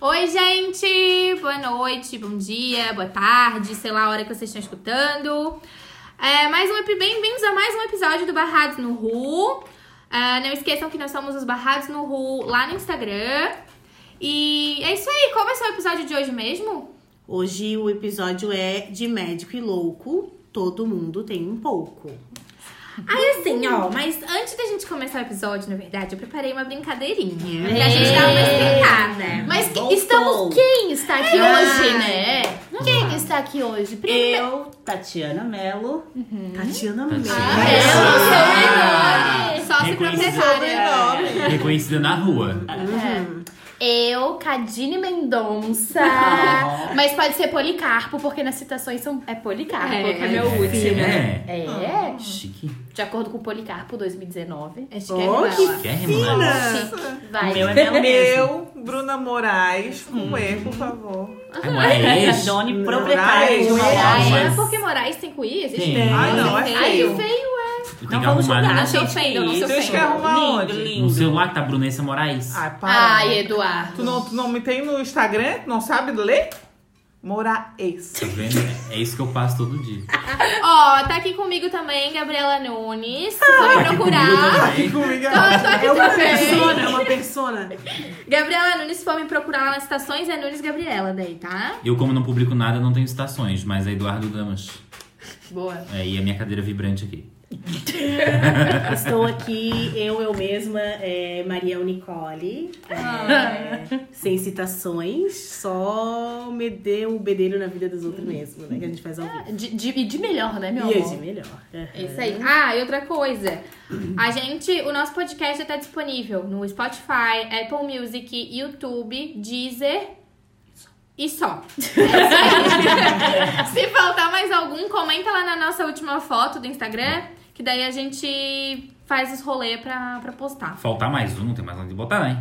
Oi, gente! Boa noite, bom dia, boa tarde, sei lá a hora que vocês estão escutando. É, mais um epi- Bem-vindos a mais um episódio do Barrados no Ru. É, não esqueçam que nós somos os Barrados no Ru lá no Instagram. E é isso aí, qual vai ser o episódio de hoje mesmo? Hoje o episódio é de médico e louco. Todo mundo tem um pouco. Aí assim, ó, mas antes da gente começar o episódio, na verdade, eu preparei uma brincadeirinha. Pra gente dar uma explicada. Ah, né? Mas que- Hum. Voltou. estamos. Quem está aqui hoje, né? Quem está aqui hoje? Primeiro. Eu, Tatiana Mello. Tatiana Mello. É. Ah, é, Uhum. Ah, é. eu sou sócio Reconhecido. proprietária. Reconhecida É na rua. Eu, Cadine Mendonça. Ah. Mas pode ser Policarpo, porque nas citações são. É Policarpo, É, que é meu último. É. É. Chique. De acordo com Policarpo 2019. É de Oh, Kermela. que Quermo, né? Vai. O meu é Melo mesmo. Eu, Bruna Moraes, um E, por favor. Ah, não é ex? Dona e proprietária de um- Moraes. uma Ah, loja. é Mas- porque Moraes tem com I? Existe? Tem. Ai, não, é Ai, feio. feio. Eu Não tenho que vamos arrumar julgar, Não no, se gente. ofenda, não se Lindo, Vocês querem ofenda. arrumar lindo, onde? no lindo. celular tá Brunessa Moraes. Ai, para. Ai, Eduardo. Tu não, tu não me tem no Instagram? Tu não sabe ler? Moraes. Tá vendo? É isso que eu faço todo dia. Ó, tá aqui comigo também Gabriela Nunes. Pode aqui procurar. Aqui comigo Tô, tô aqui É uma também. persona, é uma persona. Gabriela Nunes, se for me procurar lá nas estações, é Nunes Gabriela daí, tá? Eu, como não publico nada, não tenho citações, mas é Eduardo Damas. Boa. É, e a minha cadeira vibrante aqui. Estou aqui, eu, eu mesma, é, Maria Nicole. Ah. É, sem citações, só me dê o bedelho na vida dos outros mesmo, né? Que a gente faz ao vivo. De, de, e de melhor, né, Ah, meu E é amor? de melhor. É Isso aí. Ah, e outra coisa. A gente, o nosso podcast já tá disponível no Spotify, Apple Music, YouTube, Deezer e só. É isso aí. Se faltar mais algum, comenta lá na nossa última foto do Instagram, que daí a gente faz os rolê pra, pra postar. Faltar mais um, não tem mais nada de botar, hein?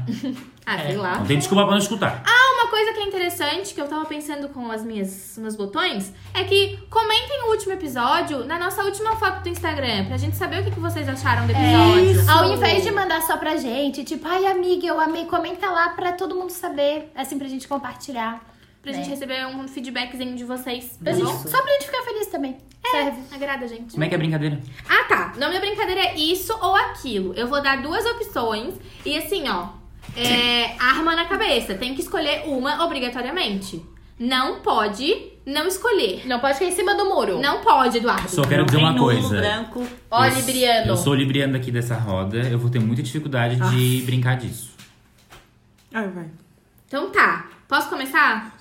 Ah, sei lá. Não tem desculpa pra não escutar. Uma coisa que é interessante, que eu tava pensando com as minhas meus botões, é que comentem o último episódio na nossa última foto do Instagram, pra gente saber o que, que vocês acharam do episódio. Isso. Ao invés de mandar só pra gente, tipo, ai amiga, eu amei, comenta lá pra todo mundo saber, assim, pra gente compartilhar. Pra É. gente receber um feedbackzinho de vocês. Pra Tá gente, bom? só pra gente ficar feliz também. Serve. Agrada, gente. Como é que é a brincadeira? Ah, tá. Não, minha brincadeira é isso ou aquilo. Eu vou dar duas opções e assim, ó. É, arma na cabeça. Tem que escolher uma obrigatoriamente. Não pode não escolher. Não pode ficar em cima do muro. Não pode, Eduardo. Só quero dizer uma coisa. um branco. Ó, Eu- Libriano. Eu sou o Libriano aqui dessa roda. Eu vou ter muita dificuldade de brincar disso. Ai, vai. Então tá. Posso começar?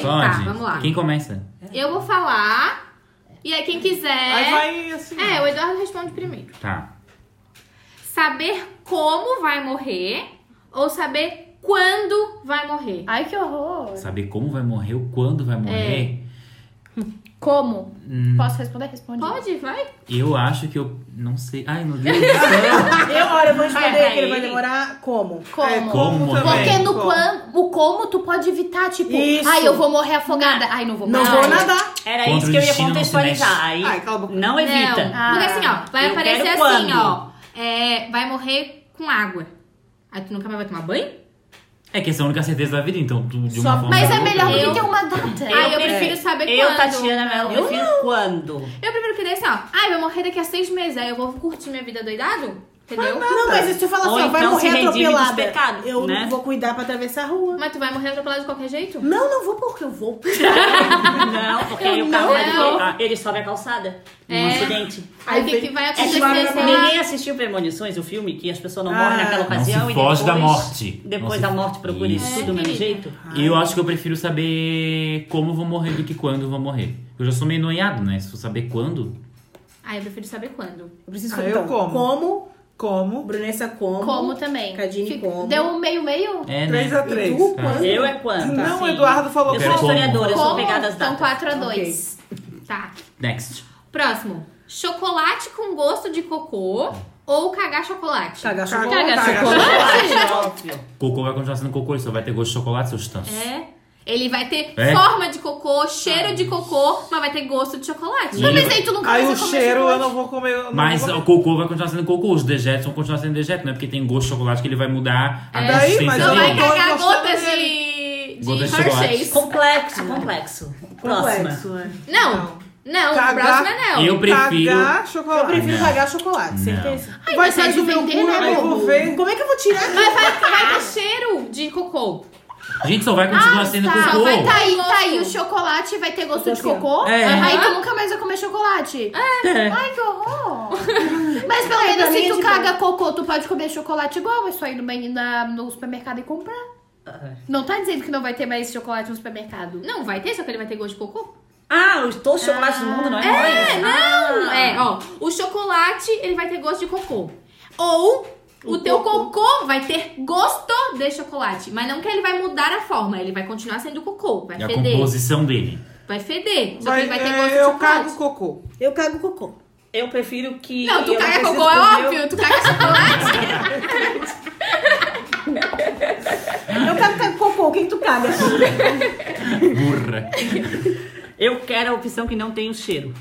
Pode. Pode? Tá, vamos lá. Então, Quem começa? É. Eu vou falar. E aí, quem Aí quiser. vai assim. É, o Eduardo responde primeiro. Tá. Saber como vai morrer ou saber quando vai morrer. Ai, que horror. Saber como vai morrer ou quando vai morrer. Como? Hum, Posso responder? Responde. Pode, vai. eu acho que eu. Não sei. Ai, meu Deus do céu. Eu, olha, eu vou Vai, responder que ele vai vai. demorar como? Como? É, como Como também. Porque no Como. quan, o como tu pode evitar, tipo, Isso. ai, eu vou morrer afogada. Ai, não vou Não morrer. vou nadar. Era Contra isso o que eu ia destino não se contextualizar. mexe. Aí, Ai, cala a boca. não evita. Ah. Não. Porque assim, ó, vai eu aparecer quero assim, quando? ó. É, vai morrer com água. Aí tu nunca mais vai tomar banho? É que essa é a única certeza da vida, então tu de uma forma. Mas ou é outra, melhor do eu- que ter uma data. Ai, eu pre- prefiro saber eu, quando. Tatiana Mello, prefiro quando? Eu prefiro que dê assim, ó. Ai, vai morrer daqui a seis meses. Aí eu vou curtir minha vida doidado? Entendeu? Não, mas e se eu falar Ou assim, ó, vai então se morrer redime dos atropelada. pecados, eu né? não vou cuidar pra atravessar a rua. Mas tu vai morrer atropelado de qualquer jeito? Não, não vou porque eu vou. Não, porque aí o carro não. vai desviar. ele sobe a calçada. É. Um acidente. Aí o que, que vai É acontecer? tipo, sei lá? ninguém assistiu Premonições, o filme, que as pessoas não morrem Ah, naquela Não se ocasião. um e foge depois, da morte. Não Depois se- da morte procura isso, Isso. tudo é do mesmo jeito. E eu acho que eu prefiro saber como vou morrer do que quando vou morrer. Eu já sou meio noiado, né? Se eu saber quando. Ai, eu prefiro saber quando. Eu preciso Ah, eu então, como. Como, Como? Brunessa como. Como também. Cadine Fica- como. Deu um meio-meio? É, né? 3x3. Tu, Tá. quando? Eu é quando. Não, assim. o Eduardo falou Eu como. sou historiadora, eu sou Como? pegada às Então datas. 4 a 2 Tá. Next. Próximo. Chocolate com gosto de cocô ou cagar chocolate? Cagar Cagar chocolate. Óbvio. Cocô vai continuar sendo cocô, ele só vai ter gosto de chocolate, seus tantos. É. Ele vai ter É? forma de cocô, cheiro de cocô, mas vai ter gosto de chocolate. Não, mas aí tu nunca Aí o mais vai comer cheiro eu chocolate. não vou comer. eu não Mas vou comer. o cocô vai continuar sendo cocô, os né? dejetos vão continuar sendo dejetos, não é porque tem gosto de chocolate que ele vai mudar a É. Daí, consistência mas Não eu dele. vai não tô cagar gostando gotas de, Contextualize. Complexo, complexo. Próxima. Complexo, é. Não, não, Cagar. a próxima não. Eu prefiro. Cagar Eu chocolate. prefiro Ah, Não. cagar chocolate, Não. certeza. Ai, Vai você é sair de do meu vender, cu, né, aí bobo? vou ver. Como é que eu vou tirar? Mas vai, vai ter cheiro de cocô. Gente, só vai continuar sendo Tá, cocô. vai tá aí, tá aí o chocolate, vai ter gosto de cocô. É. Aí tu nunca mais vai comer chocolate. É. Ai, que horror! Mas pelo Ai, pra menos mim se é tu de caga cocô, tu pode comer chocolate igual, é só ir no, banhe- na- no supermercado e comprar. Não tá dizendo que não vai ter mais chocolate no supermercado. Não, vai ter, só que ele vai ter gosto de cocô. Ah, os todos os chocolates do mundo, não é? É, Não, é, ó. O chocolate, ele vai ter gosto de cocô. Ou o, teu cocô. vai ter gosto de chocolate. Mas não que ele vai mudar a forma, ele vai continuar sendo cocô. Vai E a feder. composição dele. Vai feder. Só Vai- que ele vai ter é, gosto de eu chocolate. cago cocô. Eu cago cocô. Ah, Eu prefiro que. Não, tu eu caga preciso cocô, é comer o- óbvio. Tu caga chocolate. Eu cago, cago cocô. O que, que tu caga? Burra. Eu quero a opção que não tem o cheiro.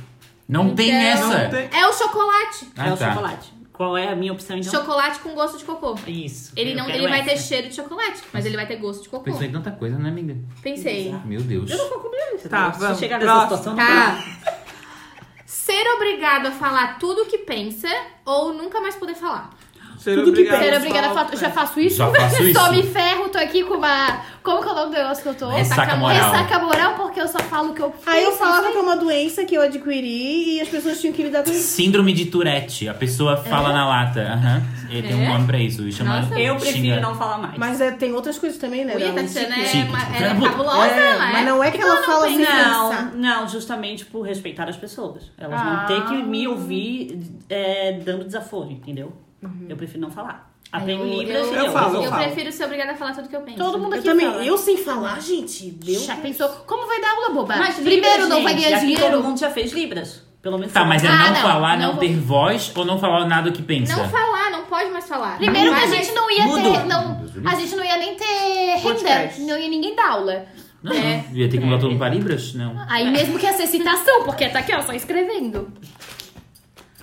Não tem Então- essa. Não tem- é o chocolate. Ah, é o tá. chocolate. Qual é a minha opção então? Chocolate com gosto de cocô. Isso. Ele eu não, quero é ele vai ter essa. cheiro de chocolate, mas ele vai ter gosto de cocô. Pensou em tanta coisa, né, amiga? Pensei. Meu Deus. Eu não vou comer isso. Tá, Se vamos, chegar nessa próximo. situação, não Tá. Ser obrigado a falar tudo o que pensa ou nunca mais poder falar. Ser Tudo que obrigado pega. Ser a obrigada a falar. falar, é. eu já faço isso? Já faço Só isso. me ferro, tô aqui com uma... Como que é o nome do negócio que eu tô? Ressaca moral. Ressaca moral, porque eu só falo o que eu penso. Aí eu falava que é uma doença que eu adquiri e as pessoas tinham que lidar com isso. Síndrome de Tourette. A pessoa fala na lata. Aham. E Tem um É? nome pra isso. Chama Nossa. Eu prefiro xinga. não falar mais. Mas é, tem outras coisas também, né? Ui, a da Tatiana ansiedade. é, Chique. uma, Filha ela da é puta. cabulosa, É, ela é. mas não é que ela fala sem Não, pensar. não, justamente por respeitar as pessoas. Elas Ah. vão ter que me ouvir é, dando desaforo, entendeu? Eu prefiro não falar. Aprendo eu- Libras eu- e eu falo, Eu falo. prefiro ser obrigada a falar tudo que eu penso. Todo mundo Eu aqui também. fala. Eu sem falar, gente. Deu. Já pensou? Como vai dar aula, boba? Mas Primeiro, não vai Gente, ganhar aqui dinheiro. Todo mundo já fez Libras. Pelo menos Tá, mas é Ah, não, não. falar, não, Não ter voz ou não falar nada que pensa? Não falar, não pode mais falar. Primeiro Não que a vai gente não ia Mudo. ter. Não, a gente não ia nem ter renda. Podcast. Não ia ninguém dar aula. Não, não. Ia ter que mudar todo mundo pra Libras? Não. Aí mesmo que ia ser citação, porque tá aqui, ó, só escrevendo.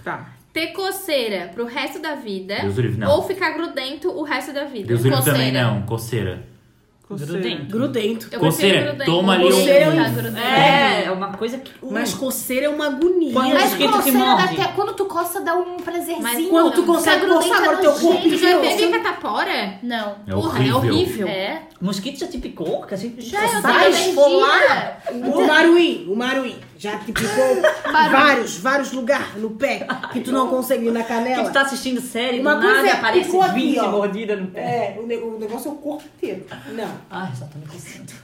Tá. mais ter coceira pro resto da vida Deus o livre, não. É. ou ficar grudento o resto da vida. Deus o livre Coceira. também não. Coceira. Coceira. Grudento. Eu prefiro Coceira, grudento. toma ali um- Tá Coceira, ficar É. grudento. É, é uma coisa que. Mas coceira é uma agonia. Quando- Mas mosquito que coceira dá morde. até. Quando tu coça, dá um prazerzinho. Mas quando tu Não, consegue ficar coçar agora grudento teu é corpo Tu já teve inteiro. catapora? Não. É Porra, é horrível. horrível. É. Mosquito já te picou? Que a gente Já, eu Vai tenho esfolar. alergia. O Maruí, o Maruí. Já te picou vários, vários lugares no pé que tu não conseguiu na Que canela. tu tá assistindo série, Uma do coisa é, nada aparece picou aqui, 20 ó. mordida no pé. É, o, ne- o negócio é o corpo inteiro. Não. Ai, só tô me coçando.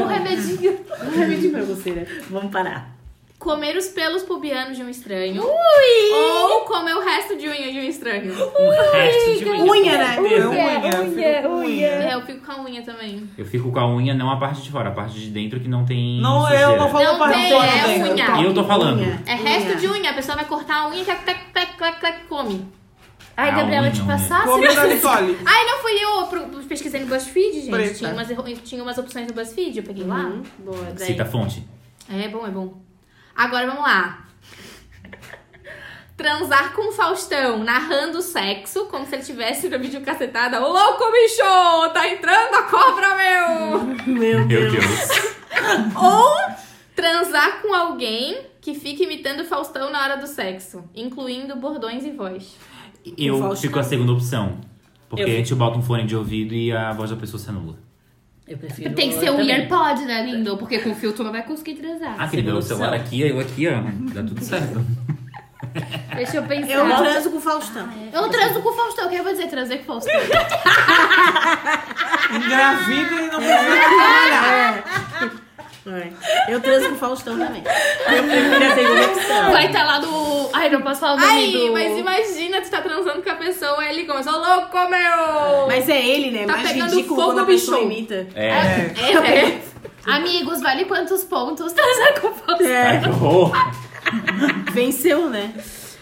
Um remedinho. Eu repeti pra você, né? Vamos parar. Comer os pelos pubianos de um estranho. Ui! Ou comer o resto de unha de um estranho. É O resto de Unha, né? Eu, Unha, É unha, unha, unha. É, eu fico com a unha também. Eu fico com a unha, não a parte de fora, a parte de dentro que não tem. Não, sujeira. eu não falo Não pra tem, fora, é não unha. Eu tô falando. Unha, É unha. resto de unha, a pessoa vai cortar a unha e tac, tac, tac, tac, tac, come. Ai, Ah, Gabriela, unha, te unha. passar? Come na Nicole. Ai, não fui eu pro- pesquisei no BuzzFeed, gente. Preta. Tinha umas, tinha umas opções no BuzzFeed, eu peguei lá. Uhum. Boa. Daí- Cita a fonte. É bom, é bom. Agora vamos lá. Transar com o Faustão, narrando o sexo, como se ele tivesse no vídeo cacetada. Ô louco, bicho! Tá entrando a cobra, meu! Meu Deus. Ou transar com alguém que fica imitando o Faustão na hora do sexo, incluindo bordões e voz. O Eu Faustão. fico a segunda opção. Porque Eu a gente bota um fone de ouvido e a voz da pessoa se anula. Eu prefiro. Tem que ser um também. earpod, né, lindo? Porque com fio tu não vai conseguir transar. Ah, querida, segunda o celular opção. aqui, eu aqui, ó. Dá tudo certo. Deixa eu pensar. Eu transo É um com o Faustão. Eu transo com o Faustão. O que eu vou dizer? Transei com o Faustão. Engravida e não me vê É. Eu transo com o Faustão também. Eu prefiro a segunda opção. Vai estar lá do... Ai, não posso falar o nome Ai, do... mas imagina, tu tá transando com a pessoa e ele começa, ô louco, meu! Mas é ele, né? Tá Mais pegando ridículo fogo, quando a pessoa bicho. imita. É. É, é. Amigos, vale quantos pontos transar com o Faustão? Ai, que horror. É. Venceu, né?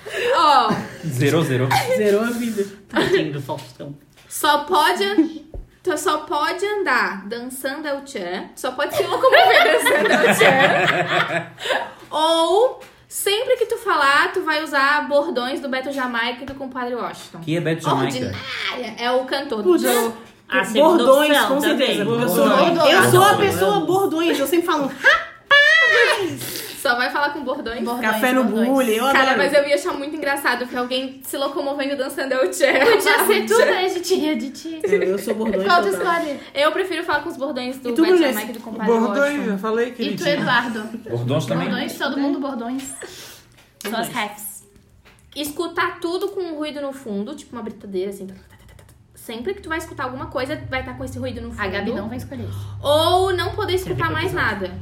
Ó, Zerou, zerou. Zerou a vida. Tadinho Tá, do Faustão. só pode... Tu só pode andar dançando ao tchan. Só pode se locomover dançando ao tchan. Ou, sempre que tu falar, tu vai usar bordões do Beto Jamaica e do Compadre Washington. Aqui é Beto Jamaica. Ordinária! É o cantor do Putz. Joe. A segunda Bordões, opção com certeza. Ah, também. Eu sou, Bordões. eu sou a Bordões. pessoa bordões, eu sempre falo Só vai falar com bordões? Bordões, café no bordões. bule, eu Cara, adoro. mas eu ia achar muito engraçado que alguém se locomovendo dançando é El Tchê. Podia ser tudo, né? A gente ria de ti. eu, eu sou bordões. Qual tu total. escolhe? Eu prefiro falar com os bordões do E tu, Magic Bruno, Mike do compadre Bordões, Washington. eu falei, E tu, queridinho. Eduardo? Bordões também. Bordões, todo mundo bordões. São as refs. Escutar tudo com um ruído no fundo, tipo uma britadeira, assim. tá, tá, tá, tá, tá. Sempre que tu vai escutar alguma coisa, vai estar com esse ruído no fundo. A Gabi não vai escolher. Ou não poder escutar mais nada.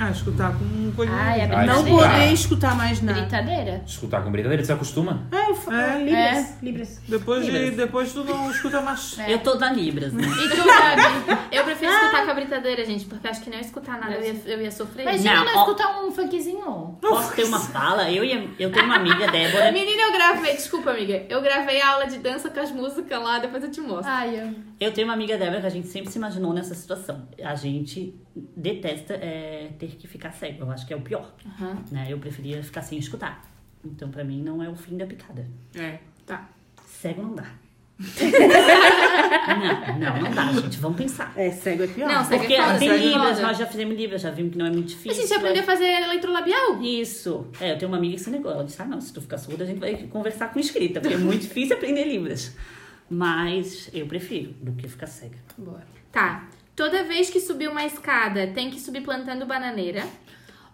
Ah, escutar com um coisa. Ai, é a Ai, britadeira. Não Escutar. poder escutar mais nada. Britadeira? Escutar com brincadeira, você acostuma? É, eu falo- É. Libras, Libras. Depois, de, Libras. depois tu não escuta mais. É. Eu tô na Libras, né? E tu, Gabi? eu prefiro escutar com a britadeira, gente, porque eu acho que não escutar nada eu ia, eu ia sofrer. Imagina Não, não, ó. escutar um funkzinho. Posso ter uma fala? Eu, e a- eu tenho uma amiga, Débora. Menina, eu gravei, desculpa, amiga. Eu gravei a aula de dança com as músicas lá, depois eu te mostro. Ai, eu... Eu tenho uma amiga, Débora, que a gente sempre se imaginou nessa situação. A gente detesta é, ter que ficar cego. Eu acho que é o pior. Aham. Né? Eu preferia ficar sem escutar. Então, pra mim, não é o fim da picada. É. Tá. Cego não dá. não, não, não dá, gente. Vamos pensar. É, cego é pior. Não, cego Porque é foda, tem cego é libras, foda. nós já fizemos libras, já vimos que não é muito A difícil. gente aprendeu a fazer eletrolabial? Isso. É, eu tenho uma amiga que se negou. Ela disse: ah, não, se tu ficar surda, a gente vai conversar com escrita, porque é muito difícil aprender libras. Mas eu prefiro do que ficar cega. Tá. Toda vez que subir uma escada, tem que subir plantando bananeira.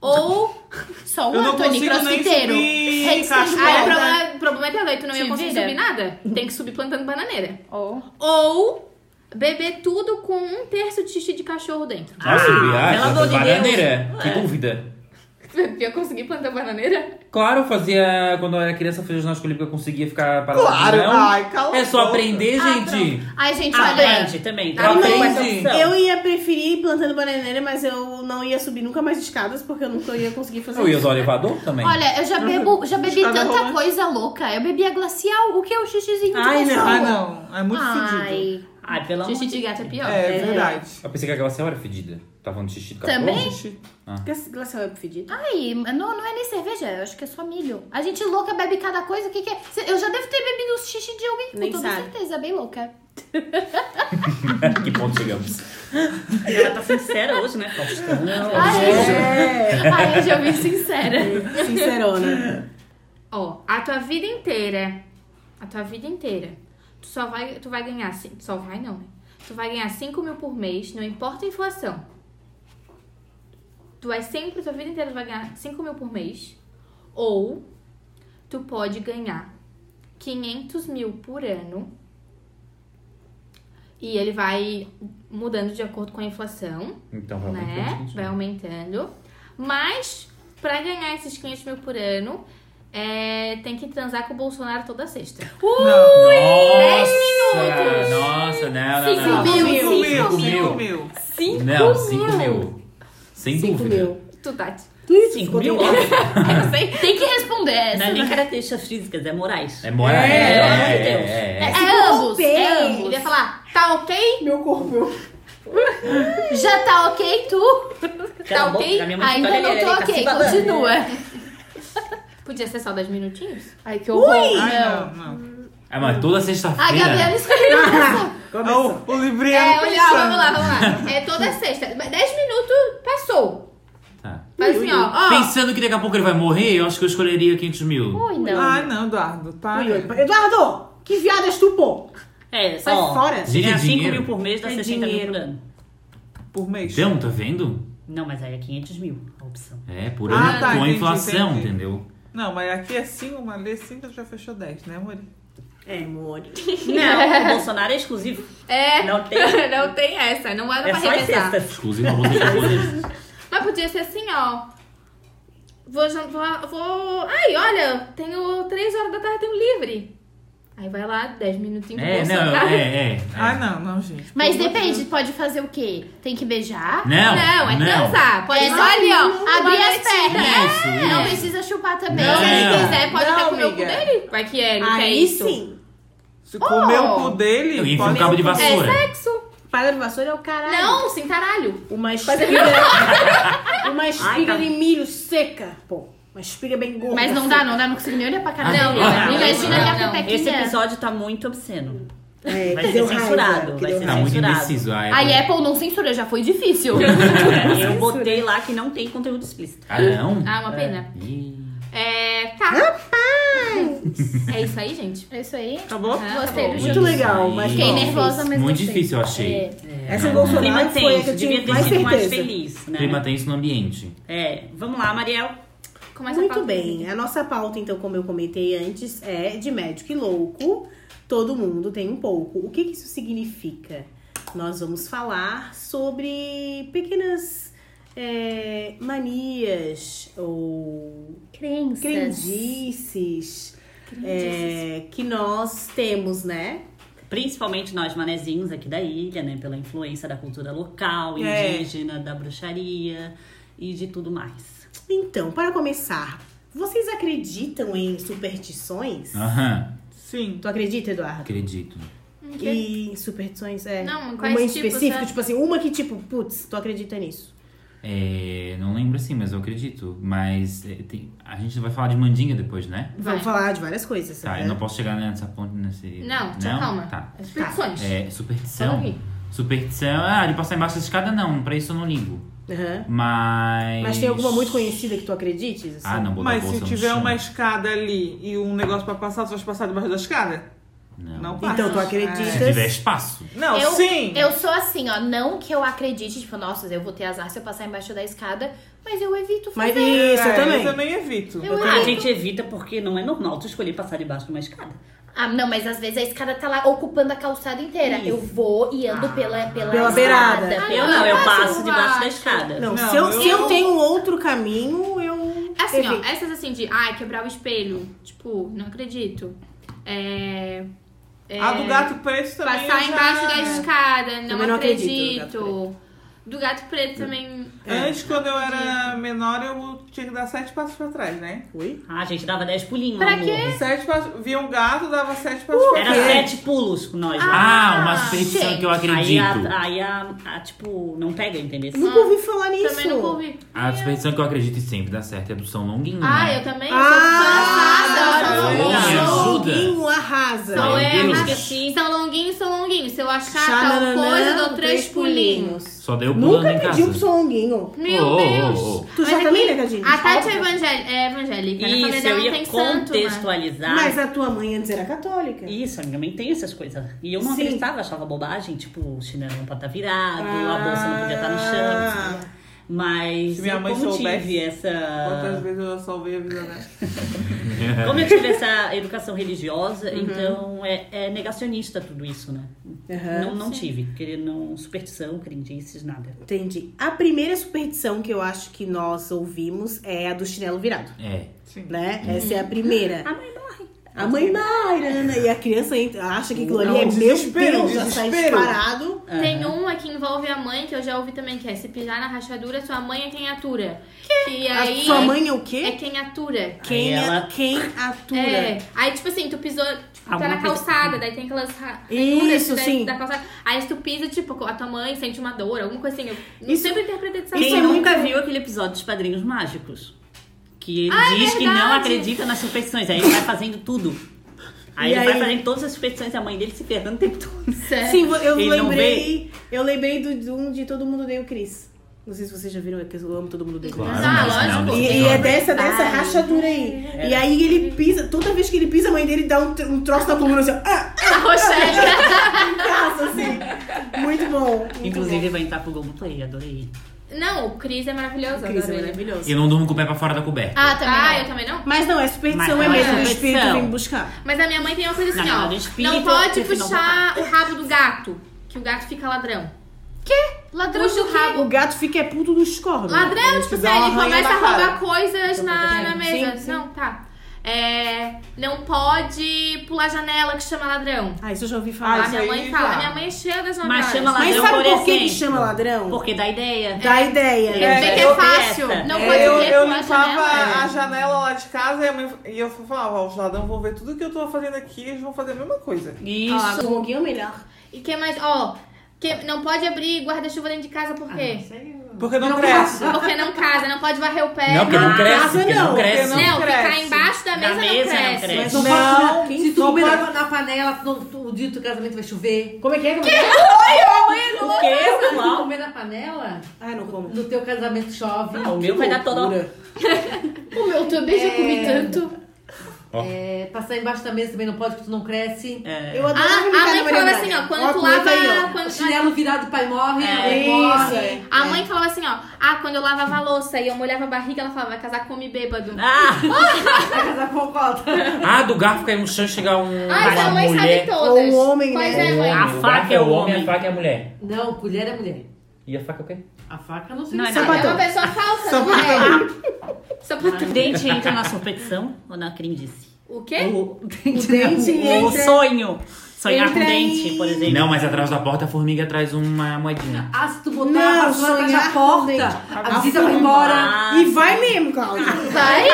Ou. Só o Eu não Anthony, consigo nem crossfiteiro. subir Handstand. Ah, o Merda. problema, o problema é teu, daí tu não ia Te conseguir vira. subir nada. Tem que subir plantando bananeira. Ou... Ou beber tudo com um terço de xixi de cachorro dentro. Nossa, ah, pelo amor de Deus. bananeira. Que dúvida. Eu consegui plantar bananeira? Claro, eu fazia. Quando eu era criança, eu fazia ginástica olímpica, eu conseguia ficar parado. Claro, não. ai, cala É a só boca. aprender, Ah, gente. pronto. Ai, gente, olha... Aprende também. Ah, Tem não, mais mas opção. Eu ia preferir ir plantando bananeira, mas eu não ia subir nunca mais escadas, porque eu nunca ia conseguir fazer eu ia isso. usar o elevador também. Olha, eu já, bebo, já bebi Escada tanta rolante. coisa louca. Eu bebi a glacial, o que é o xixizinho de Ai, não. cachorro? Ah, não. É muito fedido. Ai, Ai, pelo amor Xixi de de gato é pior. É, verdade. Eu pensei que aquela senhora era fedida. Tava falando de xixi do cachorro. Também? Glace- Glacial é fedido. ai, não, não é nem cerveja, eu acho que é só milho. A gente louca bebe cada coisa, o que que é? Cê- Eu já devo ter bebido os xixi de alguém, Nem com toda sabe. certeza, bem louca. que ponto chegamos? Deus. Ela tá sincera hoje, né, Faustão? Ai, É, eu- ai, eu já vi sincera. sincerona. Ó, a tua vida inteira, a tua vida inteira, tu só vai, tu vai ganhar, ci- só vai não, né? Tu vai ganhar 5 mil por mês, não importa a inflação. Tu vai sempre, tua vida inteira tu vai ganhar 5 mil por mês. Ou tu pode ganhar 500 mil por ano. E ele vai mudando de acordo com a inflação Então vai aumentar, né? gente. Vai aumentando. Mas, pra ganhar esses 500 mil por ano, é, tem que transar com o Bolsonaro toda sexta. Nossa! Nossa, não, não, não. Cinco mil. Cinco mil. Cinco mil. Sim, Não, 5 mil. Sem Cinco dúvida. mil. tu, tá Tati. Cinco mil. Eu sei. Tem que responder Não é essa. nem características físicas, é morais. É moral. É, amor é, de Deus. é, é. É, Se ambos, é compensa. ambos. Ele ia falar, tá ok? Meu corpo, eu... Já tá ok, tu? Tá Cala a boca, ok? a minha mãe fica, Ainda olha, então não ele, ele tô tá se ok, babando. continua. Podia ser só 10 minutinhos? Ai, que horror. Ai, não. não, não. Ah, mas toda A Gabriela sexta-feira. escolheu Ah, o, o livrinho É, não olha, ó, pensando. vamos lá, vamos lá. É toda sexta. 10 minutos, passou. Tá. Faz assim, ó. ó. Pensando que daqui a pouco ele vai morrer, eu acho que eu escolheria 500 mil. Ui, não. Ah, não, Eduardo. Para. Ui, oi. Eduardo, que viado és tu, pô? É, Sai ó, fora. Gente, é Ganhar 5 dinheiro. mil por mês dá É 60 mil por dinheiro. ano. Por mês. Então, tá vendo? Não, mas aí é 500 mil a opção. É, por Ah, ano tá, com a entendi, inflação, entendi. entendeu? Não, mas aqui é 5, mas lê 5 já fechou 10, né, amor? É, amor. Não, o Bolsonaro é exclusivo. É. Não tem. Não tem essa. Não era É pra só as arrebentar. sextas. Exclusivo pra você escolher. Mas podia ser assim, ó. Vou, jan- vou, vou. Ai, olha, tenho 3 horas da tarde, tenho livre. Aí vai lá, 10 minutinhos pro É, não, Bolsonaro. é, é. é. Ah, não, não, gente. Mas depende, pode fazer o quê? Tem que beijar? Não, Não, é dançar. Pode É só um só ali, ó. abrir as pernas. Isso, É, Não isso. precisa chupar também. Não. Se ele É. quiser, pode Não, até comer o cu amiga. dele. Vai que é, não quer Aí isso. sim. Se comer o cu dele, Eu enfio um cabo de É vassoura. sexo. Para de vassoura é o caralho. Não, sem caralho. Uma espiga. uma espiga tá. de milho seca, pô. Uma espiga bem gorda. Mas não dá, não dá, não consigo nem olhar pra cara Não, dele. não, não, Imagina ali não, a não. pepequinha. Esse episódio tá muito obsceno. É, Vai que ser deu raiva, censurado, que vai deu ser Tá muito censurado. indeciso. A Apple. A é Apple não censura, já foi difícil. É, eu botei lá que não tem conteúdo explícito. Ah, não? Ah, uma pena. Ih. É, tá. Rapaz! É isso aí, gente. É isso aí. Acabou? Ah, tá Gostei do Muito jogo. legal, mas Fiquei bom. nervosa, mas Muito assim. gostei. difícil, eu achei. É. Essa do Bolsonaro clima foi a que tenso, eu tive devia ter mais sido mais certeza. feliz, né? Clima tenso no ambiente. É, vamos lá, Mariel. Começa a Muito é pauta. bem. A nossa pauta, então, como eu comentei antes, é de médico e louco. Todo mundo tem um pouco. O que, que isso significa? Nós vamos falar sobre pequenas é, manias ou Crenças. crendices é, que nós temos, né? Principalmente nós, manezinhos aqui da ilha, né? Pela influência da cultura local, É. indígena, da bruxaria e de tudo mais. Então, para começar, vocês acreditam em superstições? Aham, Sim. Tu acredita, Eduardo? acredito. E superstições, é. Não, uma quais em tipos, específico, né? tipo assim, uma que tipo, putz, tu acredita nisso. É, não lembro assim, mas eu acredito. Mas é, tem- a gente vai falar de mandinga depois, né? Vai. Vamos falar de várias coisas, Tá, É. né? eu não posso chegar nessa ponte nesse. Não, tchau, calma. Tá. As perdições. É, Só um então. superstição. não vi. Superstição. Ah, de passar embaixo da escada, não. Pra isso eu não ligo. Aham. Mas. Mas tem alguma muito conhecida que tu acredites? assim? Ah, não, botar a Mas bolsa se no tiver chão. uma escada ali e um negócio pra passar, tu vai passar debaixo da escada? Não. Não passa. É. Então tu Se acreditas. tiver espaço. Não, Eu- sim. Eu sou assim, ó. Não que eu acredite, tipo, nossa, eu vou ter azar se eu passar embaixo da escada, mas eu evito fazer. Mas isso, eu É, também. Eu também evito. Eu A evito. gente evita porque não é normal tu escolher passar debaixo de uma escada. Ah, não, mas às vezes a escada tá lá ocupando a calçada inteira. Eu vou e ando pela, pela, Pela beirada. escada. eu não, eu passo eu debaixo da acho. escada. Não, Não, se, eu, se eu eu- tenho um outro caminho, eu. Assim, ó, evito. essas assim de, ai, quebrar o espelho. Tipo, não acredito. É. é, A do gato preto também. Passar eu já- embaixo da escada, não, Também não acredito no gato acredito. Do gato preto também. É. Antes, quando É. eu era menor, eu tinha que dar sete passos pra trás, né? Ui. Ah, a gente dava 10 pulinhos. Pra amor. quê? Sete passos. Via um gato, dava sete passos pra Era trás. 7 pulos com nós. lá. Ah, uma superstição gente. que eu Aí, acredito. a, aí a, a, tipo, não pega, entendeu? Nunca ouvi falar nisso. Ah, Também não ouvi. A superstição que eu acredito e sempre dá certo é do São Longuinho. Ah, né? eu também? eu sou Ah, fã, adoro São São Longuinho. Longuinho. ajuda. Longuinho arrasa. São Meu Deus. esqueci. São longuinho, são longuinho. Se eu achar Xananana, tal coisa, eu dou três pulinhos. Só deu pulando Nunca em casa. pediu pro São Longuinho. Meu Oh, oh, Deus. oh, Tu Mas já aqui, também, né, Cadinho? A Tati é, evangélica, é evangélica. Na família Isso, dela eu não ia tem santo, né? mas- contextualizar. Mas é a tua mãe antes era católica. Isso, a minha mãe tem essas coisas. E eu não Sim. acreditava, achava bobagem, tipo, o chinelo não pode estar virado, a Ah. bolsa não podia estar no chão. assim. Mas Se minha eu, mãe como soubesse, tive essa. Quantas vezes eu salvei a vida dela? Como eu tive essa educação religiosa, então é, é negacionista tudo isso, né? Aham. não não tive, porque não superstição, crendices, nada. Entendi. A primeira superstição que eu acho que nós ouvimos é a do chinelo virado, É. Sim. né? Essa é a primeira. Uhum. A mãe morre. A mãe vai, né, né, né, e a criança entra, acha que aquilo ali Não, é meu desespero, Deus, já sai desespero. disparado. Tem uma que envolve a mãe, que eu já ouvi também, que é se pisar na rachadura, sua mãe é quem atura. Que, A aí sua mãe é o é quê? quem atura. Quem, é- Aí ela- quem atura. É. Aí, tipo assim, tu pisou, tipo, tá Alguma na coisa- calçada, daí tem aquelas ra- assim. Isso, rachuras da- sim. da calçada. Aí se tu pisa, tipo, a tua mãe sente uma dor, alguma coisa assim. Eu não Isso- sempre interpretei dessa Quem é forma. nunca viu aquele episódio dos Padrinhos Mágicos? Que ele Ah, é diz que não verdade. acredita nas superstições, aí ele vai fazendo tudo. Aí E ele aí? vai fazendo todas as superstições e a mãe dele se ferrando o tempo todo. Sério. Sim, vo- eu Ele não lembrei. Eu lembrei do, de um de Todo Mundo Odeia o Cris. Não sei se vocês já viram, é que eu amo Todo Mundo Odeia o Cris. Claro, Ah, mas não, lógico. você E, e joga. é dessa, dessa rachadura aí. E aí ele pisa, toda vez que ele pisa, a mãe dele dá um, tr- um troço na coluna assim, ó, ah, A Rochelle. em casa, assim. Muito bom. muito Inclusive, vai entrar pro Google Play, adorei. Não, o Cris é maravilhoso. bom. Cris é adoro ele. maravilhoso. Eu não durmo com o pé pra fora da coberta. Ah, também. Ah, não. eu também não? Mas não, é superstição, Mas é não é mesmo. O superstição. espírito vem buscar. Mas a minha mãe tem uma coisa assim, Não, ó. do espírito, não pode porque senão puxar o rabo do gato, que o gato fica ladrão. Ladrão Puxa do o quê? O rabo. gato fica é puto dos cornos. Ladrão, tipo assim, ele começa a roubar coisas Então, tá na, na Sim, mesa. sim. Não, tá. É, não pode pular janela que chama ladrão. Ah, isso eu já ouvi Ah, A falar. isso minha aí mãe já. fala, a minha mãe é cheia das novelas. Mas chama Mas ladrão sabe por que que fluorescente. chama ladrão? Porque dá ideia. Dá ideia. Ele né? vê que eu- é fácil. essa. Não É, pode eu, ver eu pular limpava janela. É. a janela lá de casa e, a mãe- e eu falava, ó, os ladrão vão ver tudo que eu tô fazendo aqui eles vão fazer a mesma coisa. Isso. Isso. Um pouquinho melhor. Ah, E que mais? Ó, que não pode abrir guarda-chuva dentro de casa por quê? Isso aí, Porque não cresce. Porque não casa, não pode varrer o pé. Não, porque não Ah, cresce, casa porque não, não cresce. porque Não, ficar cresce. embaixo da Na mesa, mesa não não cresce. cresce. Mas não, Não, pode, se tu não comer pode. na, na panela, no, o dia que tu casamento vai chover. Tá Como é que é? Como é que é? O quê? Se tu Não. comer na panela, Ah, não como. no teu casamento chove. Ah, o meu vai dar toda. Loucura. O meu também já comi tanto. É, passar embaixo da mesa também não pode, porque tu não cresce. É. Eu Ah, adoro a brincar na mãe falava Maria assim, ó, Braga. quando tu Ó, aproveita lava. aí, ó. O quando- chinelo virado, pai morre, É, mãe isso, é. morre. A mãe falava assim, ó, ah, quando eu lavava a louça e eu molhava a barriga, ela falava, vai casar com homem bêbado. Ah, Vai casar com o cota. Ah, do garfo cair no chão e chegar um. Ah, essa uma mãe mulher. sabe todas. Ou o homem, pois né? é, mãe. A O faca garfo é é o o homem, homem. a faca é a mulher. Não, colher é mulher. E a faca é o quê? A faca não sei. Não se é sabe. nada. É uma pessoa falsa, não é? Sapatão. dente entra na superstição ou na crendice? O quê? O dente, dente o, o entra- sonho. Sonhar com entra em- dente, por exemplo. Não, é. mas atrás da porta a formiga traz uma moedinha. Ah, se tu botar Não, a vassoura atrás sonhar da com dente. porta, a visita vai Afundar. embora. Ah, E vai mesmo, Cláudia. Vai?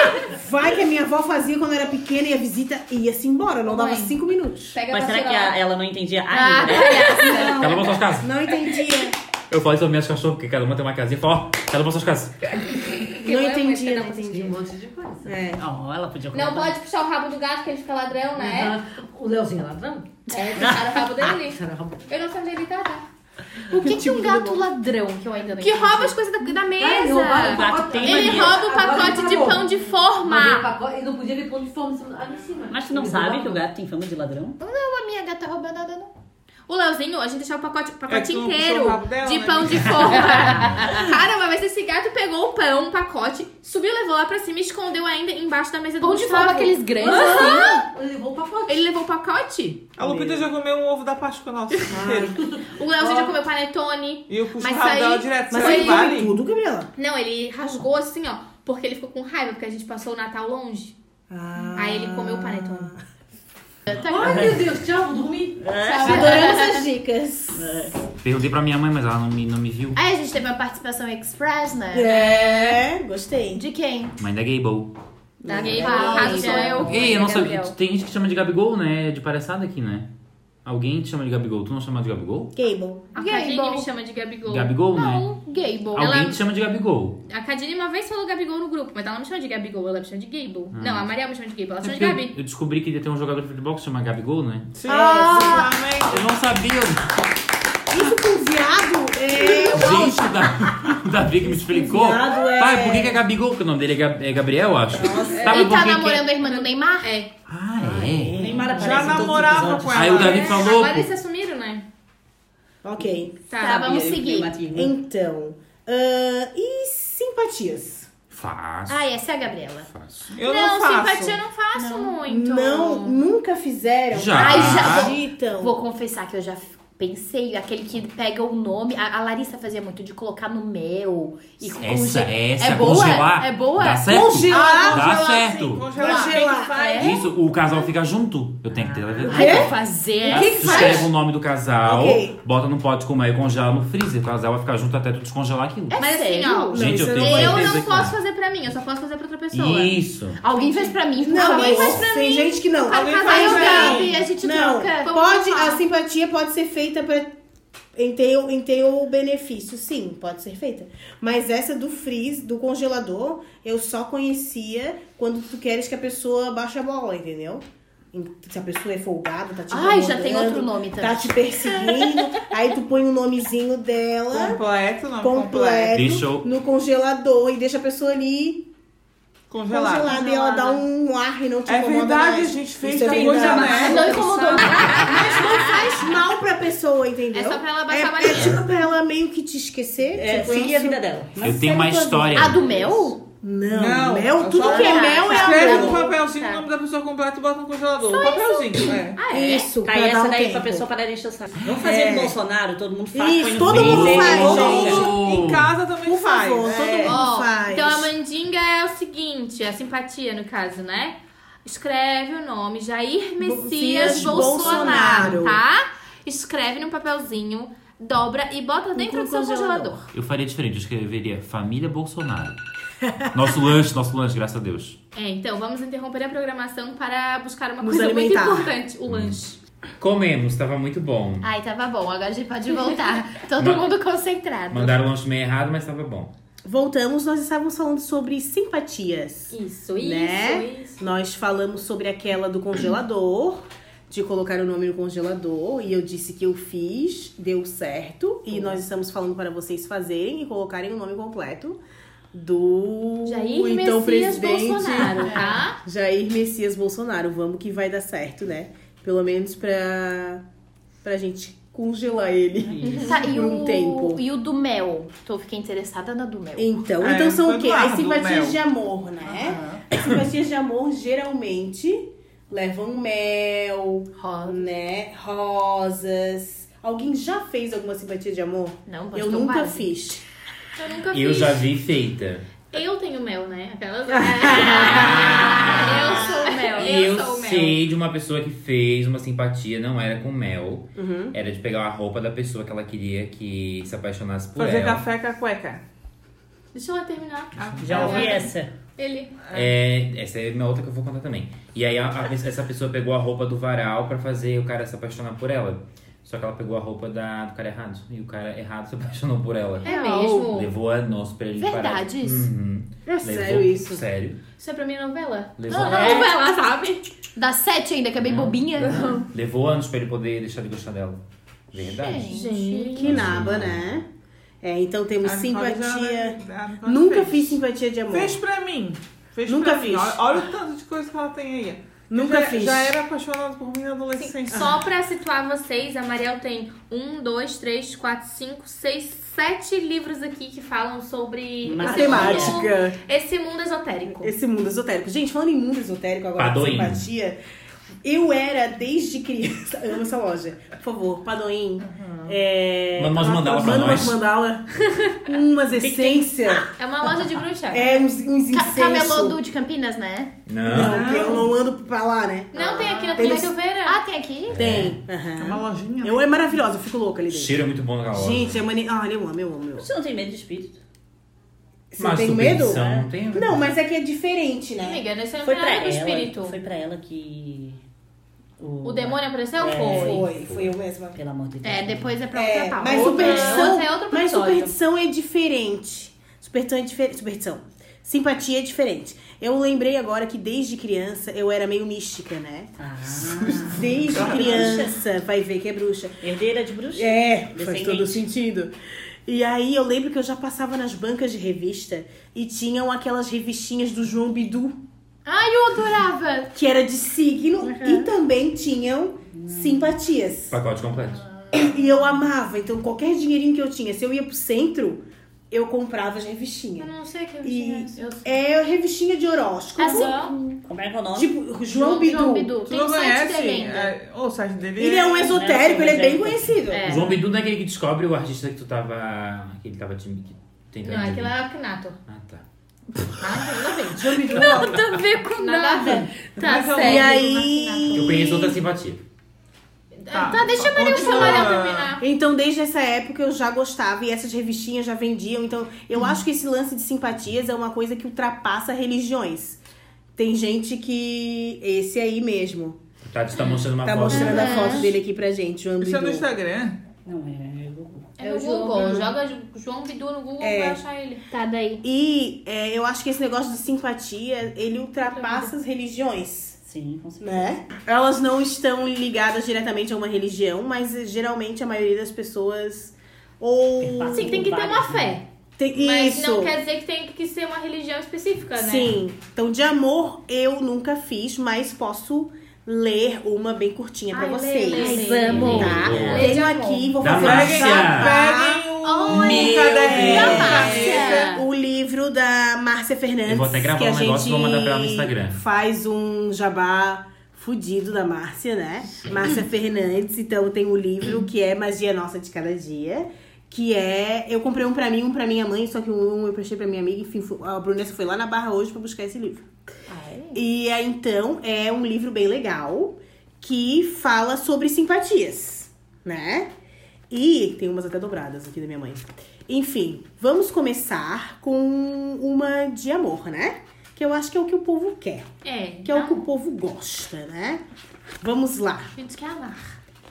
Vai que a minha avó fazia quando era pequena e a visita ia-se embora. Não dava Mãe. cinco minutos. Pega Mas a será que vassoura a- ela não entendia? lá. Ah, Ah, palhaça. Cala a boca suas casas. Não entendia. Eu falo isso para minhas cachorras, porque cada uma tem uma casinha. Eu falo, ó, cala a boca suas casas. Que Não mãe, entendia, você não não Tem entendia. um monte de coisa. É. Oh, ela podia assim. Não colocar. pode puxar o rabo do gato, que ele fica ladrão, né? Aham. O Leozinho é ladrão? É, puxaram o rabo dele. Isso era roubo. Eu não sei onde ele tá, tá? O que tipo que um gato ladrão que eu ainda não Que entendi? rouba as coisas da, da Vai roubar o mesa. gato pacote. tem Ele mania. rouba o Agora pacote de acabou. pão de Mandei o forma. pacote e não podia ele pôr de fome em cima- ali em cima. Mas tu não Ele sabe roubava. que o gato tem fama de ladrão? Não, a minha gata rouba nada, não. O Leozinho, a gente deixou o pacote, o É que pacote não inteiro puxou o rabo dela, de né? pão de forma. Cara, uma vez esse gato pegou um pão, um pacote, subiu, levou lá pra cima e escondeu ainda embaixo da mesa do Pão de Gustavo. forma aqueles grandes. Ele levou o pacote. Ele levou o pacote. A Lupita já comeu um ovo da Páscoa nosso inteiro. O Leozinho já comeu panetone. E eu puxo Ah. Mas o rabo aí- dela direto. Mas Será aí que come vale? tudo, Gabriela. Não, ele rasgou assim, ó, porque ele ficou com raiva, porque a gente passou o Natal longe. Ah. Aí ele comeu o panetone. Ah. Tá, Ai, meu Deus, tchau, vou dormir. Adoramos as dicas. Perguntei pra minha mãe, mas ela não me, não me viu. Aí a gente teve uma participação express, né? É, gostei. De quem? Mãe da Gable. Tá gay, Ah, no caso isso sou é. eu. Ei, eu não sei. Gabriel. Tem gente que chama de Gabigol, né? De palhaçada aqui, né? Alguém te chama de Gabigol. Tu não chama de Gabigol? Gable. A Gay, Cadine bom. me chama de Gabigol. Gabigol, né? Não, Gable. Alguém Ela- te chama de Gabigol. A Cadine uma vez falou Gabigol no grupo, mas ela não me chama de Gabigol, ela me chama de Gable. Hum. Não, a Maria me chama de Gable, ela chama de Eu- Gabi. Eu descobri que tem um jogador de futebol que se chama Gabigol, né? Sim, Ah. exatamente. Eu não sabia. Isso com viado é... Gente, o Da- o Davi que me explicou. Viado é- Pai, por que, que é Gabigol? Porque o nome dele é, Gab- é Gabriel, eu acho. Tá, mas Ele por tá que que é- namorando a irmã do Neymar? É. Ah, é? Neymar aparece Já em todos os namorava episódios. assim. com ela. Aí o Davi falou. Agora eles se assumiram, né? Ok. Tá. Tá. vamos Sabia que seguir. tem matriz. Então, ah, e simpatias? Fácil. Ah, essa é a Gabriela. Fácil. Eu não, faço. simpatia eu não assim, faço muito. Não, nunca fizeram. Já. Ai, já vou- Acreditam. Vou confessar que eu já f- pensei, aquele que pega o nome. A, a Larissa fazia muito de colocar no mel. E com Essa, conge- essa, é boa? congelar. É boa? Dá certo? Congelar. Dá Ah, Congelar, certo. sim, Congelar. Congelar. Faz. Isso, o casal fica junto. Eu tenho que ter. Ai, eu vou fazer. Tu escreve o nome do casal, Ok. bota no pote com mel e congela no freezer. O casal vai ficar junto até tu descongelar aquilo. É Mas assim, sério? ó, Gente, isso eu eu tenho é não- eu certeza não que posso fazer pra mim, eu só posso fazer pra outra pessoa. Isso. Alguém fez pra mim, por Não, favor. mas tem gente que não. Alguém Casal faz eu pra não. mim. Gabi, a gente não, troca. pode, falar. a simpatia pode ser feita pra em teu, em teu benefício, sim, pode ser feita. Mas essa do freeze, do congelador, eu só conhecia quando tu queres que a pessoa baixe a bola, entendeu? Em- Se a pessoa é folgada, tá te Ai, já tem incomodando, outro nome também. Tá te perseguindo, aí tu põe o nomezinho dela Completo, não. Completo. completo Deixa eu- no congelador e deixa a pessoa ali Congelado. congelada, e ela dá um ar e não te É incomoda verdade, mais. a gente fez Isso é da coisa, verdade. né? Não incomodou nada. Mas não faz mal pra pessoa, entendeu? É só pra ela É, baixar a é barriga. tipo pra ela meio que te esquecer. É, tipo, seguir a isso. vida dela. eu tenho uma história. A do mel? Não, Não, mel, é tudo só- que assim. é mel é Escreve amor. no papelzinho o nome da pessoa completa e bota no congelador. Um papelzinho, é. Ah, é? Isso, Tá, pra e dar essa um daí tempo. pra pessoa parar de encher o saco. Vamos fazer É. do Bolsonaro, todo mundo faz. um Isso, põe no todo freezer, mundo todo faz, mundo gente. usa. Em casa também Por faz. favor, é. todo mundo Ó, faz. Então a mandinga é o seguinte, a simpatia no caso, né? Escreve o nome Jair Messias Messias Bolsonaro, Bolsonaro. tá? Escreve num papelzinho, dobra e bota dentro no do seu congelador. congelador. Eu faria diferente, eu escreveria Família Bolsonaro. Nosso lanche, nosso lanche, graças a Deus. É, então vamos interromper a programação para buscar uma Nos coisa alimentar. muito importante, o lanche. Comemos, tava muito Ah, bom. Ai, tava bom, agora a gente pode voltar. Todo Ma- mundo tá. concentrado. Mandaram o lanche meio errado, mas tava bom. Voltamos, nós estávamos falando sobre simpatias. Isso, isso, Né? isso. Nós falamos sobre aquela do congelador, de colocar o nome no congelador, e eu disse que eu fiz, deu certo. E nós estamos falando para vocês fazerem e colocarem o nome completo do Jair então Messias presidente Bolsonaro, tá? Jair Messias Bolsonaro. Vamos que vai dar certo, né? Pelo menos pra, pra gente congelar ele. Tá, e, Por um o, tempo. e o do mel? Tô, fiquei interessada na do mel. Então, É, então são foi o quê? Eduardo, As simpatias mel. de amor, né? As simpatias de amor geralmente levam mel, Rosa. né? Rosas. Alguém já fez alguma simpatia de amor? Não, Eu nunca fiz. Eu nunca Eu fiz. já vi feita. Eu tenho mel, né? Aquelas. eu sou mel. E eu, sou mel. sei de uma pessoa que fez uma simpatia, não era com mel, Uhum. era de pegar a roupa da pessoa que ela queria que se apaixonasse por Fazer ela. café com a cueca. Deixa ela terminar. Já ouvi essa. Ele. É, essa é minha outra que eu vou contar também. E aí a- a pe- essa pessoa pegou a roupa do varal pra fazer o cara se apaixonar por ela. Só que ela pegou a roupa da- do cara errado. E o cara errado se apaixonou por ela. É mesmo. Levou anos pra ele Verdade parar. isso? Uhum. É sério Levou- isso. Sério. Isso Ah. é pra mim novela. Levou, É. Novela, sabe? Dá sete ainda, que é bem bobinha. levou anos pra ele poder deixar de gostar dela. Verdade. Gente. Que naba, né? É, então temos A Nicole já- simpatia. a Nicole Nunca né? fez. fiz simpatia de amor. Fez pra mim. Fez Nunca pra mim. fiz. Olha, olha o tanto de coisa que ela tem aí. Eu Nunca já, é- fiz. Já era apaixonada por mim na Sim, adolescência. Só pra situar vocês, a Mariel tem um, dois, três, quatro, cinco, seis, sete livros aqui que falam sobre esse mundo- Matemática. Esse mundo esotérico. Esse mundo esotérico. Gente, falando em mundo esotérico agora, Padoim. de simpatia, eu era desde criança. Eu amo essa loja. Por favor, Padoim. É... Manda umas mandala pra Manda umas nós. mandala, umas essências, É uma loja de bruxa. é, uns, uns Ca incensos. Camelodu de Campinas, né? Ah. Não. Não, que eu não ando pra lá, né? Não, tem aqui na Tem Trilha no- Silveira. Ah, tem aqui? Tem. É Aham. uma lojinha. Eu é maravilhosa, eu fico louca ali O dentro. cheiro é muito bom naquela loja. Gente, é mani... Ah, eu amo, eu amo, eu amo. Você não tem medo de espírito? Você tem medo? Não, tem Não, mas é que é diferente, né? Amiga, nesse é Foi o pra ela. do espírito. Foi pra ela que. O demônio apareceu? É. Foi. Foi, foi eu mesma. Pelo amor de Deus. É, depois é pra outra É, pauta. mas Outra- superstição, outra é outro mas episódio. superstição é diferente. Superstição é diferente. Superstição. Simpatia é diferente. Eu lembrei agora que desde criança eu era meio mística, né? Ah, Desde criança, vai ver que é bruxa. herdeira de bruxa? É, faz Descendente. todo sentido. E aí eu lembro que eu já passava nas bancas de revista e tinham aquelas revistinhas do João Bidu, Ai, eu adorava! que era de signo, e também tinham simpatias. Pacote completo. E eu amava, então qualquer dinheirinho que eu tinha, se eu ia pro centro, eu comprava as revistinhas. Eu não sei o que eu E- tinha. Eu sou. É a revistinha de horóscopo. Assim, Como é que é o nome? Tipo, João Bidu. Tu Tem não um site conhece? dele ainda. É, o site dele Ele é um esotérico, ele é bem conhecido. É. O João Bidu não é aquele que descobre o artista que tu tava. que ele tava te, que tentando. Não, aquilo adivinhar. é o Knato. Ah, tá. João Bidu. Nada a ver com Nada a nada. ver. Tá Mas eu- certo. E aí. Eu conheço outra simpatia. Tá, tá, deixa a Mariel continua. falar, Mariel terminar. Então, desde essa época eu já gostava e essas revistinhas já vendiam. Então, eu acho que esse lance de simpatias é uma coisa que ultrapassa religiões. Tem gente que. Esse aí mesmo. O Tati tá mostrando uma Tá foto. mostrando a foto dele aqui pra gente, João Isso é no Bidu. Instagram? Não, é Google. É É no o Google. Joga Ju- João Bidu no Google É. vai achar ele. Tá daí. E é, eu acho que esse negócio de simpatia, ele ultrapassa as religiões, Sim, com certeza. né? Elas não estão ligadas diretamente a uma religião, mas eh, geralmente a maioria das pessoas ou Perpassa. Sim, tem que ter uma fé. tem Mas isso. não quer dizer que tem que ser uma religião específica, né? Sim. Então de amor eu nunca fiz, mas posso ler uma bem curtinha é pra Ai, lê, vocês. lê, lê. Ai, amo. Tá? Lê de Tenho amor. aqui, vou Da fazer Márcia. jabá. Peguem o Meu caderninho. Deus. caneta. O livro da Márcia Fernandes. Eu vou até gravar que a um negócio gente e vou mandar pra ela no Instagram. Faz um jabá fudido da Márcia, né? Márcia Fernandes. Então tem o livro que é Magia Nossa de Cada Dia. Que é. Eu comprei um pra mim, um pra minha mãe, só que um eu prestei pra minha amiga. Enfim, fu- a Brunessa foi lá na Barra hoje pra buscar esse livro. E é, então é um livro bem legal que fala sobre simpatias, né? E tem umas até dobradas aqui da minha mãe. Enfim, vamos começar com uma de amor, né? que eu acho que é o que o povo quer, É. que é o que o povo gosta, né? Vamos lá. A gente quer amar.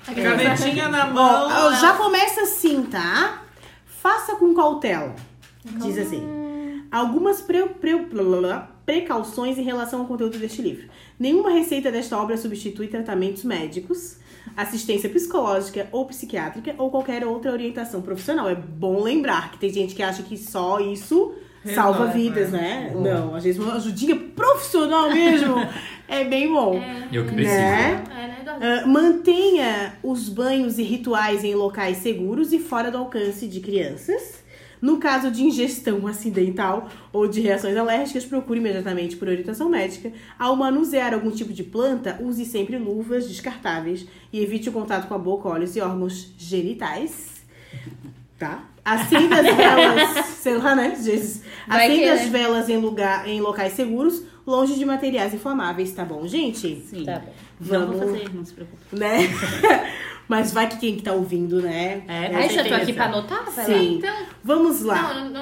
É Canetinha na Ó, mão. ó, já começa assim, tá? Faça com cautela. Diz assim. Algumas pre- pre- blá, blá, blá, precauções em relação ao conteúdo deste livro. Nenhuma receita desta obra substitui tratamentos médicos, assistência psicológica ou psiquiátrica ou qualquer outra orientação profissional. É bom lembrar que tem gente que acha que só isso Resolve, salva vidas, né? Não, às vezes uma ajudinha profissional mesmo é bem bom. Eu que preciso. né? É, né, Eduardo? Ah, mantenha os banhos e rituais em locais seguros e fora do alcance de crianças. No caso de ingestão acidental ou de reações alérgicas, procure imediatamente por orientação médica. Ao manusear algum tipo de planta, use sempre luvas descartáveis e evite o contato com a boca, olhos e órgãos genitais. Tá? Acenda as velas, sei lá, né? Jesus. Vai que, Acenda né? as velas em, lugar, em locais seguros, longe de materiais inflamáveis, tá bom, gente? Sim. Tá bom. Não Vamos- vou fazer, não se preocupe. né? Mas vai que quem que tá ouvindo, né? É, com Ai, já tô certeza. aqui pra anotar, vai lá. Sim. Então, Vamos lá. não, não, não.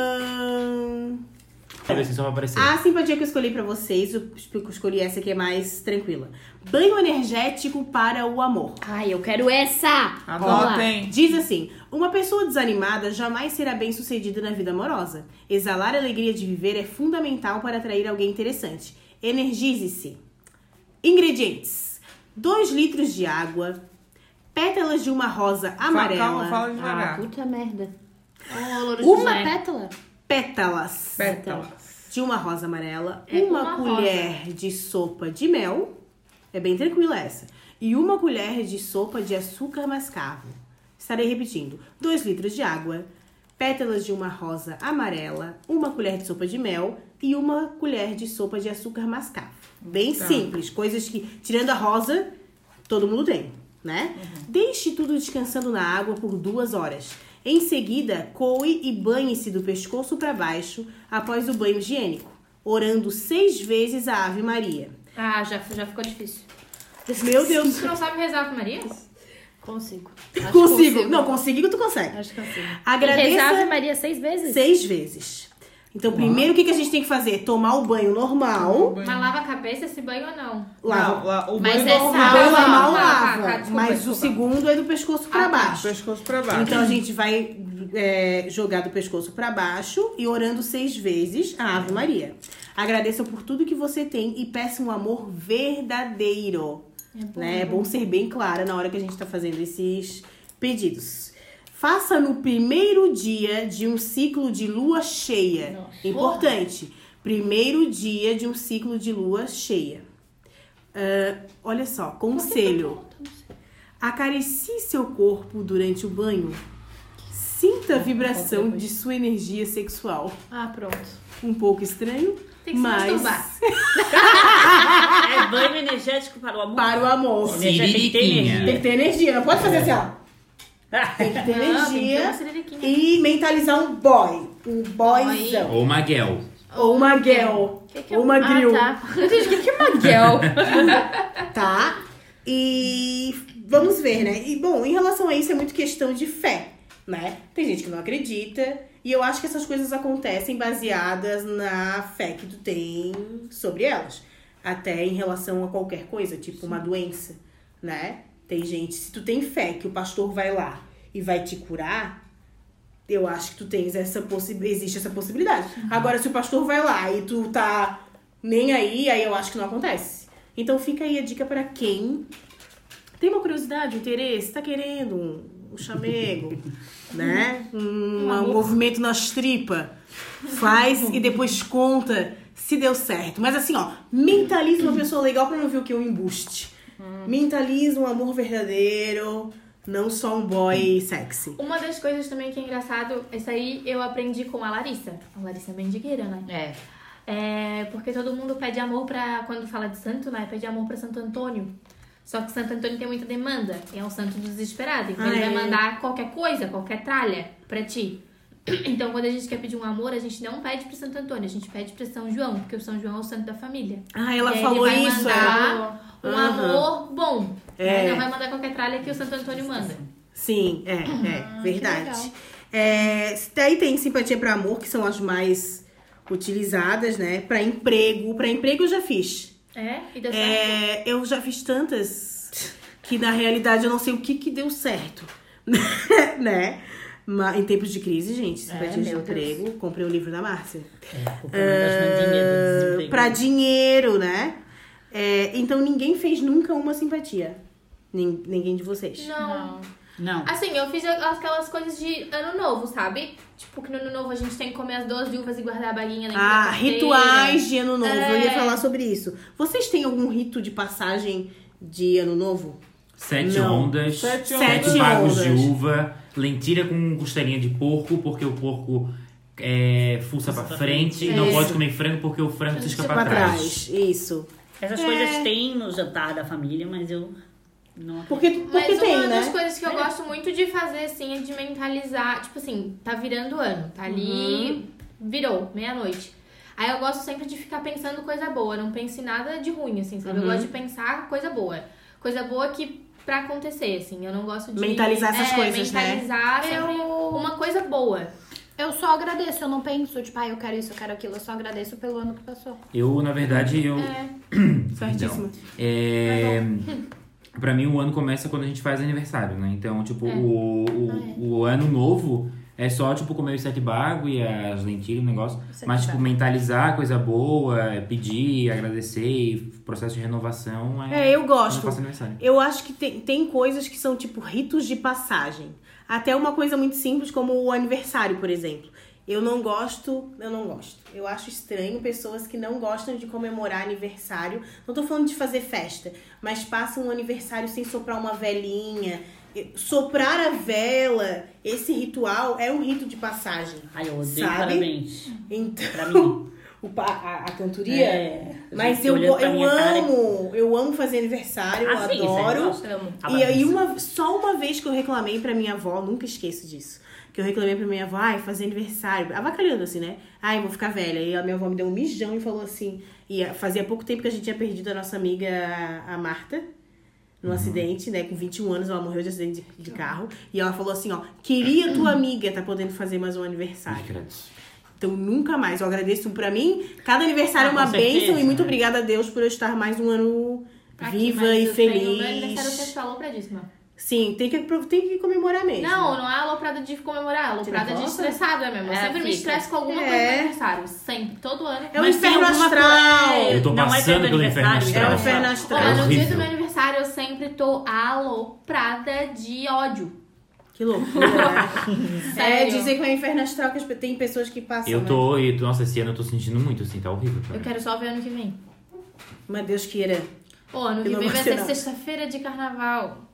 Ahn, Sabe assim, só pra aparecer. A simpatia que eu escolhi pra vocês, eu escolhi essa que é mais tranquila. Banho energético para o amor. Ai, eu quero essa! Vamos lá. Anotem. Diz assim: uma pessoa desanimada jamais será bem sucedida na vida amorosa. Exalar a alegria de viver é fundamental para atrair alguém interessante. Energize-se. Ingredientes: 2 litros de água, pétalas de uma rosa amarela. Calma, fala Ah, devagar. Puta merda. um louros de Uma Jack. pétala? pétalas Pétalas. de uma rosa amarela, É, uma, uma colher de sopa de mel, é bem tranquila essa, e uma colher de sopa de açúcar mascavo. Estarei repetindo: 2 litros de água, pétalas de uma rosa amarela, uma colher de sopa de mel e uma colher de sopa de açúcar mascavo. Bem Tá. simples, coisas que, tirando a rosa, todo mundo tem, né? Deixe tudo descansando na água por duas horas. Em seguida, coe e banhe-se do pescoço para baixo após o banho higiênico, orando seis vezes a Ave Maria. Ah, já, já ficou difícil. Meu Deus, Você não sabe rezar com Maria? Consigo. consigo. Não, consigo, tu consegue. Acho que consigo. E rezar Ave Agradeça Maria seis vezes? seis vezes. Então, primeiro, o que, que a gente tem que fazer? Tomar o banho normal. Mas lava a cabeça esse banho ou não? Lava. Não, lá, o Mas banho é O normal. banho Lava, normal lava, lava, tá, desculpa, mas o desculpa. segundo é do pescoço para Ah, tá. baixo. Pescoço pra baixo. Então a gente vai é, jogar do pescoço pra baixo e orando seis vezes a Ave Maria. Agradeça por tudo que você tem e peça um amor verdadeiro. Né? É bom, ser bem clara na hora que a gente tá fazendo esses pedidos. Faça no primeiro dia de um ciclo de lua cheia. Importante. Primeiro dia de um ciclo de lua cheia. Ah, olha só, conselho. Acaricie seu corpo durante o banho. Sinta a vibração de sua energia sexual. Ah, pronto. Um pouco estranho, Tem que se mas masturbar. Ah, É banho energético para o amor. para o amor. Sim. Tem que ter energia, não pode fazer assim, ó. Tem que ter Ah, tem que ter uma energia serelequinha. e mentalizar um boy. Um boyzão. Ou Maguel. Ou uma girl. Que que é- Ou uma grill. Ah, tá. Gente, que que é Maguel? Tá? E vamos ver, né? E bom, em relação a isso é muito questão de fé, né? Tem gente que não acredita, e eu acho que essas coisas acontecem baseadas na fé que tu tem sobre elas, até em relação a qualquer coisa, tipo uma doença, né? Tem gente, se tu tem fé que o pastor vai lá e vai te curar, eu acho que tu tens essa possibilidade, existe essa possibilidade. Agora se o pastor vai lá e tu tá nem aí, aí eu acho que não acontece. Então fica aí a dica pra quem tem uma curiosidade, um interesse, tá querendo um, um chamego, né? Um, um movimento nas tripas. Faz e depois conta se deu certo. Mas assim, ó, mentaliza uma pessoa legal pra não ver o que é um embuste. Mentaliza um amor verdadeiro, não só um boy sexy. Uma das coisas também que é engraçado, isso aí eu aprendi com a Larissa. A Larissa é Mendigueira, né? É. É, porque todo mundo pede amor pra. Quando fala de santo, né? Pede amor pra Santo Antônio. Só que Santo Antônio tem muita demanda. É um santo desesperado. Então Ah, ele vai é. mandar qualquer coisa, qualquer tralha pra ti. Então quando a gente quer pedir um amor, a gente não pede pro Santo Antônio, a gente pede pra São João, porque o São João é o santo da família. Ah, ela E aí falou ele vai isso, ela. mandar um Aham. amor bom. É. Ele não vai mandar qualquer tralha que o Santo Antônio manda. Sim, é, é, verdade. É, daí tem simpatia para amor, que são as mais utilizadas, né? Pra emprego. Pra emprego eu já fiz. É? E deu certo? É, eu já fiz tantas que na realidade eu não sei o que que deu certo, né? Mas em tempos de crise, gente, se É, perdi de meu Deus. emprego, comprei o livro da Márcia. Ah, É, o problema das mandinhas do desemprego. Pra dinheiro, né? É, então ninguém fez nunca uma simpatia. Nin- ninguém de vocês. Não. Não. Assim, eu fiz aquelas coisas de ano novo, sabe? Tipo, que no ano novo a gente tem que comer as 12 uvas e guardar a balinha dentro da Ah, carteira. rituais de ano novo. Eu É. ia falar sobre isso. Vocês têm algum rito de passagem de ano novo? Sete Não. ondas, Sete ondas. sete bagos de ondas. uva, lentilha com costelinha de porco, porque o porco é, fuça pra frente. E não Isso. pode comer frango, porque o frango cisca pra Pra trás. trás. Isso. Essas coisas tem no jantar da família, mas eu não Porque, porque Mas tem, uma né? das coisas que eu gosto muito de fazer, assim, é de mentalizar. Tipo assim, tá virando o ano. Tá Uhum. ali, virou, meia-noite. Aí eu gosto sempre de ficar pensando coisa boa. Não pense em nada de ruim, assim, sabe? Eu Uhum. gosto de pensar coisa boa. Coisa boa que pra acontecer, assim. Eu não gosto de... Mentalizar essas é, coisas, né? mentalizar sempre Eu- uma coisa boa. Eu só agradeço, eu não penso, tipo, ah, eu quero isso, eu quero aquilo. Eu só agradeço pelo ano que passou. Eu, na verdade, eu. Certíssimo. Certíssimo. É... Pra mim, o ano começa quando a gente faz aniversário, né? Então, tipo, o, o, o ano novo é só, tipo, comer os sete bagos e as lentilhas, o negócio. Sete Mas, tipo, bagos. mentalizar coisa boa, pedir, agradecer, e processo de renovação é, É, eu quando gosto. faz aniversário. Eu acho que tem, tem coisas que são tipo ritos de passagem. Até uma coisa muito simples, como o aniversário, por exemplo. Eu não gosto, eu não gosto. Eu acho estranho pessoas que não gostam de comemorar aniversário. Não tô falando de fazer festa, mas passam um aniversário sem soprar uma velhinha. E- Soprar a vela, esse ritual é um rito de passagem. Ai, eu odeio Sabe? parabéns. Pra Então, mim. o pa- a, a cantoria. É, Mas gente eu, olhando go- pra eu minha cara e- amo, eu amo fazer aniversário, eu Ah, sim, isso aí adoro. eu gosto. Ah, E aí, um- bagunça. uma, só uma vez que eu reclamei pra minha avó, nunca esqueço disso. Que eu reclamei pra minha avó, ai, fazer aniversário. Avacalhando assim, né? Ai, vou ficar velha. E a minha avó me deu um mijão e falou assim. E fazia pouco tempo que a gente tinha perdido a nossa amiga, a Marta, Uhum. num acidente, né? Com 21 anos, ela morreu de acidente de, de carro. E ela falou assim: ó, queria tua amiga tá podendo fazer mais um aniversário. Então, nunca mais. Eu agradeço pra mim. Cada aniversário é Ah, uma com bênção. certeza, E muito né? obrigada a Deus por eu estar mais um ano Aqui, viva mas e eu feliz. tenho- Meu aniversário sexual alopradíssima. Sim, tem que, tem que comemorar mesmo. Não, não é aloprada de comemorar, é aloprada Tira de foto? estressada mesmo. Eu É, sempre me fica. estresso com alguma É. coisa no aniversário. Sempre, todo ano. É um Mas tem inferno alguma astral. coisa- Eu tô Não é passando perto do pelo inferno aniversário, astral. É um inferno Pô, astral. mas no dia horrível. do meu aniversário eu sempre tô aloprada de ódio. Que loucura, né? é Sério. dizer que é inferno astral que as pe- tem pessoas que passam. Eu né? tô, e, nossa, esse ano eu tô sentindo muito, assim, tá horrível. pra Eu mim. quero só ver ano que vem. Mas Deus queira. Pô, ano que Eu não vem vai gostei, ser não. sexta-feira de carnaval.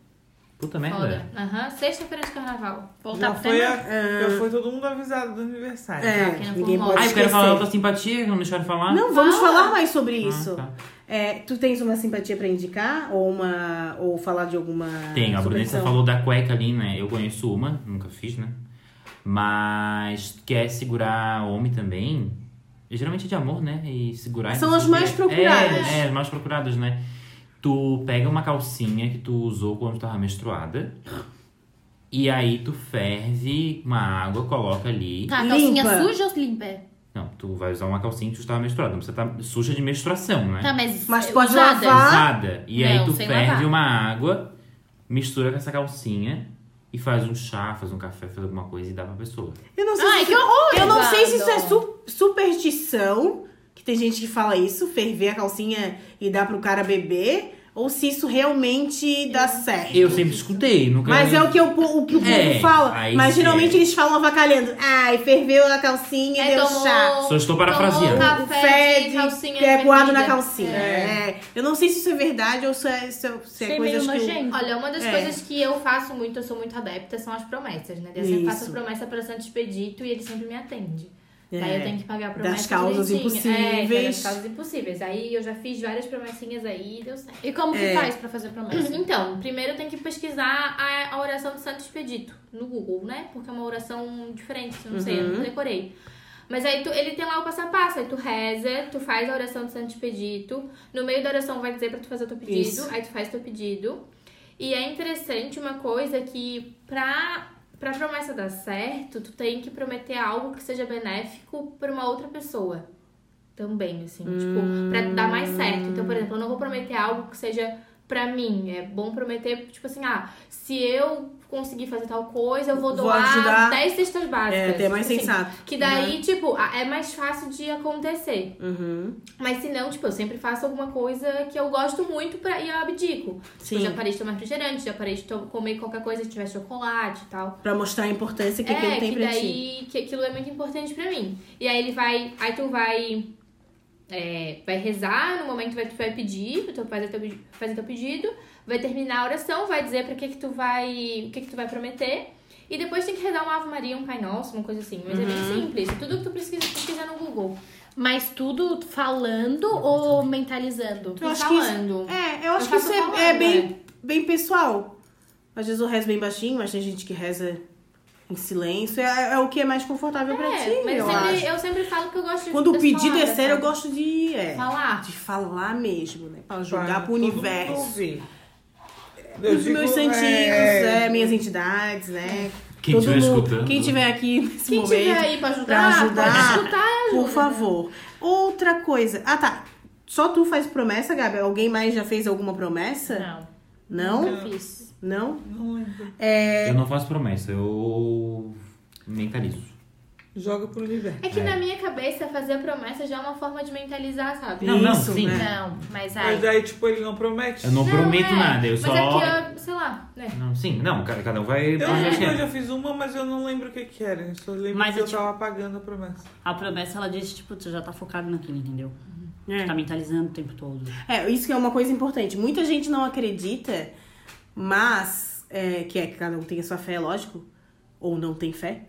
Foda. Puta merda. Aham, sexta-feira de carnaval. Voltar Já pro foi, tema. a, Tá, já foi todo mundo avisado do aniversário. tá É, quem não ninguém for pode mal. Ah, eu quero esquecer. falar da tua simpatia, que não deixaram falar. Não, vamos falar mais sobre Ah, isso. tá. É, tu tens uma simpatia pra indicar? Ou uma. Ou falar de alguma. Tem, a Brunessa superstição? falou da cueca ali, né? Eu conheço uma, nunca fiz, né? Mas quer segurar homem também. E geralmente é de amor, né? E segurar. São não as sei o mais quê. procuradas. É, é, as mais procuradas, né? Tu pega uma calcinha que tu usou quando tava menstruada. E aí tu ferve uma água, coloca ali. Tá, a Limpa. calcinha suja ou limpa? Não, tu vai usar uma calcinha que tu estava menstruada. Não precisa estar suja de menstruação, né? Tá, mas. Mas pode usadas? lavar. usada. E aí Não, tu sem ferve lavar. uma água, mistura com essa calcinha e faz um chá, faz um café, faz alguma coisa e dá pra pessoa. Eu não sei Ai, se é que horror! Eu não sei se isso é Eduardo. su- superstição, que tem gente que fala isso, ferver a calcinha e dar pro cara beber, ou se isso realmente dá certo. Eu sempre escutei, nunca. É Mas é o que o, po- o que o povo É, fala. aí Mas sim. geralmente eles falam avacalhando. Ai, ferveu a calcinha e É, deu tomou- chá. Só estou parafraseando. tomou café Fede, de calcinha que é coado na fervida. calcinha. É. Eu não sei se isso é verdade ou se é, se é, se é Achei meio coisas que... o- nojento. Olha, uma das É. coisas que eu faço muito, eu sou muito adepta, são as promessas, né? Eu sempre faço as Isso. promessas para Santo Expedito e ele sempre me atende. É. Daí eu tenho que pagar a promessa Das causas direitinho. É, impossíveis. das causas impossíveis. Aí eu já fiz várias promessinhas aí e deu certo. E como que É. faz pra fazer promessa? Então, primeiro eu tenho que pesquisar a, a oração do Santo Expedito no Google, né? Porque é uma oração diferente, eu não sei, Uhum. eu não decorei. Mas aí tu- ele tem lá o passo a passo, aí tu reza, tu faz a oração do Santo Expedito, no meio da oração vai dizer pra tu fazer o teu pedido, Isso. aí tu faz teu pedido. E é interessante uma coisa que pra pra promessa dar certo, tu tem que prometer algo que seja benéfico pra uma outra pessoa. Também, assim, tipo, pra dar mais certo. Então, por exemplo, eu não vou prometer algo que seja pra mim. É bom prometer, tipo assim, ah, se eu conseguir fazer tal coisa, eu vou Vou doar ajudar. 10 cestas básicas. É, até mais Tipo assim, sensato. que daí, tipo, a- é mais fácil de acontecer. Uhum. Mas se não, tipo, eu sempre faço alguma coisa que eu gosto muito pra, e eu abdico. Tipo, já parei de tomar refrigerante, já parei de to- comer qualquer coisa que tiver chocolate e tal. Pra mostrar a importância que é, aquilo tem que pra ti. daí que aquilo é muito importante pra mim. E aí ele vai. Aí tu vai. é, vai rezar, no momento vai, tu vai pedir, tu vai fazer teu, pedi- fazer teu pedido, vai terminar a oração, vai dizer pra que que tu vai, o que que tu vai prometer, e depois tem que rezar uma Ave Maria, um Pai Nosso, uma coisa assim, mas é bem Uhum. simples, tudo que tu pesquisa, pesquisa no Google, Mas tudo falando ou mentalizando? tu acho que isso- falando. É, eu Eu acho que faço isso é, falando, né? é bem, bem pessoal. Às vezes eu rezo bem baixinho, mas tem gente que reza em silêncio. É, é o que é mais confortável pra É, ti, mas eu sempre- acho. eu sempre falo que eu gosto de Quando o das pedido é palavras, sério, eu sabe? gosto de, é, Falar. de falar mesmo, né? Pra Para jogar pro todo mundo universo. ouvir. Eu Os digo, meus santinhos, é, é, minhas entidades, né? Quem Todo estiver mundo- escutando. Quem tiver aqui nesse Quem momento. tiver aí né? pra ajudar, pra ajudar, pode escutar e ajuda. Por favor. Outra coisa. Ah, tá. Só tu faz promessa, Gabi? Alguém mais já fez alguma promessa? Não, Não? não fiz. Não? não lembro. Eu não faço promessa, eu mentalizo. Joga pro universo. É que na minha cabeça fazer promessa já é uma forma de mentalizar, sabe? Não, não, Isso, sim. né? Não, mas ai. Mas daí, tipo, ele não promete. Eu é, não, prometo é, nada, eu mas só. Mas é que eu, sei lá, né? Não, sim, não, cada cada um vai. Eu vai lembro que eu mexendo. já fiz uma, mas eu não lembro o que que era. Eu só lembro Mas que eu eu, te- tava apagando a promessa. A promessa, ela diz, tipo, tu já tá focado naquilo, entendeu? Tu tá É. mentalizando o tempo todo. É, isso que é uma coisa importante. Muita gente não acredita, mas. é, que é que cada um tem a sua fé, lógico. Ou não tem fé.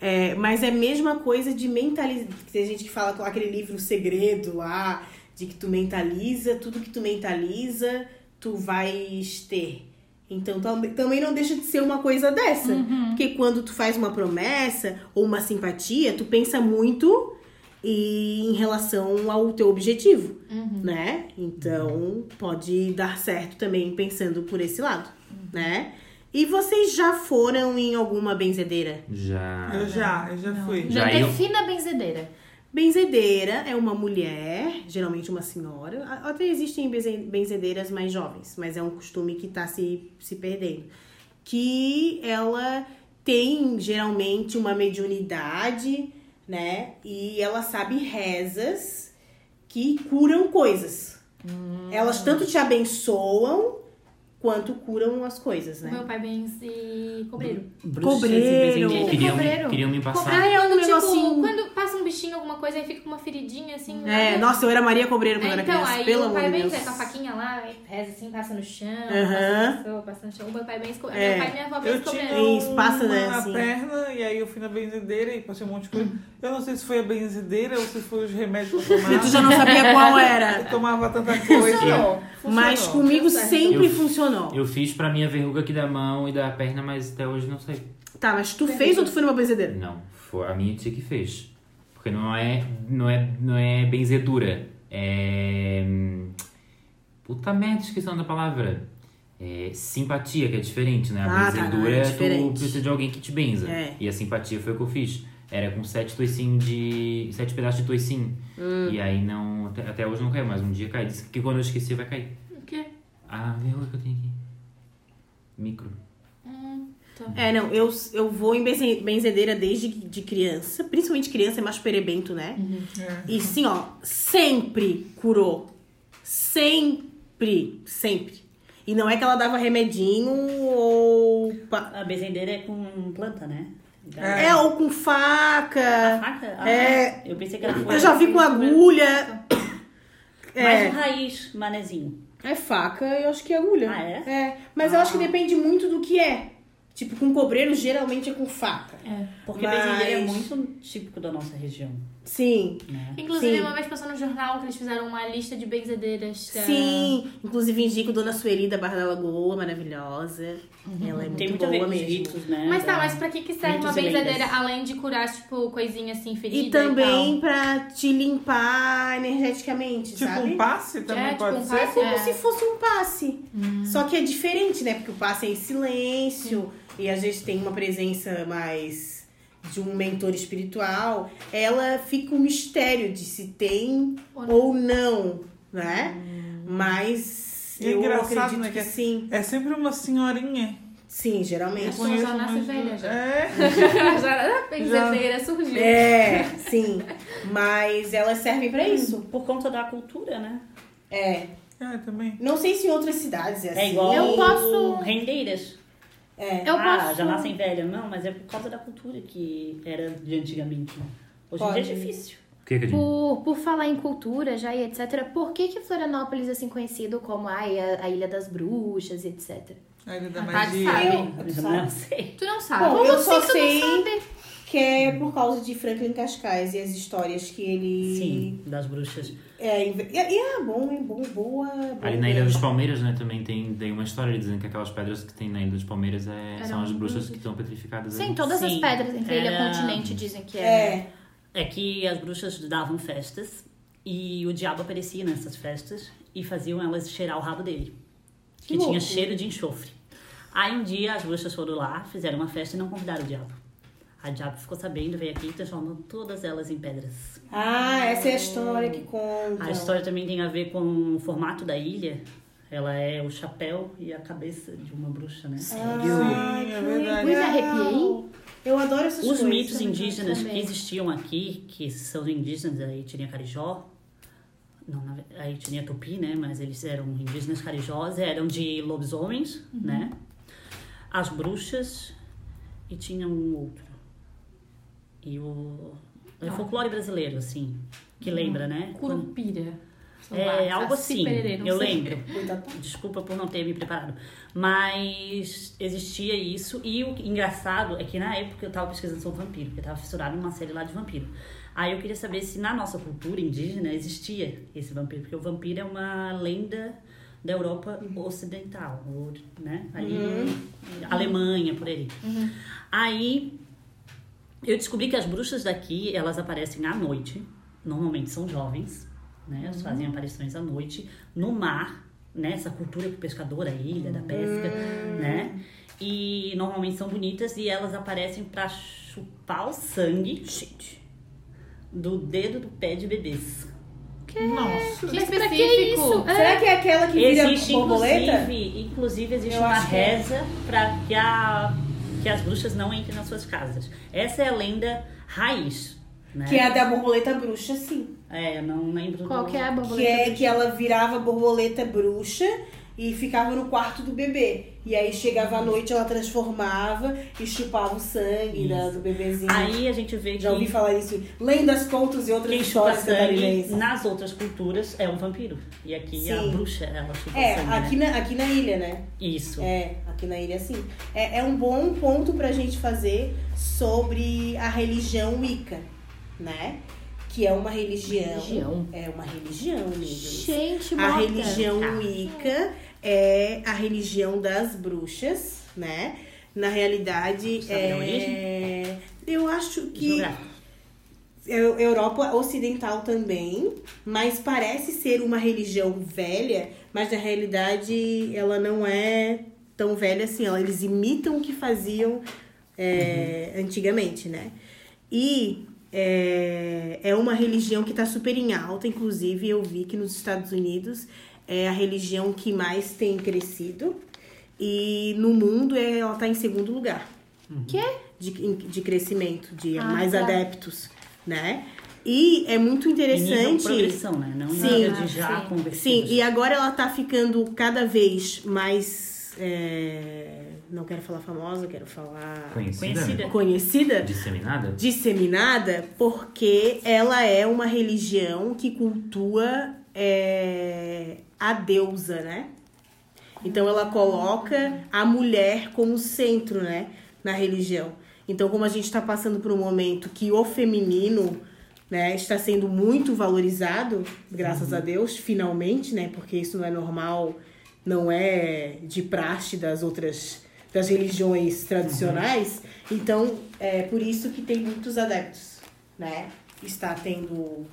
É, mas é a mesma coisa de mentalizar. Tem gente que fala com aquele livro O Segredo lá, de que tu mentaliza, tudo que tu mentaliza, tu vais ter. Então tam- também não deixa de ser uma coisa dessa. Porque quando tu faz uma promessa ou uma simpatia, tu pensa muito e- em relação ao teu objetivo, né? Então pode dar certo também pensando por esse lado, né? E vocês já foram em alguma benzedeira? Já. eu já, eu já fui. Já Não eu- defina a benzedeira. Benzedeira é uma mulher, geralmente uma senhora. A- Até existem benze- benzedeiras mais jovens, mas é um costume que está se, se perdendo. Que ela tem geralmente uma mediunidade, né? E ela sabe rezas que curam coisas. Hum. Elas tanto te abençoam quanto curam as coisas, O né? meu pai vem se cobreiro. Bruxas e Cobreiro. benzedeira. Queriam, Cobreiro. queriam me Cobrar passar. é quando, um tipo, negocinho. quando passa um bichinho, alguma coisa, aí fica com uma feridinha assim. É, né? nossa, eu era Maria Cobreiro quando É, era então, criança, aí pelo o amor pai de vem Deus. com a faquinha lá, aí reza assim, passa no chão, passa Aham. na pessoa, passa no chão. O meu pai vem se cobrando. É. Meu pai e minha avó vem Eu se tinha cobrando. um- Isso, passa, né, uma assim. na perna e aí eu fui na benzedeira e passei um monte de coisa. Eu não sei se foi a benzedeira ou se foi os remédios que eu E tomava. tu já não sabia qual era. Eu tomava tanta coisa. Mas Funcionou. comigo sempre Eu- funcionou. Eu fiz pra minha verruga aqui da mão e da perna, mas até hoje não sei. Tá, mas tu fez ou tu foi numa benzedeira? Não, foi a minha tia que fez. Porque não é, não é, não é benzedura. É. hum, Puta merda, esqueci o nome da palavra. É simpatia, que é diferente, né? A Ah, tá, não, benzedura é tu diferente. precisa de alguém que te benza. É. E a simpatia foi o que eu fiz. Era com sete toicinhos de. sete pedaços de toicinho. Hum. E aí não. Até, até hoje não caiu, mas um dia cai. Disse que quando eu esqueci vai cair. O quê? Ah, verruga que eu tenho aqui. Micro. É, não, eu, eu vou em benze- benzedeira desde que- de criança. Principalmente criança é mais perebento, né? Uhum. É. E sim, ó, sempre curou. Sempre, sempre. E não é que ela dava remedinho ou. pa- A benzedeira é com planta, né? É. É, ou com faca. Faca? Ah, É. Eu pensei que era Eu já vi é. com agulha. Mais um raiz, manezinho. É faca, eu acho que é agulha. Ah, é? Mas eu acho que depende muito do que é. Tipo, com cobreiro geralmente é com faca. Porque Mas- benzedeira é muito típico da nossa região, Sim, né? Inclusive, Sim. uma vez passou no jornal que eles fizeram uma lista de benzedeiras. Tá. da- sim. Inclusive indico Dona Sueli da Barra da Lagoa, maravilhosa. Ela é Uhum. muito Tem muito a ver boa com os mesmo. ritos, né? Mas tá, Da- mas pra que, que serve uma Mitos e lendas. benzadeira além de curar, tipo, coisinha assim, ferida? E tal? também pra te limpar energeticamente, Tipo sabe? um passe também É, tipo pode um ser? passe. Como É. se fosse um passe. Só que é diferente, né? Porque o passe é em silêncio. e a gente tem uma presença mais de um mentor espiritual, ela fica um mistério de se tem Ou não. ou não, né? Mas E é eu engraçado, acredito né, que, que é- sim. É sempre uma senhorinha. Sim, É geralmente. Só já nasce mais- velha, já. É. já, benzedeira surgiu. É, sim. Mas elas servem pra isso. Por conta da cultura, né? É. Ah, eu também. Não sei se em outras cidades é, assim. É igual Eu posso- rendeiras. É. Eu ah, posso- já nascem velha. Não, mas é por causa da cultura que era de antigamente. Hoje em dia é Pode. difícil. O que, Cadinho? Por, por falar em cultura já e etc, por que que Florianópolis é assim conhecido como ai, a, a Ilha das Bruxas e etc? Aí ele dá A mais Tati de... sabe. Eu não é assim, sei. Tu não sabe. Bom, Como eu assim só que tu não sei sabe? que é por causa de Franklin Cascais e as histórias que ele. Sim, das bruxas. É, inve- e e é bom, é bom, boa. boa Ali na Ilha dos Palmeiras, né, também tem, tem uma história dizendo que aquelas pedras que tem na Ilha dos Palmeiras é- Eram são as bruxas bruxas. que estão petrificadas né? Sim, ali. todas as um Sim, então, pedras entre Ilha era- Continente dizem que é. É, É que as bruxas davam festas e o diabo aparecia nessas festas e faziam elas cheirar o rabo dele. Que, louco. tinha cheiro de enxofre. Aí um dia as bruxas foram lá, fizeram uma festa e não convidaram o diabo. A diabo ficou sabendo, veio aqui e transformou todas elas em pedras. Ah, essa é a história que conta. A história também tem a ver com o formato da ilha. Ela é o chapéu e a cabeça de uma bruxa, né? Ah, Ai, Sim, é Ah, que verdade. Ui, me legal. arrepiei. Eu adoro essas Os coisas. mitos indígenas também. que existiam aqui, que são indígenas da etnia carijó, não, na ve- a etnia tupi, né? Mas eles eram indígenas carijós, eram de lobisomens, Uhum. né? As bruxas e tinha um outro. E o... É Ah. o folclore brasileiro, assim, que lembra, né? Curupira. Sei lá, É, algo Saci assim, Pererê, Ah, não eu sei. lembro. Muita parte. Desculpa por não ter me preparado. Mas existia isso. E o engraçado é que na época eu tava pesquisando sobre vampiro, porque eu tava fissurada numa série lá de vampiro. Aí eu queria saber se na nossa cultura indígena existia esse vampiro, porque o vampiro é uma lenda da Europa Ocidental, ou, né? Ali, Uhum. Alemanha, por aí. Aí eu descobri que as bruxas daqui, elas aparecem à noite. Normalmente são jovens, né? Uhum. Elas fazem aparições à noite no mar, né? Essa cultura do pescador, a ilha da pesca, Hum. né? E normalmente são bonitas e elas aparecem pra chupar o sangue do dedo do pé de bebês. Nossa. Que Mas específico. pra que isso? É. Será que é aquela que vira Existe, né? borboleta? inclusive, inclusive existe Eu uma acho que é. reza pra que, a, que as bruxas não entrem nas suas casas. Essa é a lenda raiz, né? Que é a da borboleta bruxa, sim. É, eu não lembro. Qual do- que é a Que borboleta? é que ela virava borboleta bruxa e ficava no quarto do bebê. E aí chegava à noite, ela transformava e chupava o sangue da- do bebezinho. Aí a gente vê que Já ouvi falar isso. Lendas, contos e outras quem chupa histórias sangue catarinenses. nas outras culturas é um vampiro. E aqui a Sim. bruxa, ela chupa É, sangue. aqui né? na, aqui na ilha, né? Isso. É, aqui na ilha sim. É, é um bom ponto pra gente fazer sobre a religião Wicca, né? Que é uma religião. Religião. É uma religião, amigos. Gente, A morta. religião Wicca é a religião das bruxas, né? Na realidade, Sabe a é... eu acho que Geográfico. Eu- É, Europa Ocidental também, mas parece ser uma religião velha, mas na realidade ela não é tão velha assim. Ela, eles imitam o que faziam é, antigamente, né? E é, é uma religião que está super em alta, inclusive eu vi que nos Estados Unidos é a religião que mais tem crescido e no mundo é- ela está em segundo lugar de, de crescimento, de Ah, mais tá. adeptos, né? E é muito Em nível interessante. progressão, né? Não em Sim. nível de já Sim. Sim, convertidos. e agora ela tá ficando cada vez mais. é, não quero falar famosa, quero falar. Conhecida? né? Conhecida. Conhecida? Disseminada? disseminada porque ela é uma religião que cultua é, a deusa, né? Então ela coloca a mulher como centro, né, na religião. Então como a gente está passando por um momento que o feminino, né, está sendo muito valorizado, graças a Deus, finalmente, né, porque isso não é normal, não é de praxe das outras das religiões tradicionais. Então é por isso que tem muitos adeptos, né, está tendo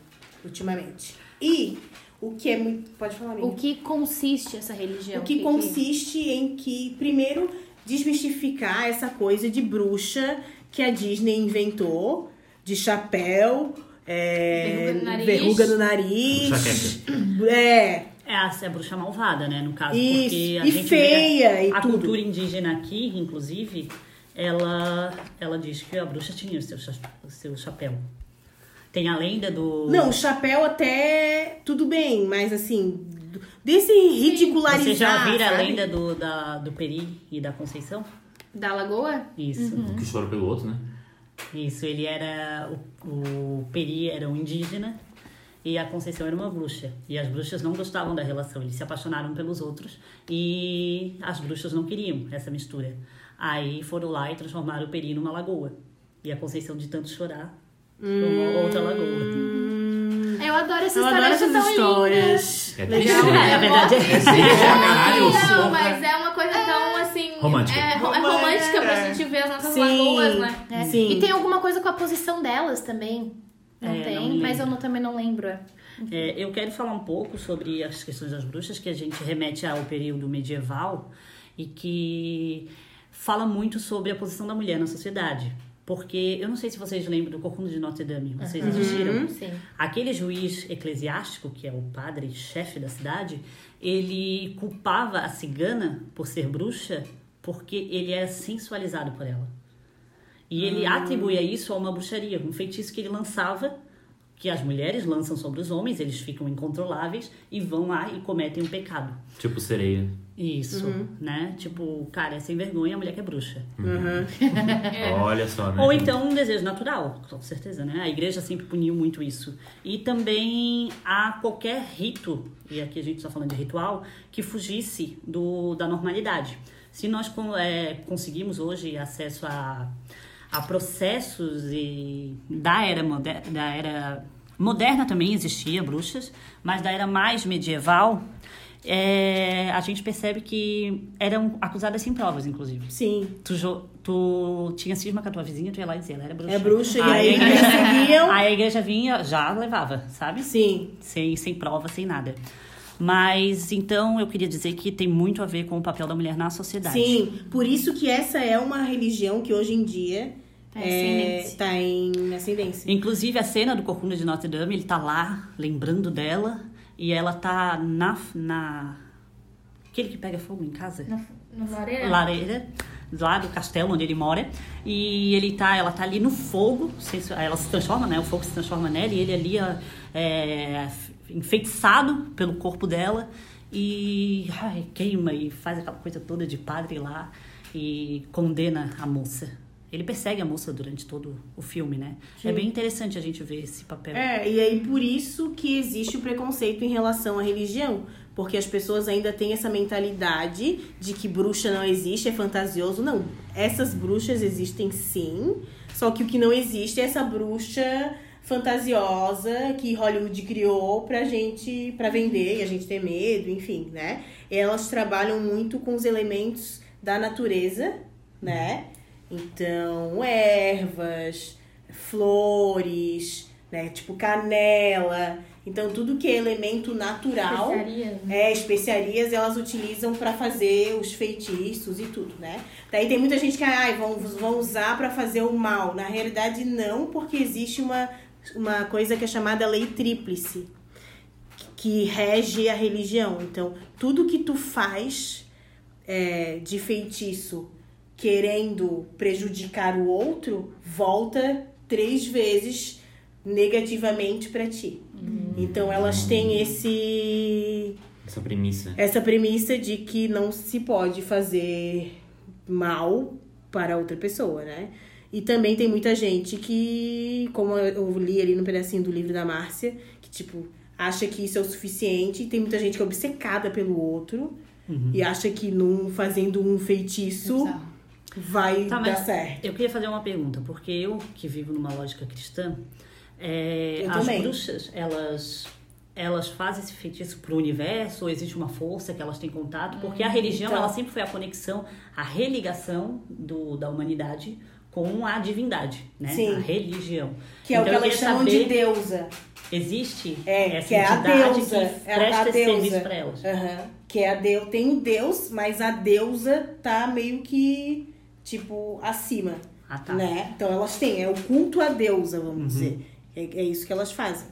ultimamente. E o que é muito, pode falar, amiga. O que consiste essa religião? O que consiste em que, primeiro, desmistificar essa coisa de bruxa que a Disney inventou, de chapéu, é, Verruga no nariz. verruga no nariz. É, É a, é a bruxa malvada, né? No caso, Isso. porque a E gente feia vê e a tudo. cultura indígena aqui, inclusive, ela, ela diz que a bruxa tinha o seu, cha- o seu chapéu. Tem a lenda do. Não, o chapéu até tudo bem, mas assim, do- desse Você ridicularizar. já vira a sabe? lenda do, da, do Peri e da Conceição? Da lagoa? Isso. Uhum. Que chora pelo outro, né? Isso, ele era. O, o Peri era um indígena e a Conceição era uma bruxa. E as bruxas não gostavam da relação, eles se apaixonaram pelos outros e as bruxas não queriam essa mistura. Aí foram lá e transformaram o Peri numa lagoa. E a Conceição, de tanto chorar, tomou outra lagoa. Eu adoro essa Eu história, adoro acho essas tão linda. histórias. É Legal. triste, né? Na verdade, é. Caralho, Não, porra. mas é uma coisa tão assim. Romântica. É, ro- é romântica pra gente ver as nossas Sim. lagoas, né? É. Sim. E tem alguma coisa com a posição delas também. Não É, tem, não me mas eu lembro. não- também não lembro. É, eu quero falar um pouco sobre as questões das bruxas, que a gente remete ao período medieval e que fala muito sobre a posição da mulher na sociedade. Porque eu não sei se vocês lembram do Corcunda de Notre Dame, vocês assistiram? Sim. Aquele juiz eclesiástico, que é o padre chefe da cidade, ele culpava a cigana por ser bruxa porque ele era sensualizado por ela. E ele atribuía isso a uma bruxaria, um feitiço que ele lançava, que as mulheres lançam sobre os homens, eles ficam incontroláveis e vão lá e cometem um pecado. Tipo sereia. Isso, né? Tipo, cara, é sem vergonha, a mulher que é bruxa. Olha só, né? É. Ou então um desejo natural, com certeza, né? A igreja sempre puniu muito isso. E também a qualquer rito, e aqui a gente está falando de ritual, que fugisse do, da normalidade. Se nós con- é, conseguimos hoje acesso a, a processos e da era, moder, da era moderna também existia bruxas, mas da era mais medieval, é, a gente percebe que eram acusadas sem provas, inclusive. Sim. Tu, jo- tu tinha cisma com a tua vizinha, tu ia lá e dizia, ela era bruxa. É bruxa, e aí eles seguiam. aí a igreja vinha, já levava, sabe? Sim. Sem, sem prova, sem nada. Mas, então, eu queria dizer que tem muito a ver com o papel da mulher na sociedade. Sim. Por isso que essa é uma religião que hoje em dia Tá em é, ascendência. tá em ascendência. Inclusive, a cena do Corcunda de Notre Dame, ele tá lá, lembrando dela, e ela tá na... na... Aquele que pega fogo em casa? No lareira? lareira lá do castelo onde ele mora e ele tá ela tá ali no fogo sensu- ela se transforma né o fogo se transforma nela e ele ali ó, é, f- enfeitiçado pelo corpo dela e ai, queima e faz aquela coisa toda de padre lá e condena a moça ele persegue a moça durante todo o filme né é bem interessante a gente ver esse papel É, e aí por isso que existe o preconceito em relação à religião. Porque as pessoas ainda têm essa mentalidade de que bruxa não existe, é fantasioso. Não, essas bruxas existem sim, só que o que não existe é essa bruxa fantasiosa que Hollywood criou pra gente, pra vender e a gente ter medo, enfim, né? Elas trabalham muito com os elementos da natureza, né? Então, ervas, flores, né? Tipo canela. Então, tudo que é elemento natural, Especiaria. é, especiarias, elas utilizam pra fazer os feitiços e tudo, né? Daí tem muita gente que ai, vão, vão usar pra fazer o mal. Na realidade, não, porque existe uma, uma coisa que é chamada lei tríplice, que rege a religião. Então, tudo que tu faz é, de feitiço querendo prejudicar o outro, volta três vezes negativamente pra ti. Então elas têm esse Essa premissa. essa premissa de que não se pode fazer mal para outra pessoa, né? E também tem muita gente que, como eu li ali no pedacinho do livro da Márcia, que tipo, acha que isso é o suficiente, e tem muita gente que é obcecada pelo outro e acha que num fazendo um feitiço vai É Tá, dar mas certo. Eu queria fazer uma pergunta, porque eu que vivo numa lógica cristã, é, Eu as também. bruxas, elas elas fazem esse feitiço pro universo, ou existe uma força que elas têm contato, porque a religião, Hum, então. ela sempre foi a conexão, a religação do, da humanidade com a divindade, né? Sim. A religião. Que é Então, o que eu elas queria chamam de saber- deusa. Existe É, essa que é a entidade deusa, que é a- presta a esse deusa. serviço pra elas. Aham. Que é a deu tem o deus, mas a deusa tá meio que tipo acima, Ah, tá. né? Então elas têm é o culto à deusa, vamos dizer. É, é isso que elas fazem.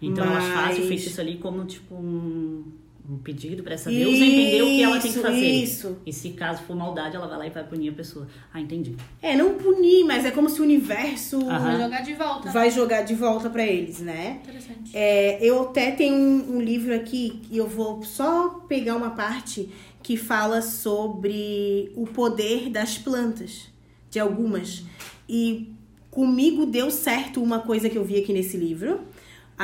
Então elas fazem o Mas- feitiço ali como tipo um, um pedido pra essa deusa entender o que ela tem que Isso, fazer. Isso. E se caso for maldade, ela vai lá e vai punir a pessoa. Ah, entendi. É, não punir, mas é como se o universo Aham. Vou jogar de volta. vai jogar de volta pra eles, né? Interessante. É, eu até tenho um, um livro aqui e eu vou só pegar uma parte que fala sobre o poder das plantas, de algumas. E comigo deu certo uma coisa que eu vi aqui nesse livro.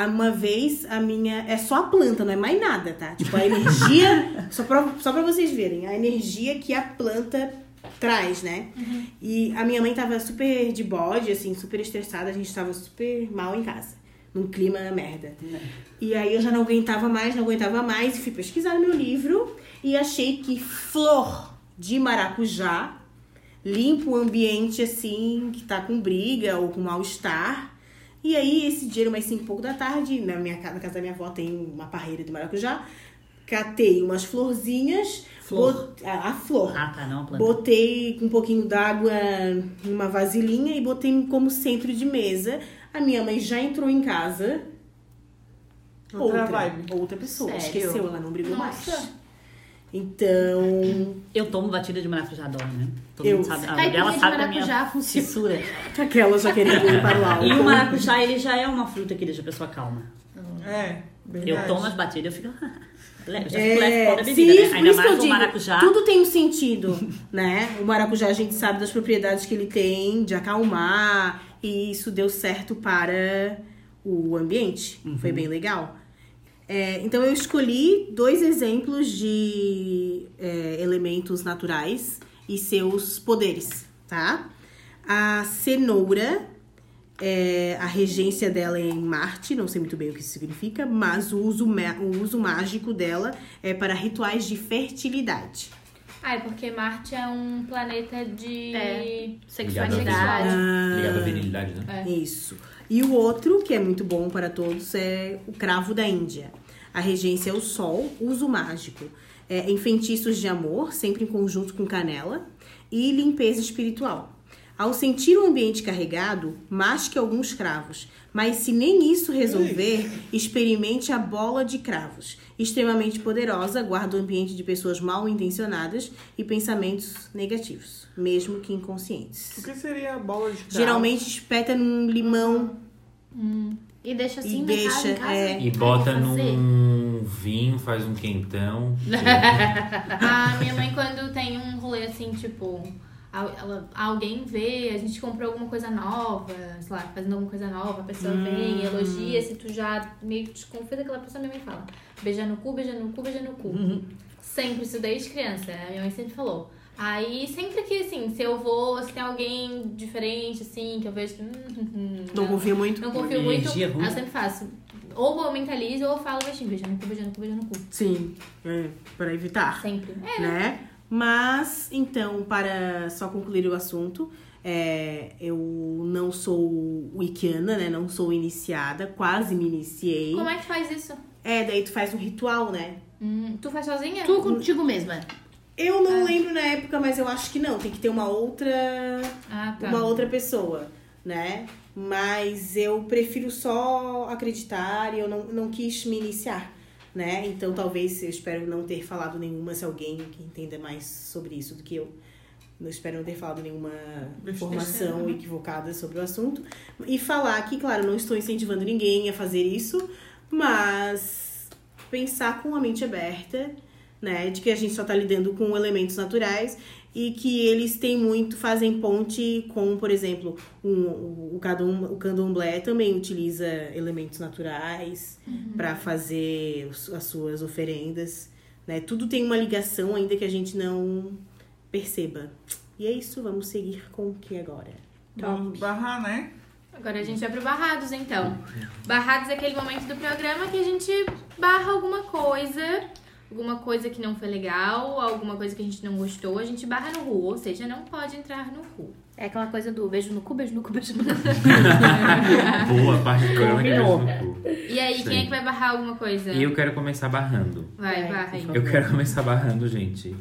Ah, Uma vez a minha. É só a planta, não é mais nada, tá? Tipo, a energia. só, pra, só pra vocês verem, a energia que a planta traz, né? E a minha mãe tava super de bode, assim, super estressada, a gente tava super mal em casa, num clima merda. E aí eu já não aguentava mais, não aguentava mais, e fui pesquisar no meu livro e achei que flor de maracujá limpa o ambiente, assim, que tá com briga ou com mal-estar. E aí, esse dia, era umas 5 e pouco da tarde, na, minha, ca- na casa da minha avó tem uma parreira de maracujá, catei umas florzinhas, Flor. bot- a, a flor. Ah, tá, não, a planta. Botei com um pouquinho d'água numa vasilhinha e botei como centro de mesa. A minha mãe já entrou em casa. Outra vibe. outra pessoa. Sério? Esqueceu, ela não brigou Nossa. mais. Então, Eu tomo batida de maracujá, adoro, né? Todo Eu- mundo sabe. A Caipirinha dela de sabe da minha maracujá funciona. fissura. aquela já querendo ir para o alto. E o maracujá, ele já é uma fruta que deixa a pessoa calma. É, Eu verdade. tomo as batidas, eu fico... leve, eu já fico leve fora É, da sim, bebida, por né? Ainda isso que eu mais o digo, maracujá. tudo tem um sentido, né? O maracujá a gente sabe das propriedades que ele tem de acalmar e isso deu certo para o ambiente, Uhum. foi bem legal. É, então eu escolhi dois exemplos de é, elementos naturais e seus poderes, tá? A cenoura, é, a regência dela é em Marte, não sei muito bem o que isso significa, mas o uso, ma- o uso mágico dela é para rituais de fertilidade. Ah, é porque Marte é um planeta de... É. Sexualidade. Sexualidade. Ligado à virilidade, né? Isso. E o outro, que é muito bom para todos, é o cravo da Índia. A regência é o sol, uso mágico. É, em feitiços de amor, sempre em conjunto com canela. E limpeza espiritual. Ao sentir o ambiente carregado, masque alguns cravos. Mas se nem isso resolver, experimente a bola de cravos. Extremamente poderosa, guarda o ambiente de pessoas mal intencionadas e pensamentos negativos, mesmo que inconscientes. O que seria a bola de cravo? Geralmente espeta num limão. E deixa assim E deixa, deixa, em casa. é. E Ai, bota vou fazer. num vinho, faz um quentão. A minha mãe, quando tem um rolê assim, tipo, al- ela- alguém vê, a gente comprou alguma coisa nova, sei lá, fazendo alguma coisa nova, a pessoa vem, elogia, se tu já meio que desconfia daquela pessoa, minha mãe fala: beija no cu, beija no cu, beija no cu. Sempre, isso desde criança, a minha mãe sempre falou. Aí, sempre que, assim, se eu vou, se tem alguém diferente, assim, que eu vejo que. hum, hum, hum, Não confio muito. não confio muito, Energia ruim. aí eu sempre faço. Ou eu mentalizo, ou eu falo, beijinho, beija no cu, beija no cu, beija no cu. Sim, é, para evitar, Sempre. né? Mas, então, para só concluir o assunto, é, eu não sou wicana, né? Não sou iniciada, quase me iniciei. Como é que faz isso? É, daí tu faz um ritual, né? Hum, tu faz sozinha? Tu contigo mesma. Eu Ah. não lembro na época, mas eu acho que não. Tem que ter uma outra Ah, tá. uma outra pessoa, né? Mas eu prefiro só acreditar e eu não, não quis me iniciar, né? Então talvez eu espero não ter falado nenhuma, se alguém que entenda mais sobre isso do que eu. Não espero não ter falado nenhuma informação equivocada sobre o assunto. E falar que, claro, não estou incentivando ninguém a fazer isso, mas pensar com a mente aberta, né? De que a gente só tá lidando com elementos naturais e que eles têm muito, fazem ponte com, por exemplo, um, o, o cadum- o candomblé também utiliza elementos naturais pra fazer os- as suas oferendas, né? Tudo tem uma ligação ainda que a gente não perceba. E é isso, vamos seguir com o que agora? Vamos barrar, né? Agora a gente vai pro Barrados, então. Barrados é aquele momento do programa que a gente barra alguma coisa. Alguma coisa que não foi legal, alguma coisa que a gente não gostou, a gente barra no Ru, ou seja, não pode entrar no Ru. É aquela coisa do beijo no cu, beijo no cu, beijo no cu. Boa parte do programa que Combinou. beijo no cu. E aí, quem é que vai barrar alguma coisa? E eu quero começar barrando. Vai, É, barra aí. Eu quero começar barrando, gente.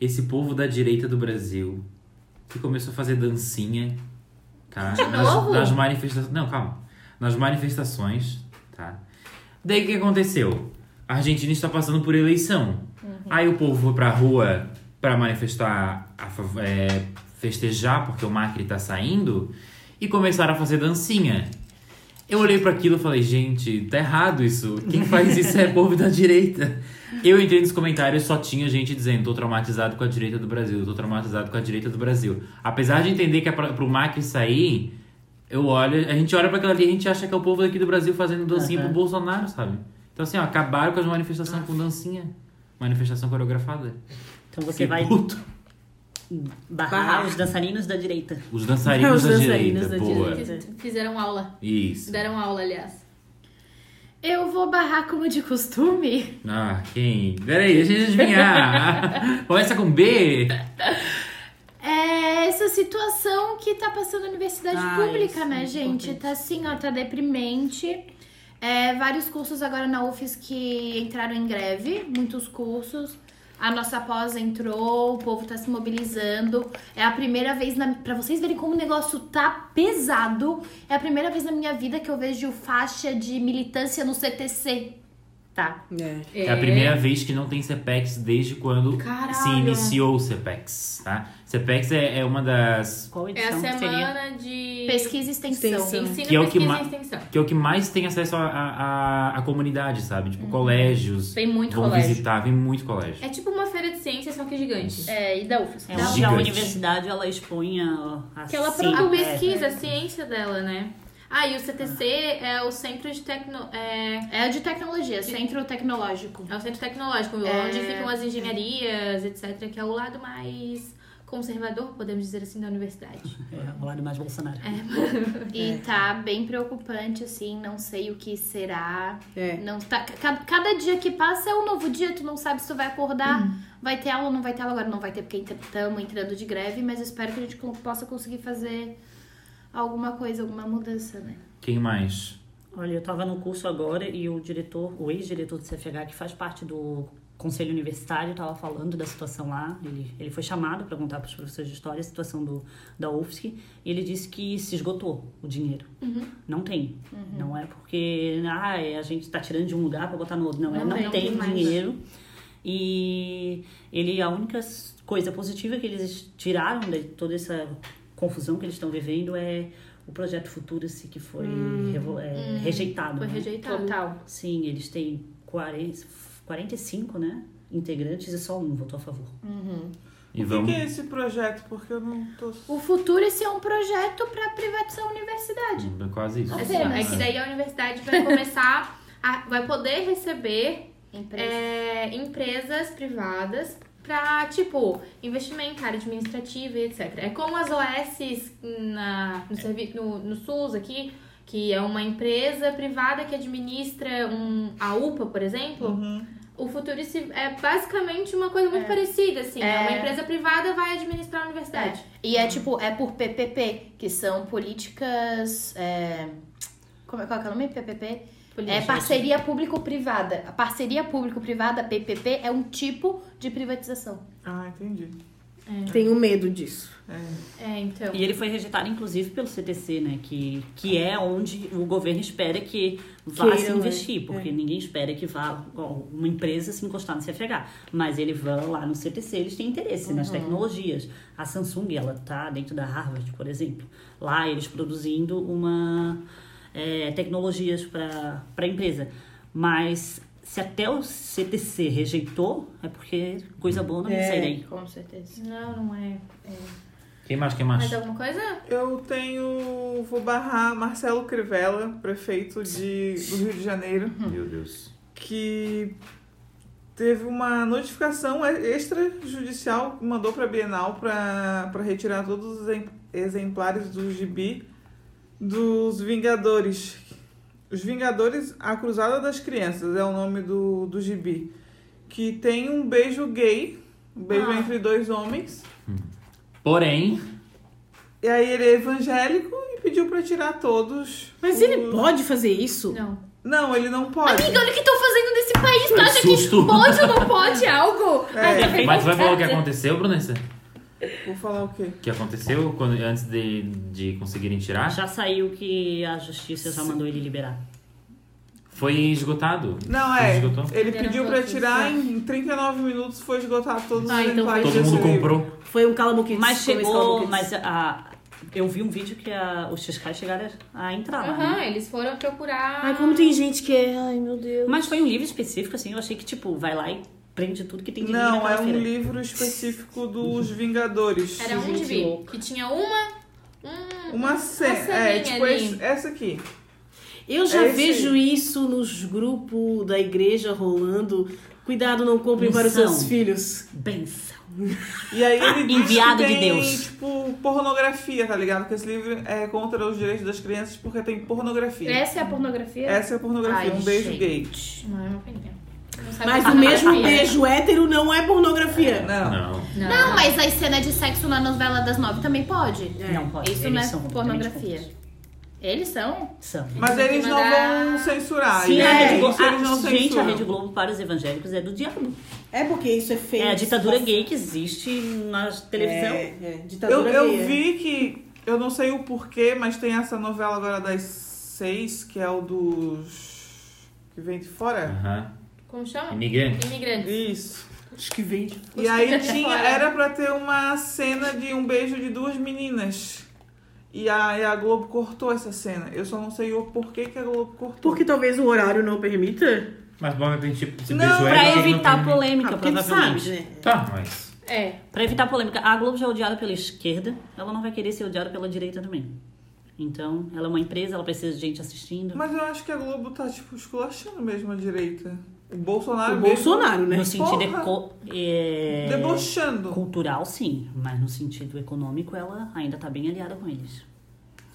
Esse povo da direita do Brasil que começou a fazer dancinha, tá? De nas, novo? nas manifestações. Não, calma. Nas manifestações, tá? Daí o que aconteceu? A Argentina está passando por eleição. Uhum. Aí o povo foi pra rua pra manifestar, a fav- é, festejar, porque o Macri tá saindo, e começaram a fazer dancinha. Eu olhei pra aquilo e falei, gente, tá errado isso. Quem faz isso é povo da direita. Eu entrei nos comentários só tinha gente dizendo, tô traumatizado com a direita do Brasil, tô traumatizado com a direita do Brasil. Apesar de entender que é pra, pro Macri sair, eu olho, a gente olha pra aquilo ali e a gente acha que é o povo daqui do Brasil fazendo dancinha Aham. pro Bolsonaro, sabe? Então assim, ó, acabaram com as manifestações com dancinha. Manifestação coreografada. Então você Fiquei vai puto. barrar os dançarinos da direita. Os dançarinos Os da dançarinos direita, da boa. direita. Fizeram aula. Isso. Deram aula, aliás. Eu vou barrar como de costume. Ah, quem? Peraí, deixa eu adivinhar. Começa com B. É essa situação que tá passando na universidade Ah, isso pública, é né, muito gente? importante. Tá assim, ó, tá deprimente. É, vários cursos agora na UFES que entraram em greve, muitos cursos. A nossa pós entrou, o povo tá se mobilizando. É a primeira vez, na... pra vocês verem como o negócio tá pesado, é a primeira vez na minha vida que eu vejo faixa de militância no CTC. Tá. É. É a primeira vez que não tem CPEX desde É. quando se iniciou o CPEX, tá? CPEX é, é uma das. Qual É a edição que Então, seria? semana de... Pesquisa e extensão. Extensão. Ensino, Que é o que pesquisa ma- e extensão. que é o que mais tem acesso à- à à- à comunidade, sabe? Tipo, colégios. Uhum. Tem muito vão colégio. visitar, vem muito colégio. É tipo uma feira de ciências, só que gigante. É, e da UFES. É onde a Gigante. universidade ela expunha ó, a Que ela ciência. é produz pesquisa, a ciência dela, né? Ah, e o CTC é o Centro de Tecno... É, É de tecnologia, centro tecnológico. é o Centro Tecnológico, onde ficam as engenharias, etc. Que é o lado mais conservador, podemos dizer assim, da universidade. É, o lado mais Bolsonaro. E tá bem preocupante, assim, não sei o que será. É. Não tá, ca- cada, dia que passa é um novo dia, tu não sabe se tu vai acordar, vai ter aula ou não vai ter aula. Agora não vai ter, porque estamos entrando de greve, mas eu espero que a gente co- possa conseguir fazer alguma coisa, alguma mudança, né? Quem mais? Olha, eu estava no curso agora e o diretor, o ex-diretor do CFH, que faz parte do conselho universitário, estava falando da situação lá. Ele, ele foi chamado para contar para os professores de história a situação do, da UFSC e ele disse que se esgotou o dinheiro. Uhum. Não tem. Não é porque ah, é, a gente está tirando de um lugar para botar no outro. Não, é, Não, não, não tem tem mais. dinheiro. E ele, é a única s- coisa positiva que eles tiraram de toda essa confusão que eles estão vivendo é o projeto Futura-se que foi revo- é, rejeitado. Hum. Foi né? rejeitado. Total. Sim, eles têm 40, 45, né? Integrantes e só um votou a favor. E O que, vamos. que é esse projeto? Porque eu não tô. O futuro, esse é um projeto pra privatizar a universidade. Hum, Quase isso. É assim, ó, é que daí a universidade vai começar... a- vai poder receber Empresa. é, empresas privadas para, tipo, investimento, área administrativa e etc. É como as OS na, no, servi- no- no SUS aqui, que é uma empresa privada que administra um, a UPA, por exemplo. O Futurice é basicamente uma coisa muito parecida, assim. Uhum. É. É. Uma empresa privada vai administrar a universidade. E é tipo, é por PPP, que são políticas. É... Como é, qual é que é o nome? PPP? É parceria público-privada. A parceria público-privada, PPP, é um tipo de privatização. Ah, entendi. Tenho medo disso. É, então. E ele foi rejeitado, inclusive, pelo CTC, né? Que, que é onde o governo espera que vá Queiram, se né? investir, porque ninguém espera que vá ó, uma empresa se encostar no CFH. Mas eles vão lá no CTC, eles têm interesse nas Uhum. tecnologias. A Samsung, ela tá dentro da Harvard, por exemplo. Lá eles produzindo uma é, tecnologias para a empresa. Mas se até o CTC rejeitou, é porque coisa boa não É. vai sair daí. Com certeza. Não, não é. Quem mais? Quem mais? Mais alguma coisa? Eu tenho. Vou barrar Marcelo Crivella, prefeito de, do Rio de Janeiro, Meu Deus. que teve uma notificação extrajudicial que mandou para a Bienal para retirar todos os em- exemplares do gibi dos Vingadores. Os Vingadores, a Cruzada das Crianças é o nome do, do gibi. Que tem um beijo gay, um beijo entre dois homens. Porém, E aí ele é evangélico e pediu pra tirar todos. Mas os- ele pode fazer isso? Não. Não, ele não pode. Amiga, olha o que estão fazendo nesse país. Tu Foi acha que susto. pode ou não pode algo? É. Ai, tá Mas vai falar o que perguntando. aconteceu, Brunessa? Vou falar o quê? O que aconteceu quando, antes de, de conseguirem tirar? Já saiu que a justiça já mandou ele liberar. Foi esgotado. Não, Foi é. esgotou. Ele Deram pediu pra todos, tirar é. em 39 minutos foi esgotar todos Ah, os então foi exemplares Todo desse mundo livro. comprou. Foi um cala-boquete. Mas Foi esse chegou, cala-boquete. mas a, eu vi um vídeo que a- os fiscais chegaram a entrar lá, Aham, né? eles foram procurar. tá Ai, como tem gente que é... Ai, meu Deus. Mas foi um livro específico, assim, eu achei que, tipo, vai lá e prende tudo que tem de livro Não, naquela é um feira. livro específico dos Uhum. Vingadores. Era um gente gibi louca. que tinha uma. Um, Uma cena. É, ceninha tipo ali. esse- essa aqui. Eu já É isso vejo isso nos grupos da igreja rolando. Cuidado, não comprem Missão. para os seus filhos. Benção. E aí ele diz Enviado que de tem, Deus. tipo, pornografia, tá ligado? Porque esse livro é contra os direitos das crianças porque tem pornografia. Essa é a pornografia? Essa é a Ai, pornografia, um beijo gente. gay. Não, é uma peninha. Não sabe Mas o que o é mesmo pornografia. beijo hétero não é pornografia. Não. Não. Não. Não, mas as cenas de sexo na novela das nove também pode. Não pode. Isso eles não é são completamente pornografia. contra. Eles são? São. Mas Tem que eles não mandar- vão censurar. Sim, e a aí, Rede Globo, se eles não a, gente, a censuram. Rede Globo para os evangélicos é do diabo. É porque isso é feio. É a ditadura gay que existe na televisão. É, é, Eu, ditadura gay. eu é. vi que. Eu não sei o porquê, mas tem essa novela agora das seis, que é o dos. que vem de fora. Aham. Como chama? Imigrante. Imigrantes. Isso. Acho É. que vende. E aí tinha, era pra ter uma cena de um beijo de duas meninas. E a, e a Globo cortou essa cena. Eu só não sei o porquê que a Globo cortou. Porque talvez o horário não permita. Mas bom, tem tipo, se Não, beijo hétero, Pra não tem evitar ninguém. polêmica, Ah, porque ele provavelmente. sabe, né? Tá, mas. É. Pra evitar polêmica, a Globo já é odiada pela esquerda, ela não vai querer ser odiada pela direita também. Então, ela é uma empresa, ela precisa de gente assistindo. Mas eu acho que a Globo tá, tipo, esculachando mesmo a direita. O Bolsonaro O mesmo. Bolsonaro, né? no sentido Porra! eco- é, Debochando. cultural, sim, mas no sentido econômico, ela ainda tá bem aliada com eles.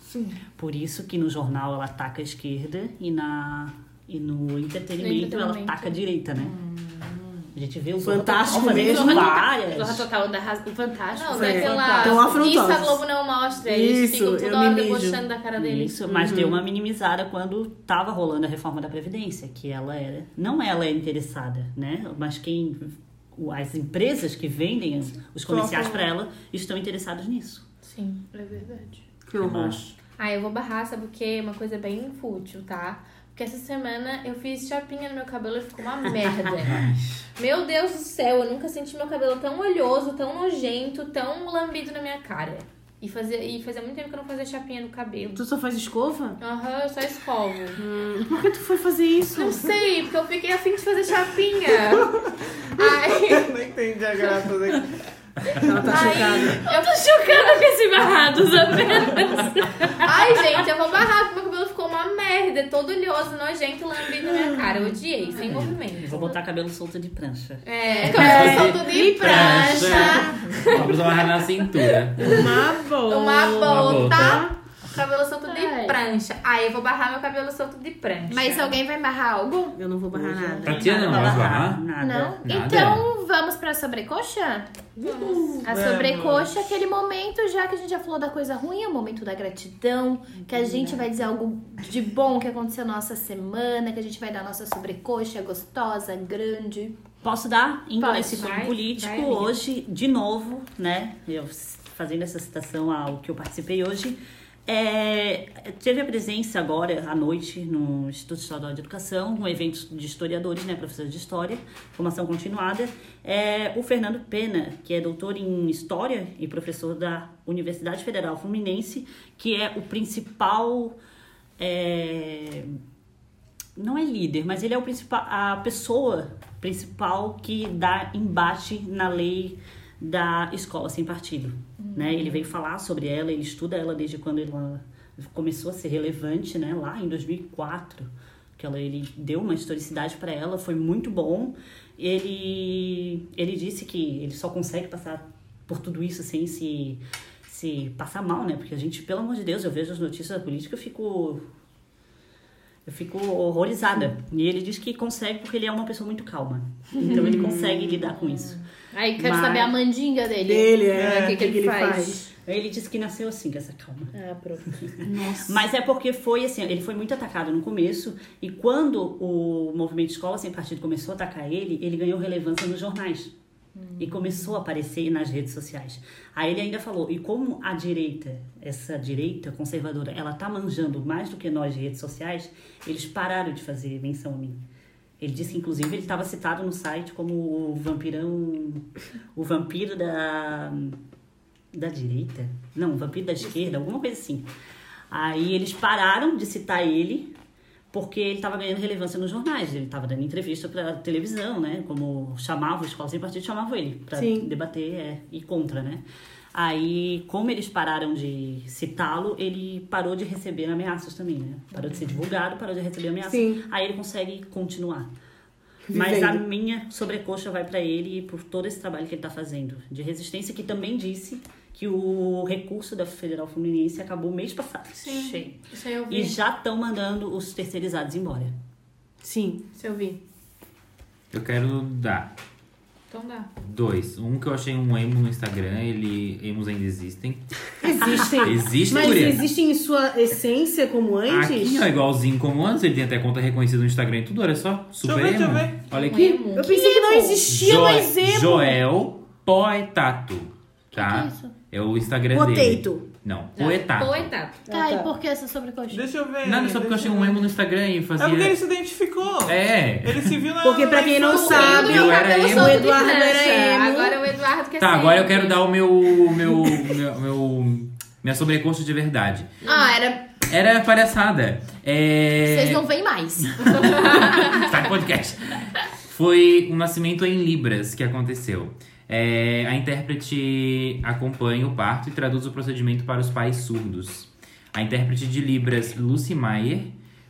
Sim. Por isso que no jornal ela ataca a esquerda e, na, e no entretenimento No ela entretenimento. Hum. ataca a direita, né? A gente vê o Fantástico Zorra Total mesmo. fazendo Zorra Zorra várias. Tá Total da Ras- o Fantástico. Não, Sim. daquela. Tão afrontosa. Isso a Globo não mostra. Eles Isso, ficam eu toda me hora mijo. debochando da cara deles. Isso, mas deu uma minimizada quando tava rolando a reforma da Previdência, que ela era. Não ela é interessada, né? Mas quem. o- As empresas que vendem os comerciais para ela estão interessadas nisso. Sim, é verdade. Que horror. Ah, eu vou barrar, sabe o quê? É Uma coisa bem fútil, tá? Porque essa semana eu fiz chapinha no meu cabelo e ficou uma merda. meu Deus do céu, eu nunca senti meu cabelo tão oleoso, tão nojento, tão lambido na minha cara. E fazia, e fazia muito tempo que eu não fazia chapinha no cabelo. Tu só faz escova? Aham, eu só escovo. Hum, Por que tu foi fazer isso? Não sei, porque eu fiquei afim de fazer chapinha. Aí, Eu não entendi a graça dele. Ela tá chocada. eu tô chocada com esse barrados apenas. Ai, gente, eu vou barrar, porque meu cabelo ficou uma merda, é todo oleoso, nojento, lambido na minha cara. Eu odiei, sem movimento. Vou botar cabelo solto de prancha. É, cabelo solto de prancha, Vamos amarrar na cintura. Uma boa. uma bota. bota, cabelo solto de prancha. Aí eu vou barrar meu cabelo solto de prancha. Mas alguém vai barrar algo? Eu não vou barrar nada. Tatiana, não vai Nada, barrar? nada. Não? Nada. Então vamos pra sobrecoxa? A Vamos. sobrecoxa é aquele momento, já que a gente já falou da coisa ruim, é o momento da gratidão, que a gente vai dizer algo de bom que aconteceu na nossa semana, que a gente vai dar nossa sobrecoxa gostosa, grande. Posso dar? Indo Pode. nesse campo Vai, político, vai, amiga. hoje, de novo, né? Eu s- fazendo essa citação ao que eu participei hoje. é, teve a presença agora à noite no Instituto Estadual de Educação, um evento de historiadores, né, professores de história, formação continuada. É, o Fernando Pena, que é doutor em história e professor da Universidade Federal Fluminense, que é o principal é, não é líder, mas ele é o principal, a pessoa principal que dá embate na lei da escola sem partido, né? Ele veio falar sobre ela, ele estuda ela desde quando ela começou a ser relevante, né? Lá em 2004, que ela ele deu uma historicidade para ela, foi muito bom. Ele ele disse que ele só consegue passar por tudo isso sem se se passar mal, né? Porque a gente, pelo amor de Deus, eu vejo as notícias da política, eu fico eu fico horrorizada. E ele diz que consegue porque ele é uma pessoa muito calma. Então ele consegue lidar com isso. Aí quero Mas- saber a mandinga dele. Ah, Dele, O é. que, que ele faz? Ele disse que nasceu assim, com essa calma. Ah, pronto. Mas é porque foi assim, ele foi muito atacado no começo e quando o movimento Escola Sem Partido começou a atacar ele, ele ganhou relevância nos jornais. E começou a aparecer nas redes sociais. Aí ele ainda falou, e como a direita, essa direita conservadora, ela tá manjando mais do que nós de redes sociais, eles pararam de fazer menção a mim. Ele disse que, inclusive, ele estava citado no site como o vampirão, o vampiro da, da direita? Não, o vampiro da esquerda, alguma coisa assim. Aí eles pararam de citar ele porque ele estava ganhando relevância nos jornais. Ele estava dando entrevista para televisão, né? Como chamavam os quais partido chamavam ele para Sim. debater é, e contra, né? Aí, como eles pararam de citá-lo, ele parou de receber ameaças também, né? Parou de ser divulgado, parou de receber ameaças. Sim. Aí ele consegue continuar. Mas a Vivendo. minha sobrecoxa vai para ele por todo esse trabalho que ele está fazendo de resistência, que também disse que o recurso da Federal Fluminense acabou mês passado. Sim. Isso aí eu vi. E já estão mandando os terceirizados embora. Sim. Isso eu vi. Eu quero dar Então dá. dois. Um que eu achei um emo no Instagram, ele. Emos ainda existem. Existem. Existem, Tá. Mas guria? existem em sua essência como antes? Aqui, ó, igualzinho como antes, ele tem até conta reconhecida no Instagram e tudo, olha só. Super eu ver, emo. deixa eu ver. Olha aqui. Emo. Eu pensei que não existia Jo- mais emo. Joel Poetato, tá? Que que é isso? É o Instagram dele. Potato. Não, Poetato. Coitado. Tá, Ah, tá. e por que essa sobrecoxa? Deixa eu ver. Nada, só porque eu achei um emo no Instagram e É porque ele fazia... se identificou. É. Ele se viu na. Porque pra quem não na- sabe, Eu era cabelo emo. solto O de Eduardo era prancha. emo. Agora o Eduardo quer Tá, ser agora eu emo. quero dar o meu... meu, meu, meu minha sobrecoxa de verdade. Ah, era. Era palhaçada. É... Vocês não veem mais. Sai do Tá podcast. Foi um nascimento em Libras que aconteceu. É, a intérprete acompanha o parto e traduz o procedimento para os pais surdos. A intérprete de Libras, Lucy Maier,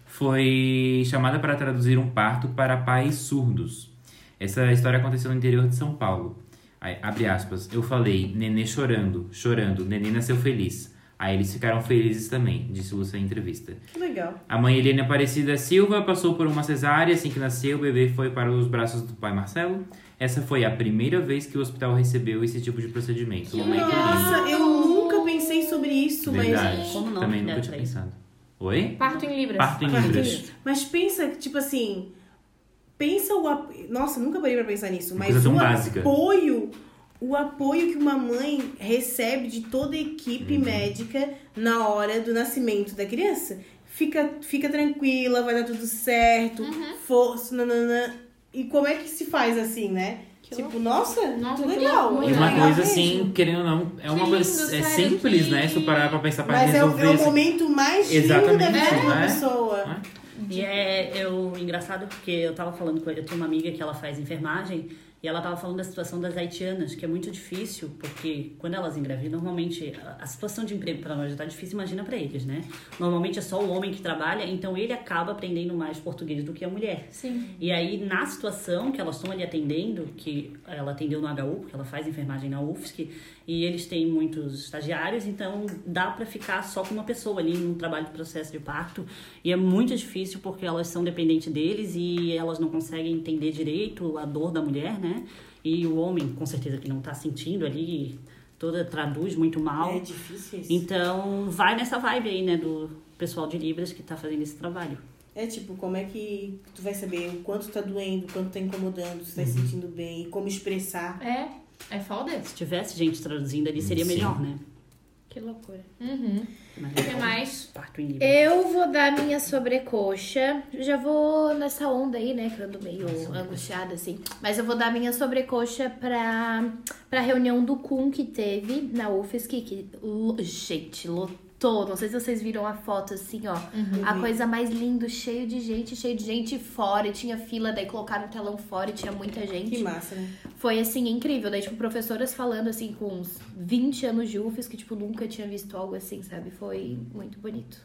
foi chamada para traduzir um parto para pais surdos. Essa história aconteceu no interior de São Paulo. Aí, abre aspas. Eu falei, nenê chorando, chorando, nenê nasceu feliz. Aí eles ficaram felizes também, disse Lúcia em entrevista. Que legal. A mãe Helena Aparecida Silva passou por uma cesárea assim que nasceu, o bebê foi para os braços do pai Marcelo. Essa foi a primeira vez que o hospital recebeu esse tipo de procedimento. Uma mãe Nossa, eu nunca pensei sobre isso, feliz. assim, Verdade. mas. Como não Também olhar nunca tinha pra isso? pensado. Oi? Parto em Libras. Parto em Libras. Mas pensa que, tipo assim. Pensa o. ap- Nossa, nunca parei pra pensar nisso. Uma mas coisa tão o básica. apoio. O apoio que uma mãe recebe de toda a equipe Uhum. médica na hora do nascimento da criança. Fica, fica tranquila, vai dar tudo certo, força, nananã. E como é que se faz assim, né? Que tipo, nossa, Nossa, que que legal. loucura. E uma legal coisa mesmo. assim, querendo ou não, é uma Que coisa lindo, é sério, simples, que- né? Se eu parar pra pensar pra Mas é o, resolver é o esse- momento mais lindo da vida Exatamente, de uma né? pessoa. E é eu, engraçado porque eu tava falando com eu tenho uma amiga que ela faz enfermagem e ela tava falando da situação das haitianas, que é muito difícil, porque quando elas engravidam, normalmente a- a situação de emprego para nós já tá difícil, imagina para eles, né? Normalmente é só o homem que trabalha, então ele acaba aprendendo mais português do que a mulher. Sim. E aí, na situação que elas estão ali atendendo, que ela atendeu no HU, porque ela faz enfermagem na UFSC, e eles têm muitos estagiários, então dá pra ficar só com uma pessoa ali num trabalho de processo de parto. E é muito difícil porque elas são dependentes deles e elas não conseguem entender direito a dor da mulher, né? E o homem, com certeza, que não tá sentindo ali, toda traduz muito mal. É difícil isso. Então, vai nessa vibe aí, né, do pessoal de Libras que tá fazendo esse trabalho. É tipo, como é que tu vai saber o quanto tá doendo, o quanto tá incomodando, se tá Uhum. se sentindo bem, e como expressar. É. É foda. Se tivesse gente traduzindo ali, seria Sim. melhor, né? Que loucura. Uhum. Mas- é um O que mais? Parto em Libras. Eu vou dar minha sobrecoxa. Já vou nessa onda aí, né? Que eu ando meio angustiada, assim. Mas eu vou dar minha sobrecoxa pra, pra reunião do CUM que teve na UFSC. Que, lo- gente, lotou. Não sei se vocês viram a foto, assim, ó. A coisa mais linda, cheio de gente, cheio de gente fora. E tinha fila, daí colocaram o telão fora e tinha muita gente. Que massa, né? Foi assim, incrível. Daí, tipo, professoras falando assim com uns 20 anos de UFES que, tipo, nunca tinha visto algo assim, sabe? Foi muito bonito.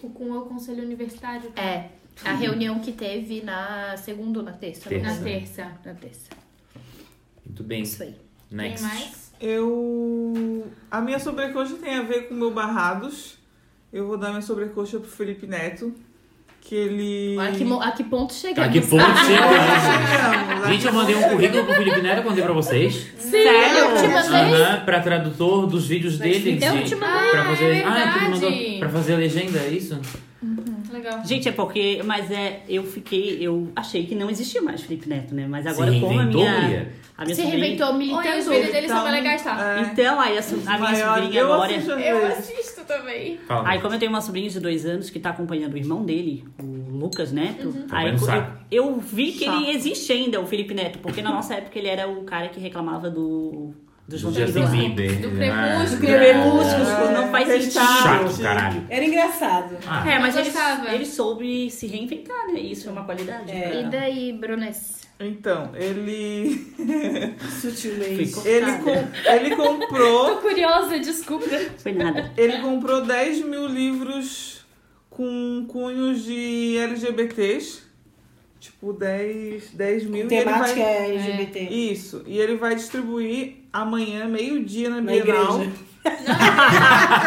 O com o Conselho Universitário. É, a reunião que teve na segunda ou na terça? não Terça. É Na lembro. terça. Na terça. Muito bem. Isso aí. Next. Tem mais? Eu. A minha sobrecoxa tem a ver com o meu Barrados. Eu vou dar minha sobrecoxa pro Felipe Neto. que ele. É, Olha que, mo- a que ponto Tá, chegamos. que ponto chega, Chegamos, gente. Gente, eu mandei um currículo pro Felipe Neto, eu contei pra vocês. Eu te mandei. Aham, pra tradutor dos vídeos dele. Eu de- te mandei. Pra fazer... então, tipo, Ah, é ah, tu me mandou verdade. pra fazer a legenda, é isso? Legal. Gente, é porque, mas é, eu fiquei, eu achei que não existia mais Felipe Neto, né? Mas agora Se como a reinventou, minha, Lia? a minha Se sobrinha- reinventou, Olha, os militantou. vídeos dele são então- bem legais, tá? É. Então, aí a, so- a minha Maior, sobrinha eu agora, assisto às Eu vezes. assisto também. Fala. Aí, como é eu tenho uma sobrinha de dois anos que tá acompanhando o irmão dele, o Lucas Neto, Uhum. aí Também eu, um saco. eu vi que ele existe ainda, o Felipe Neto, porque na nossa época ele era o cara que reclamava do dos do vampiros Justin lá. Bieber. Do né? Crepúsculo. Crepúsculos, não faz Fechado. sentido. Chato, caralho. Era engraçado. Ah, É, mas Eu ele, gostava. ele soube se reinventar, né? Isso é uma qualidade. É. E daí, Brunes? Então, ele. Sutilmente. Ele, com- ele comprou. Tô curiosa, desculpa. Foi nada. Ele comprou 10 mil livros com cunhos de LGBTs. Tipo, 10, 10 mil. e ele vai- Temática é LGBT. Isso. E ele vai distribuir amanhã, meio-dia, na Na Bienal. igreja.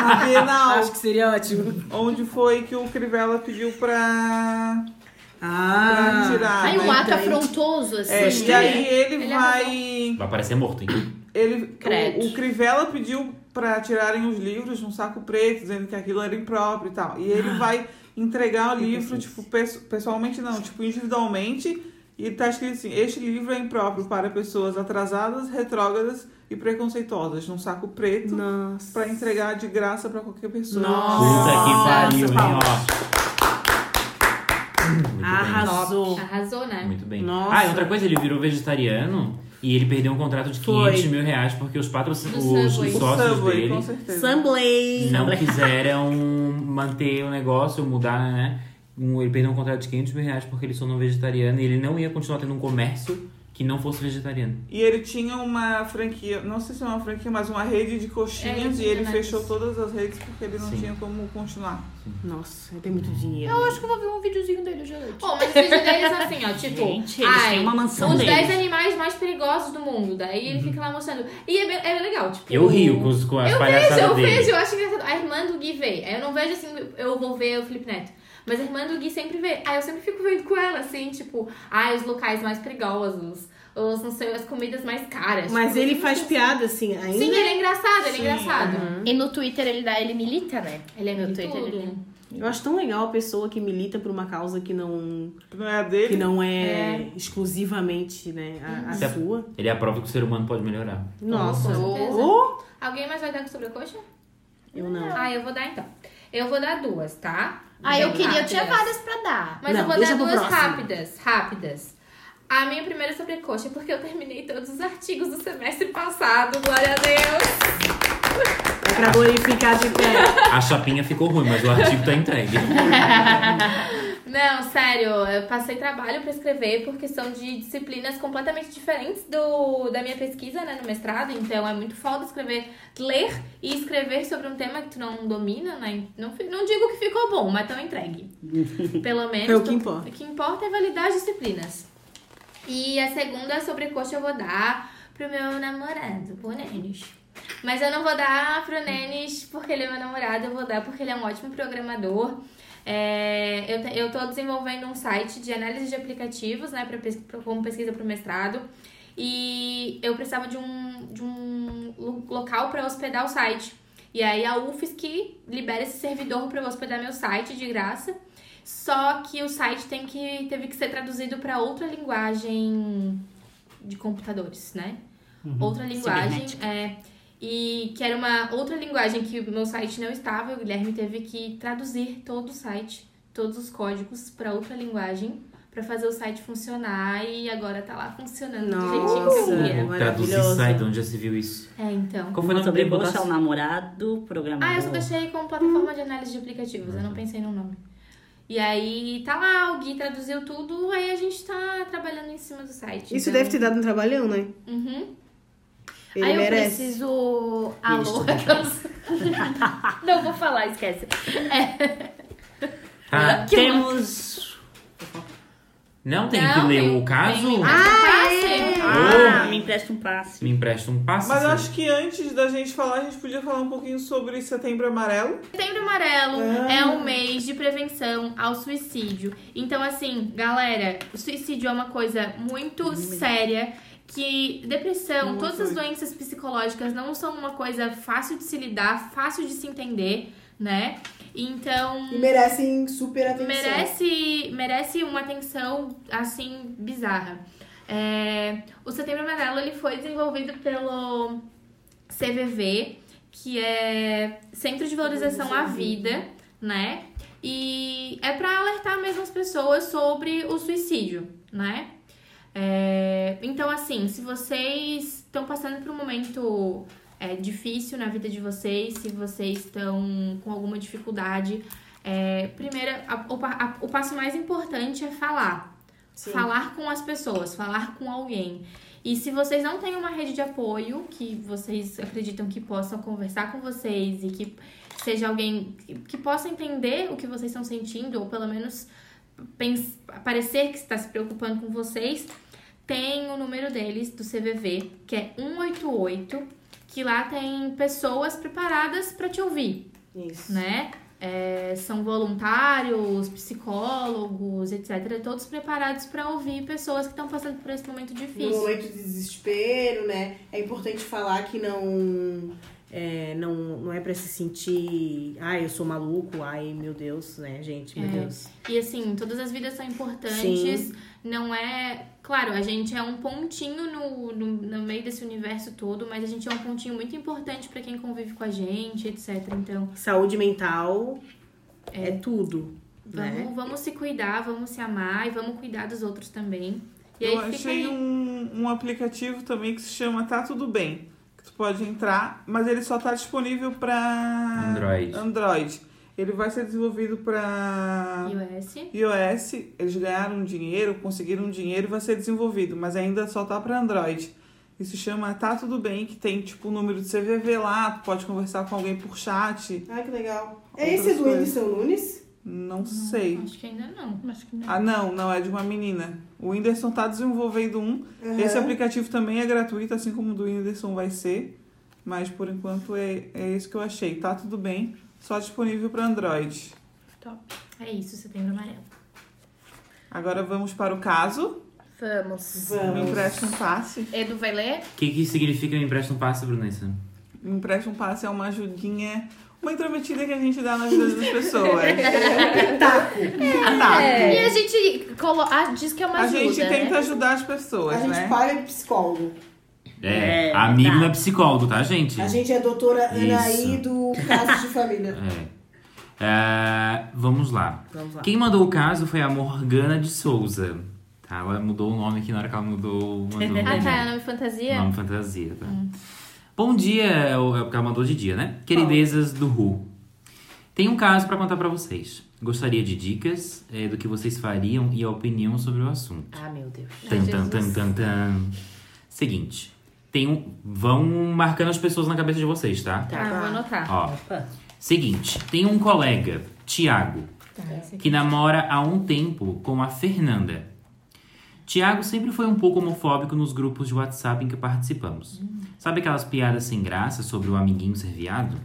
Na Bienal. Acho que seria ótimo. Onde foi que o Crivella pediu pra, pra Ah, tirar. Aí né? um ato entendi. afrontoso, assim. É, e aí ele, Ele É. vai. Vai parecer morto, hein? Ele, Credo. o, o Crivella pediu pra tirarem os livros num saco preto, dizendo que aquilo era impróprio e tal. E ele vai entregar o livro, tipo, pesso- pessoalmente não, tipo, individualmente. E tá escrito assim, este livro é impróprio para pessoas atrasadas, retrógradas e preconceituosas, num saco preto, Nossa. pra entregar de graça pra qualquer pessoa. Puta que pariu, hein? Ó. Arrasou. Arrasou, né? Muito bem. Nossa. Ah, e outra coisa, ele virou vegetariano e ele perdeu um contrato de Foi. 500 mil reais porque os, patrocin... Do os, Subway. os O sócios Subway, dele com certeza. Sunblade. não quiseram manter o negócio, mudar, né? Um- Ele perdeu um contrato de 500 mil reais porque ele sou não vegetariano e ele não ia continuar tendo um comércio que não fosse vegetariano. E ele tinha uma franquia, não sei se é uma franquia, mas uma rede de É, eu coxinhas vi e ele na fechou lista. todas as redes porque ele não Sim. tinha como continuar. Nossa, tem muito dinheiro. Eu acho que eu vou ver um videozinho dele hoje à noite. Bom, mas os vídeos deles assim, ó, tipo. Gente, eles têm uma mansão Os é deles. 10 animais mais perigosos do mundo. Daí ele fica lá mostrando. E é, bem- é legal, tipo. Eu rio com, os- com as Eu vejo, palhaçadas eu dele. vejo, eu acho engraçado. A irmã do Gui vê. Eu não vejo assim, eu vou ver o Felipe Neto. Mas a irmã do Gui sempre vê. Aí eu sempre fico vendo com ela, assim, tipo, ai, os locais mais perigosos, os, não sei, as comidas mais caras. Mas Tipo, ele eu faz sempre- piada, assim, ainda. Sim, ele é engraçado, ele é engraçado. Hum. E no Twitter ele dá, ele milita, né? Ele é No muito Twitter tudo. ele- Eu acho tão legal a pessoa que milita por uma causa que não, Não é a que dele? não é, exclusivamente né, a, a Uhum. sua. Ele aprova que o ser humano pode melhorar. Nossa. Oh, Com certeza. Ô, Alguém mais vai dar com sobrecoxa? Eu não. Ah, eu vou dar então. Eu vou dar duas, tá? Ah, eu Bem queria, eu tinha rápidas. várias pra dar. Mas Não, eu vou deixa dar pro duas próximo. rápidas, rápidas. A minha primeira sobrecoxa, é porque eu terminei todos os artigos do semestre passado, glória a Deus. É pra glorificar de pé. A chapinha ficou ruim, mas o artigo tá entregue. Não, sério, eu passei trabalho pra escrever porque são de disciplinas completamente diferentes do da minha pesquisa, né, no mestrado. Então é muito foda escrever, ler e escrever sobre um tema que tu não domina, né? Não, fi- não digo que ficou bom, mas tão entregue. Pelo menos. É o que tu- importa. O que importa é validar as disciplinas. E a segunda sobrecoxa eu vou dar pro meu namorado, pro Nenis. Mas eu não vou dar pro Nenis porque ele é meu namorado, eu vou dar porque ele é um ótimo programador. É, eu, te- eu tô desenvolvendo um site de análise de aplicativos, né, pra, pes- pra- como pesquisa pro mestrado. E eu precisava de um, de um lo- local para hospedar o site. E aí a UFSC libera esse servidor para eu hospedar meu site de graça. Só que o site tem que, teve que ser traduzido para outra linguagem de computadores, né? Outra linguagem. É, e que era uma outra linguagem que o meu site não estava, e o Guilherme teve que traduzir todo o site, todos os códigos para outra linguagem para fazer o site funcionar e agora tá lá funcionando do jeitinho que eu queria. Nossa. Traduzir Maravilhoso. site, onde já se viu isso? É, então. Qual foi o Uma nome dele? sobrecoxa ao Botafogo? É namorado, programador. Ah, eu só deixei com plataforma de análise de aplicativos, Uhum. eu não pensei no nome. E aí tá lá, o Gui traduziu tudo, aí a gente tá trabalhando em cima do site. Isso então- deve ter dado um trabalhão, né? Uhum. Ele Aí eu merece. preciso. Ele Alô? estuda Não vou falar, esquece. Ah, Temos não Ah, tem um Não, que ler tem- o caso? Ah, é? Ah, me empresta um passe. Me empresta um passe. Mas eu assim. acho que antes da gente falar, a gente podia falar um pouquinho sobre Setembro Amarelo. Setembro Amarelo é um mês de prevenção ao suicídio. Então, assim, galera, o suicídio é uma coisa muito séria. Que depressão, todas as doenças psicológicas não são uma coisa fácil de se lidar, fácil de se entender, né? Então. E merecem super atenção. merece, merece uma atenção assim bizarra. É, o Setembro Amarelo ele foi desenvolvido pelo CVV, que é Centro de Valorização à Vida, né? E é para alertar mesmo as pessoas sobre o suicídio, né? É, então, assim, se vocês estão passando por um momento é, difícil na vida de vocês, se vocês estão com alguma dificuldade, é, primeiro, a- o, pa- a- o passo mais importante é falar. Falar com as pessoas, falar com alguém. E se vocês não têm uma rede de apoio que vocês acreditam que possam conversar com vocês e que seja alguém que, que possa entender o que vocês estão sentindo, ou pelo menos pens- parecer que está se preocupando com vocês, tem o número deles, do CVV, que é 188, que lá tem pessoas preparadas para te ouvir, Isso. né? É, são voluntários, psicólogos, etc. Todos preparados para ouvir pessoas que estão passando por esse momento No difícil. momento de desespero, né? É importante falar que não. É, não, não é pra se sentir, ai, eu sou maluco, ai, meu Deus, né, gente, meu É. Deus. E assim, todas as vidas são importantes. Não é. Claro, a gente é um pontinho no, no, no meio desse universo todo, mas a gente é um pontinho muito importante pra quem convive com a gente, etc. Então, Saúde mental é, tudo. vamos, Né? vamos se cuidar, vamos se amar e vamos cuidar dos outros também. E eu aí fica achei aí. um, um aplicativo também que se chama Tá Tudo Bem. Que tu pode entrar, mas ele só tá disponível pra Android. Android. Ele vai ser desenvolvido pra iOS. iOS. Eles ganharam um dinheiro, conseguiram um dinheiro e vai ser desenvolvido, mas ainda só tá pra Android. Isso chama Tá Tudo Bem, que tem tipo o número de CVV lá, tu pode conversar com alguém por chat. Ai, que legal. Outras É esse do coisas. Whindersson Nunes? Não sei. Acho que ainda não. Acho que não. Ah, não, não, é de uma menina. O Whindersson tá desenvolvendo um. Esse Aham. aplicativo também é gratuito, assim como o do Whindersson vai ser. Mas por enquanto é, é isso que eu achei. Tá tudo bem, só disponível para Android. É isso, setembro amarelo. Agora vamos para o caso. Vamos. Me Vamos. empresta um passe. Edu vai ler? O que, que significa me empresta um passe, Brunessa? Me empresta um passe é uma ajudinha, uma intrometida que a gente dá na vida das pessoas. Ataque. E a gente colo... ah, diz que é uma A É, ajuda, gente tenta né? ajudar as A pessoas, gente né? paga psicólogo. É, É, amigo tá. não é psicólogo, tá, gente? A gente é a doutora Anaí Isso. do Caso de Família. É. Ah, vamos lá. Vamos lá. Quem mandou o caso foi a Morgana de Souza. Tá, ela mudou o nome aqui na hora que ela mudou, mandou o Ah, nome. tá, é nome fantasia? Nome fantasia, tá? Hum. Bom dia, é o- é porque ela mandou de dia, né? Queridezas do Ru. Tem um caso pra contar pra vocês. Gostaria de dicas eh, do que vocês fariam e a opinião sobre o assunto. Ah, meu Deus. Tan, tan, tan, tan, tan. Seguinte, tem um- vão marcando as pessoas na cabeça de vocês, tá? Tá, vou anotar. Ó, seguinte, tem um colega, Tiago, que namora há um tempo com a Fernanda. Tiago sempre foi um pouco homofóbico nos grupos de WhatsApp em que participamos. Sabe aquelas piadas sem graça sobre o amiguinho ser viado?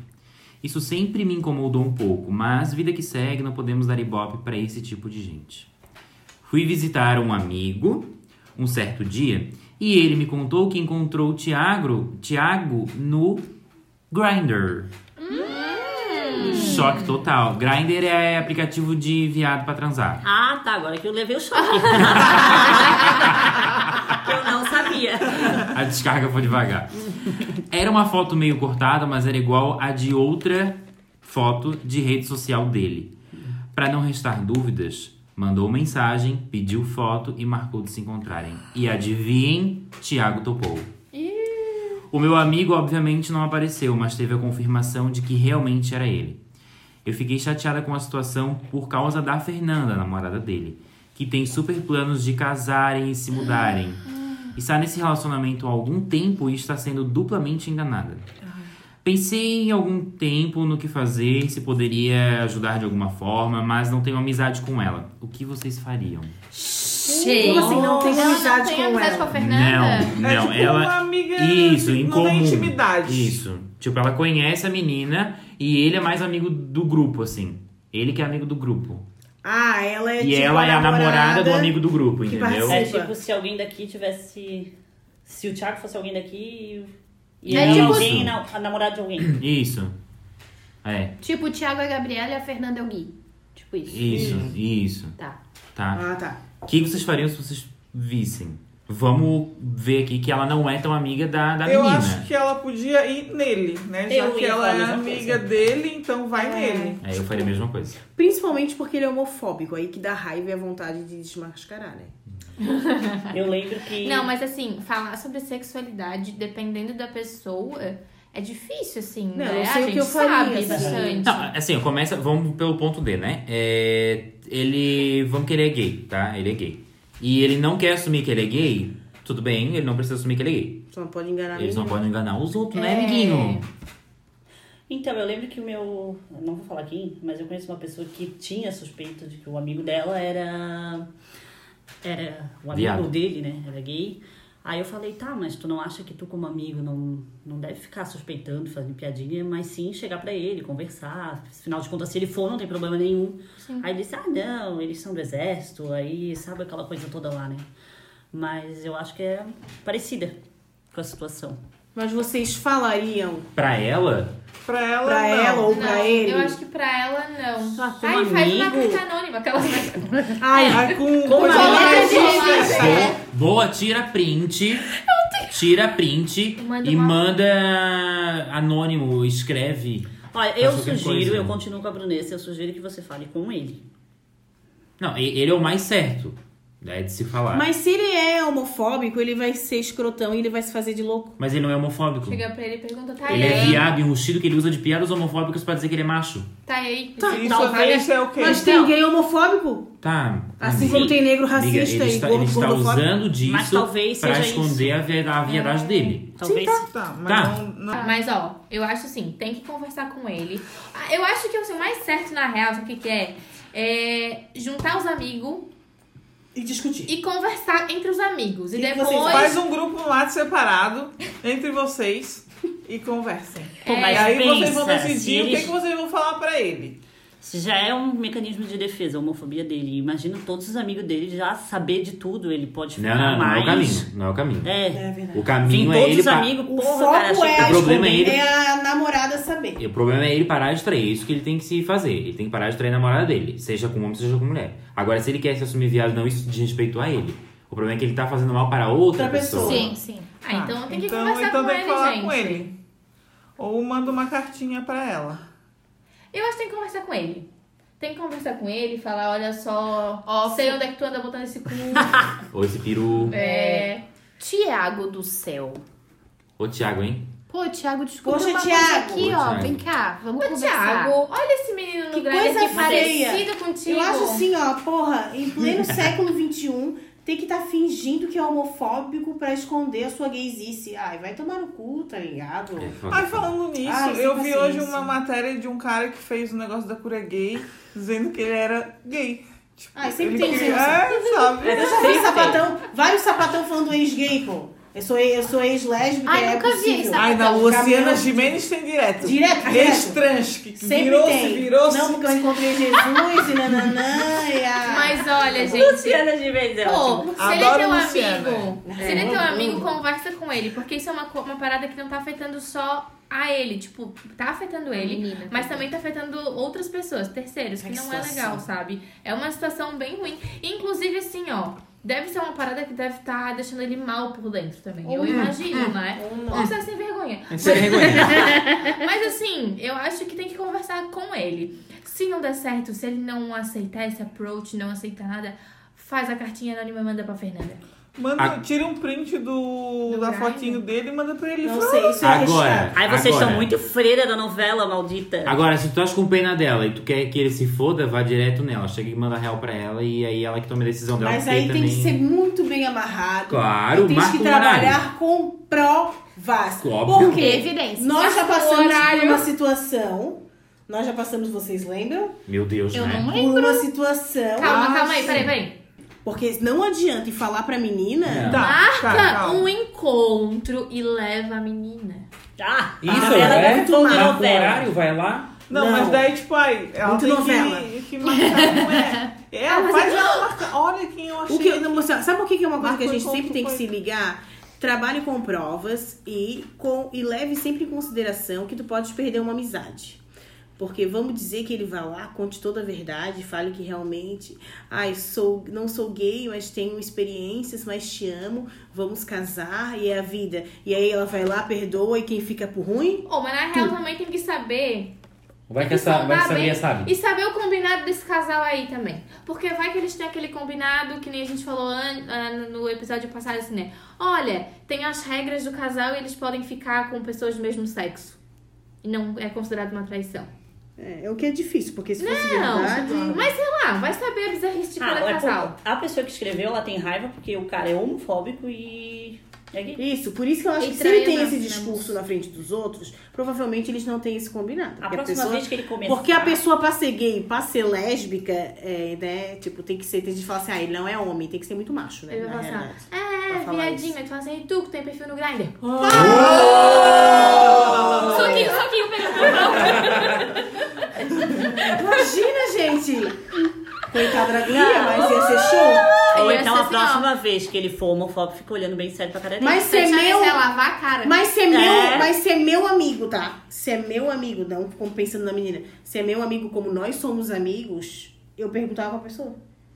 Isso sempre me incomodou um pouco, mas vida que segue, não podemos dar ibope pra esse tipo de gente. Fui visitar um amigo um certo dia e ele me contou que encontrou o Tiago, Tiago no Grindr. Choque total. Grindr é aplicativo de viado pra transar. Ah, tá. Agora que eu levei o choque. eu não sabia. A descarga foi devagar. Era uma foto meio cortada, mas era igual a de outra foto de rede social dele. Pra não restar dúvidas, mandou mensagem, pediu foto e marcou de se encontrarem. E adivinhem, Tiago topou. O meu amigo obviamente não apareceu, mas teve a confirmação de que realmente era ele. Eu fiquei chateada com a situação por causa da Fernanda, a namorada dele, que tem super planos de casarem e se mudarem. Está nesse relacionamento há algum tempo e está sendo duplamente enganada. Pensei em algum tempo no que fazer, se poderia ajudar de alguma forma, mas não tenho amizade com ela. O que vocês fariam? Gente. Como assim? Não tem Ela não amizade tem com amizade com ela. a Fernanda? É Não, não, tipo uma ela. amiga Isso, assim, em não comum. tem intimidade. Isso. Tipo, ela conhece a menina e ele é mais amigo do grupo, assim. Ele que é amigo do grupo. Ah, ela é e tipo ela é a namorada do amigo do grupo, que entendeu? participa. É tipo se alguém daqui tivesse. Se o Thiago fosse alguém daqui e, e É ela tipo- alguém, na, a namorada de alguém. Isso. É, Tipo, o Thiago é a Gabriela e a Fernanda é o Gui. Tipo isso. isso, isso. Tá. Tá. Ah, tá. O que vocês fariam se vocês vissem? Vamos ver aqui que ela não é tão amiga da, da Eu menina. acho que ela podia ir nele, né? Já Eu que ia ela falar é a mesma amiga coisa. dele, então vai nele. É, eu faria a mesma coisa. Principalmente porque ele é homofóbico, aí que dá raiva e a vontade de desmascarar, né? Eu lembro que. Não, mas assim, falar sobre sexualidade, dependendo da pessoa, é difícil, assim, Não, né? eu sei a o gente que eu faria, sabe assim. bastante. Não, assim, começa. Vamos pelo ponto D, né? É, ele. Vamos que ele é gay, tá? Ele é gay. E ele não quer assumir que ele é gay, tudo bem, ele não precisa assumir que ele é gay. Só não pode enganar ninguém. Eles não podem enganar os outros, né, amiguinho? Então, eu lembro que o meu. eu Não vou falar quem, mas eu conheço uma pessoa que tinha suspeito de que o amigo dela era. Era. O amigo Viado. dele, né? Era gay. Aí eu falei, tá, mas tu não acha que tu, como amigo, não, não deve ficar suspeitando, fazendo piadinha, mas sim chegar pra ele, conversar. Afinal de contas, se ele for, não tem problema nenhum. Aí ele disse, ah, não, eles são do exército, aí sabe aquela coisa toda lá, né? Mas eu acho que é parecida com a situação. Mas vocês falariam Pra ela, Pra ela, pra não. ela ou Não, pra ele? eu acho que pra ela não. Ah, com Ai, faz uma amigo? carta anônima, aquela. Ai, ai, com, com, Como amigo amigo, é gente, difícil. boa, tira print. Tira print Manda e uma- manda anônimo, escreve. Olha, eu Faz qualquer sugiro, coisa, eu né? continuo com a Brunessa, eu sugiro que você fale com ele. Não, e- ele é o mais certo. É de se falar. Mas, Mas se ele é homofóbico, ele vai ser escrotão e ele vai se fazer de louco. ele não é homofóbico. Chega pra ele e pergunta, tá Ele é aí? viado enrustido que ele usa de piadas homofóbicas pra dizer que ele é macho. Tá aí? Isso Talvez- isso é o quê? Mas tem gay homofóbico? Tá. Assim amiga. como tem negro Amiga, racista ele e está, ele gordo está gordofóbico. usando Mas disso talvez pra seja esconder a, ver- a viadagem dele. Talvez. Sim, tá, tá, mas Tá. não- não- Mas ó, eu acho assim, tem que conversar com ele. Ah, Eu acho que assim, o mais certo na real, sabe o que, que é? É juntar os amigos E discutir. e conversar entre os amigos. E, E vocês depois. Faz um grupo um lado separado entre vocês e conversem. Pô, e mas É, aí pensa, vocês vão é. se decidir o que, eles- que vocês vão falar pra ele. se já é um mecanismo de defesa, a homofobia dele. Imagina todos os amigos dele já saber de tudo, ele pode Não, ficar não, não é mais... o caminho. Não é o caminho. É, É verdade. O enfim, caminho é todos ele os pa- amigos, O porra, cara, foco é, O a problema é esconder- ele- é a namorada saber. E O problema é ele parar de trair. É isso que ele tem que se fazer. Ele tem que parar de trair a namorada dele. Seja com homem, seja com mulher. Agora, se ele quer se assumir viado, não, isso desrespeitar ele. O problema é que ele tá fazendo mal para outra, Outra pessoa. Sim, pessoa. sim. Ah, então tem que então, conversar então com, tem que ele, falar gente. com ele. Ou manda uma cartinha pra ela. Eu acho que tem que conversar com ele. Tem que conversar com ele, falar, olha só, ó, sei onde é que tu anda botando esse cu. Ou esse peru. é. Tiago do céu. Ô, Thiago, hein? Pô, Thiago, desculpa Poxa, uma Thiago. coisa aqui, Ô, ó. Thiago. Vem cá, vamos Ô, conversar. Thiago, olha esse menino no Que grande coisa aqui feia. parecido contigo. Eu acho assim, ó, porra, em pleno século XXI, tem que estar fingindo que é homofóbico pra esconder a sua gaysice. Ai, vai tomar no cu, tá ligado? É, foda. Ai, falando nisso, Ai, sem eu vi hoje paciência. uma matéria de um cara que fez um negócio da cura gay, dizendo que ele era gay. Tipo, Ai, sempre ele tem que- isso, né? É, sabe? Eu já vi sapatão, vários sapatão falando ex-gay, pô. Eu sou, eu sou ex-lésbica, Ai, é nunca vi possível. esse Ai, na Sapatão, Luciana caminhão. Gimenez tem direto. Direto, direto. Ex-trans, que Sempre virou-se, tem. virou-se. Não, porque eu encontrei Jesus e nananã e a... Mas olha, gente. Luciana de vez é ótimo. Pô, se ele é Adoro teu Luciana. amigo, se ele é teu amigo, conversa com ele. Porque isso é uma, co- uma parada que não tá afetando só a ele. Tipo, tá afetando ele, menina mas também tá afetando outras pessoas, terceiros, que Que não é situação. legal, sabe? É uma situação bem ruim. Inclusive, assim, ó, deve ser uma parada que deve estar deixando ele mal por dentro também. Eu imagino, né? Ou não. Ou você é sem vergonha. Isso é vergonha. Mas assim, eu acho que tem que conversar com ele. Se não der certo, se ele não aceitar esse approach, não aceitar nada, faz a cartinha anônima e manda pra Fernanda. Manda, A- tira um print do, Do da Brian? fotinho dele e manda pra ele. Não Fala, sei, isso é Agora. arriscado. Aí vocês agora. são muito freira da novela, maldita. Agora, se tu acha com pena dela e tu quer que ele se foda, vá direto nela. Chega e manda real pra ela e aí ela que toma a decisão dela. Mas porque aí tem também... que ser muito bem amarrado. Claro, E tens marca que um trabalhar com provas. Óbvio. Porque Evidência. nós Marca já um passamos horário. por uma situação. Nós já passamos, vocês lembram? Meu Deus, Eu né? não Por uma situação. Calma, Ah, calma aí, sim. peraí, peraí. Porque não adianta ir falar pra menina. Não. Tá, tá, Marca calma. um encontro e leva a menina. Ah, Isso, ela é? não confunde Marca o novela. horário, vai lá. Não, mas Não. daí, tipo, aí, ela Muito tem novela. Ah, Que, que marcar, não é? É, faz ela marcar. Olha quem eu achei. O que, eu- não, sabe sabe o que que é uma coisa que a Marcou gente sempre encontro, tem que foi. se ligar? Trabalhe com provas e, com, e leve sempre em consideração que tu pode perder uma amizade. Porque vamos dizer que ele vá lá, conte toda a verdade, fale que realmente, ai, sou, não sou gay, mas tenho experiências, mas te amo, vamos casar e é a vida. E aí ela vai lá, perdoa e quem fica por ruim? Oh, mas na real também tem que saber. Vai que, Eles essa, vão vai que dar essa bem. guria sabe. E saber o combinado desse casal aí também. Porque vai que eles têm aquele combinado que nem a gente falou an- ah, no episódio passado, assim, né? Olha, tem as regras do casal e eles podem ficar com pessoas do mesmo sexo. E não é considerado uma traição. É, é o que é difícil, porque se fosse Não, verdade. mas sei lá, Ah, vai saber a bizarrice de cada Ah, é Tipo, casal. por- a pessoa que escreveu, ela tem raiva porque o cara é homofóbico e... É gay. Isso, por isso que eu acho E que se ele traiu tem na- esse na discurso na frente dos outros, provavelmente eles não têm esse combinado. A porque próxima pessoa- vez que ele começar... Porque a pessoa pra ser gay, pra ser lésbica, é, né? Tipo, tem que ser, tem gente que falar assim, ah, ele não é homem, tem que ser muito macho, né? Ele Na vai falar, realidade. É, Pra falar viadinho, isso. tu fala assim, e tu que tem perfil no grinder. Soquinho, soquinho, pega Imagina, gente! Coitada da guria, mas ia ser show. Ou Ia é então ser a assim, próxima vez que ele for homofóbico, fica olhando bem sério pra cara dele. Mas se é Você meu... é lavar a cara. Mas se é meu, É. mas se é meu amigo, tá? Se é meu amigo, não como pensando na menina. Se é meu amigo, como nós somos amigos, eu perguntava pra pessoa.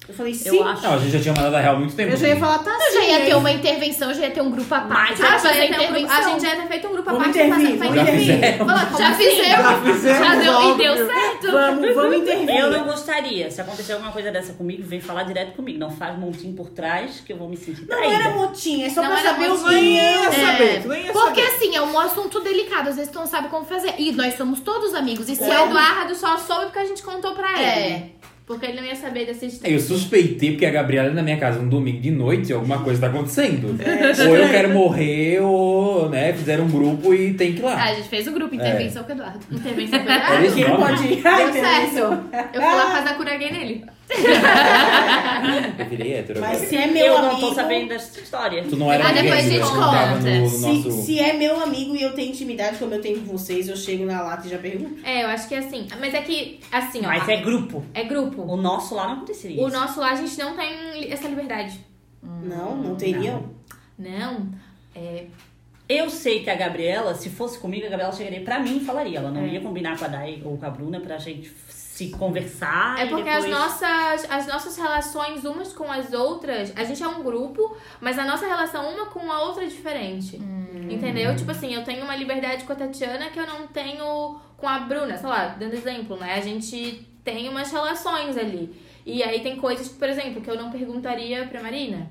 Eu falei, sim. eu acho. Não, a gente já tinha mandado a real há muito tempo. Eu já ia falar, tá Eu já sim, ia é ter uma intervenção, já ia ter um grupo à parte. Ah, Já já fazer ia ter um grupo- a intervenção. gente já ia ter feito um grupo à Vamos parte intervir, pra fazer- vamos é intervir. Fala, como assim? Já fizemos, Já deu, e óbvio. deu certo. Vamos, vamos intervir. Eu não gostaria. Se acontecer alguma coisa dessa comigo, vem falar direto comigo. Não faz montinho por trás, que eu vou me sentir Não traída. era motinha, é só Não pra era saber o Tu nem ia que saber, tu nem ia Porque saber. assim, é um assunto delicado, às vezes tu não sabe como fazer. E nós somos todos amigos. E se O é uma... Eduardo só soube porque a gente contou pra ele. É. Porque ele não ia saber dessa É. história. Eu suspeitei porque a Gabriela na minha casa um domingo de noite alguma coisa tá acontecendo. É. ou eu quero morrer, ou né, fizeram um grupo e tem que ir Ah, lá. a gente fez o grupo intervenção com o Eduardo. Intervenção foi Era errada. esse Ele nome? pode ir. Ah, Deu certo. Eu fui lá fazer a cura gay nele. Eu virei hétero. Mas agora. se é meu Eu não amigo. tô sabendo dessa história. Tu não era Ah, depois ninguém, né? a gente Tu tava conta. no, no Se, nosso... se é meu amigo e eu tenho intimidade como eu tenho com vocês, eu chego na lata e já pergunto. É, eu acho que é assim. Mas é que, assim, ó. Mas é grupo. é grupo. O nosso lá não aconteceria O isso. nosso lá, a gente não tem essa liberdade. Hum, Não, não teriam. Não. Eu sei que a Gabriela, se fosse comigo, a Gabriela chegaria pra mim e falaria. Ela não ia combinar com a Dai ou com a Bruna pra gente se conversar. É e porque depois... as, nossas, as nossas relações umas com as outras, a gente é um grupo, mas a nossa relação uma com a outra é diferente. Entendeu? Tipo assim, eu tenho uma liberdade com a Tatiana que eu não tenho com a Bruna, sei lá, dando exemplo, né? A gente tem umas relações ali. E aí tem coisas, por exemplo, que eu não perguntaria pra Marina.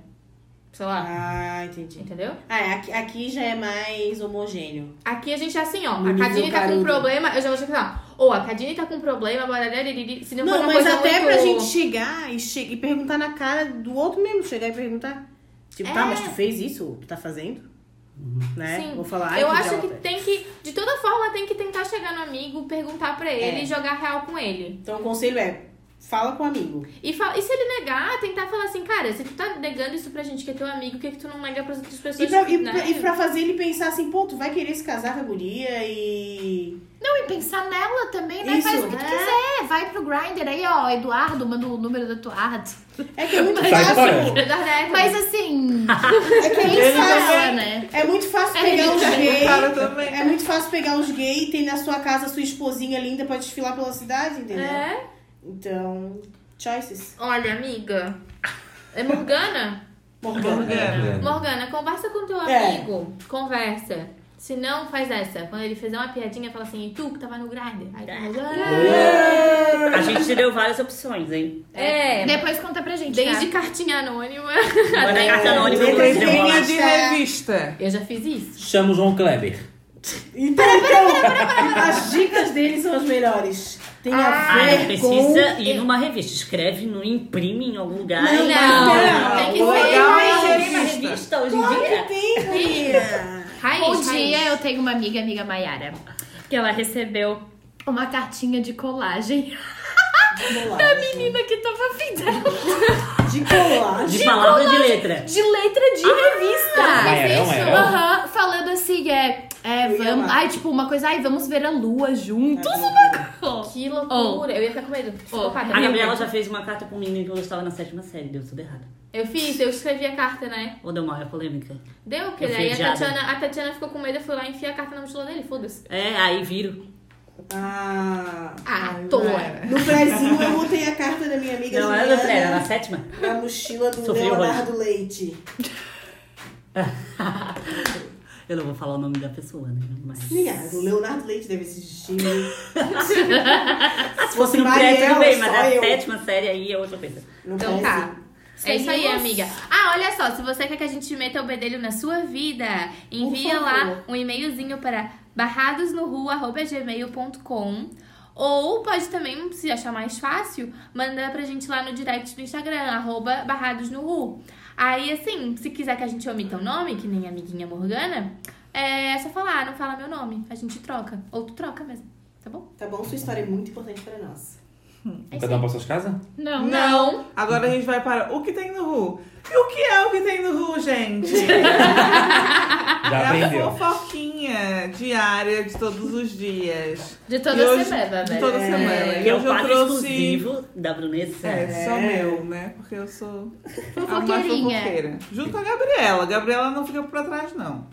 Sei lá, Ah, entendi. entendeu? Ah, é, aqui, aqui já é mais homogêneo. Aqui a gente é assim, ó. No A nível Cadine tá com carudo. problema, eu já vou chegar. Ou a Cadine tá com problema, barará, se não, for Não, uma mas coisa até muito... pra gente chegar e, che e perguntar na cara do outro mesmo. Chegar e perguntar. Tipo, tá, mas tu fez isso? Tu tá fazendo? Uhum. Né? É. Sim. Vou falar. ai, Eu acho que idiota. tem que, de toda forma, tem que tentar chegar no amigo, perguntar pra ele É. e jogar real com ele. Então o conselho é, fala com o amigo. E, fa- e se ele negar, tentar falar assim, cara, se tu tá negando isso pra gente que é teu amigo, por que, que tu não nega pras outras E pessoas? pra, e, né? pra- e pra fazer ele pensar assim, pô, tu vai querer se casar com a guria e. Não, e pensar nela também, né? Isso, Faz o que tu é. quiser. Vai pro Grindr aí, ó. Eduardo, manda o número do Eduardo. É que é muito Sai fora. fácil. Eduardo é hétero. Mas assim, É que é muito Ele fácil. fala, né? É muito fácil É pegar os ridículo. O cara gays. também. É muito fácil pegar os gays e ter na sua casa sua esposinha linda pra desfilar pela cidade, entendeu? É? Então, choices. Olha, amiga. É Morgana? É, Morgana. Morgana, conversa com teu É. amigo. Conversa. Se não, faz essa. Quando ele fizer uma piadinha, fala assim, e tu que tava no grinder? Aí tu "Ah." Morgana. A gente te deu várias opções, hein? É. depois conta pra né? gente. Desde tá? cartinha anônima. Agora a é carta anônima eu vou dizer uma Letrinha lá. de revista. Eu já fiz isso. Chama o João Kleber. Então, as dicas dele são as melhores. Tem a Ah, ver com... precisa ir numa revista. Escreve, no, imprime em algum lugar. Não, não, não. tem que Ah, O ser. legal é a Tem uma revista. revista hoje em dia. Tem, guria. Raiz, tá? Bom raiz. dia, eu tenho uma amiga, amiga Maiara, que ela recebeu uma cartinha de colagem Vamos lá. um, menina que tava afim dela. De Boa! De palavra e de letra. De letra de revista. Ah, era, não era? Aham, falando assim, é. É, Eu ia vamos. lá. Ai, tipo, uma coisa, ai, vamos ver a lua juntos. Uma Que loucura. Eu ia ficar com medo. Psicopata. Oh. A Gabriela já fez uma carta pra um menino que eu gostava na sétima série, deu tudo errado. Eu fiz, eu escrevi a carta, né? Ou deu uma polêmica. Deu, porque Eu fui daí a odiada. Tatiana, a Tatiana ficou com medo, eu fui lá e enfiei a carta na mochila dele, foda-se. É, aí viro. Ah, Ah, ai, toa. cara. No Brasil, eu botei a carta da minha amiga Não, era Juliana do trem, era na sétima. na mochila do Sofri Leonardo Leite. Eu não vou falar o nome da pessoa, né? Mas... Obrigada, é. o Leonardo Leite deve existir. Ah, Se fosse no pré, Marielle, tudo bem, mas só a eu. sétima série aí é outra coisa. No Então tá. Brasil. É isso aí, Seguimos. amiga. Ah, olha só, se você quer que a gente meta o bedelho na sua vida, envia Por favor. lá um e-mailzinho para barradosnorua.gmail.com ou pode também, se achar mais fácil, mandar pra gente lá no direct do Instagram, arroba barradosnorua. Aí, assim, se quiser que a gente omita o nome, que nem a amiguinha Morgana, é só falar, "Ah, não fala meu nome, a gente troca. Ou tu troca mesmo, tá bom? Tá bom, sua história é muito importante pra nós. É isso Cada um aí. pra suas casas? Não. Não. Agora a gente vai para o que tem no Ru. E o que é o que tem no Ru, gente? Já É a aprendeu. fofoquinha diária de todos os dias. De E toda hoje- semana, De né? toda semana. Que E é hoje o eu quadro trouxe. exclusivo da Brunessa. É, só meu, né? Porque eu sou a mais Fofoqueirinha. fofoqueira. Junto com a Gabriela. A Gabriela não fica pra trás, não.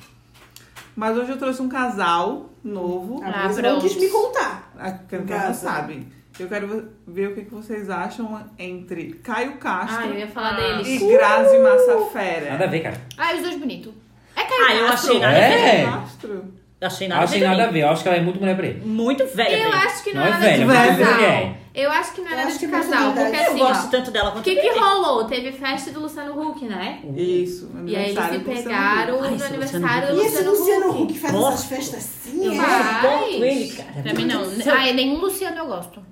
Mas hoje eu trouxe um casal novo. A Ah, Bruna não quis pronto. me contar. Ah, que não Casa. sabe. Eu quero ver o que que vocês acham entre Caio Castro Ah, eu ia falar deles. e Grazi Nada a Massafera. ver, cara. Ai, os dois bonitos. É Ah, eu achei nada a ver. Caio É? Castro? Eu achei nada, Achei a ver. nada a ver. Eu acho que ela é muito mulher pra ele. Muito velha. Eu pra ele. acho que não, Não é era velho, de mas casal. tudo bem. Eu acho que não Eu era acho de que casal, possibilidade. porque Eu assim, Eu gosto ó. tanto dela O quanto que que dele. rolou? Teve festa do Luciano Huck, né? Isso. E aí eles se aniversário do Luciano pegaram Huck. Ai, no esse aniversário E do esse Luciano Luciano Huck. Huck faz Nossa. essas festas assim, Eu é? Vai. suporto ele, cara. Pra mim, não. Ai, nenhum Luciano eu gosto.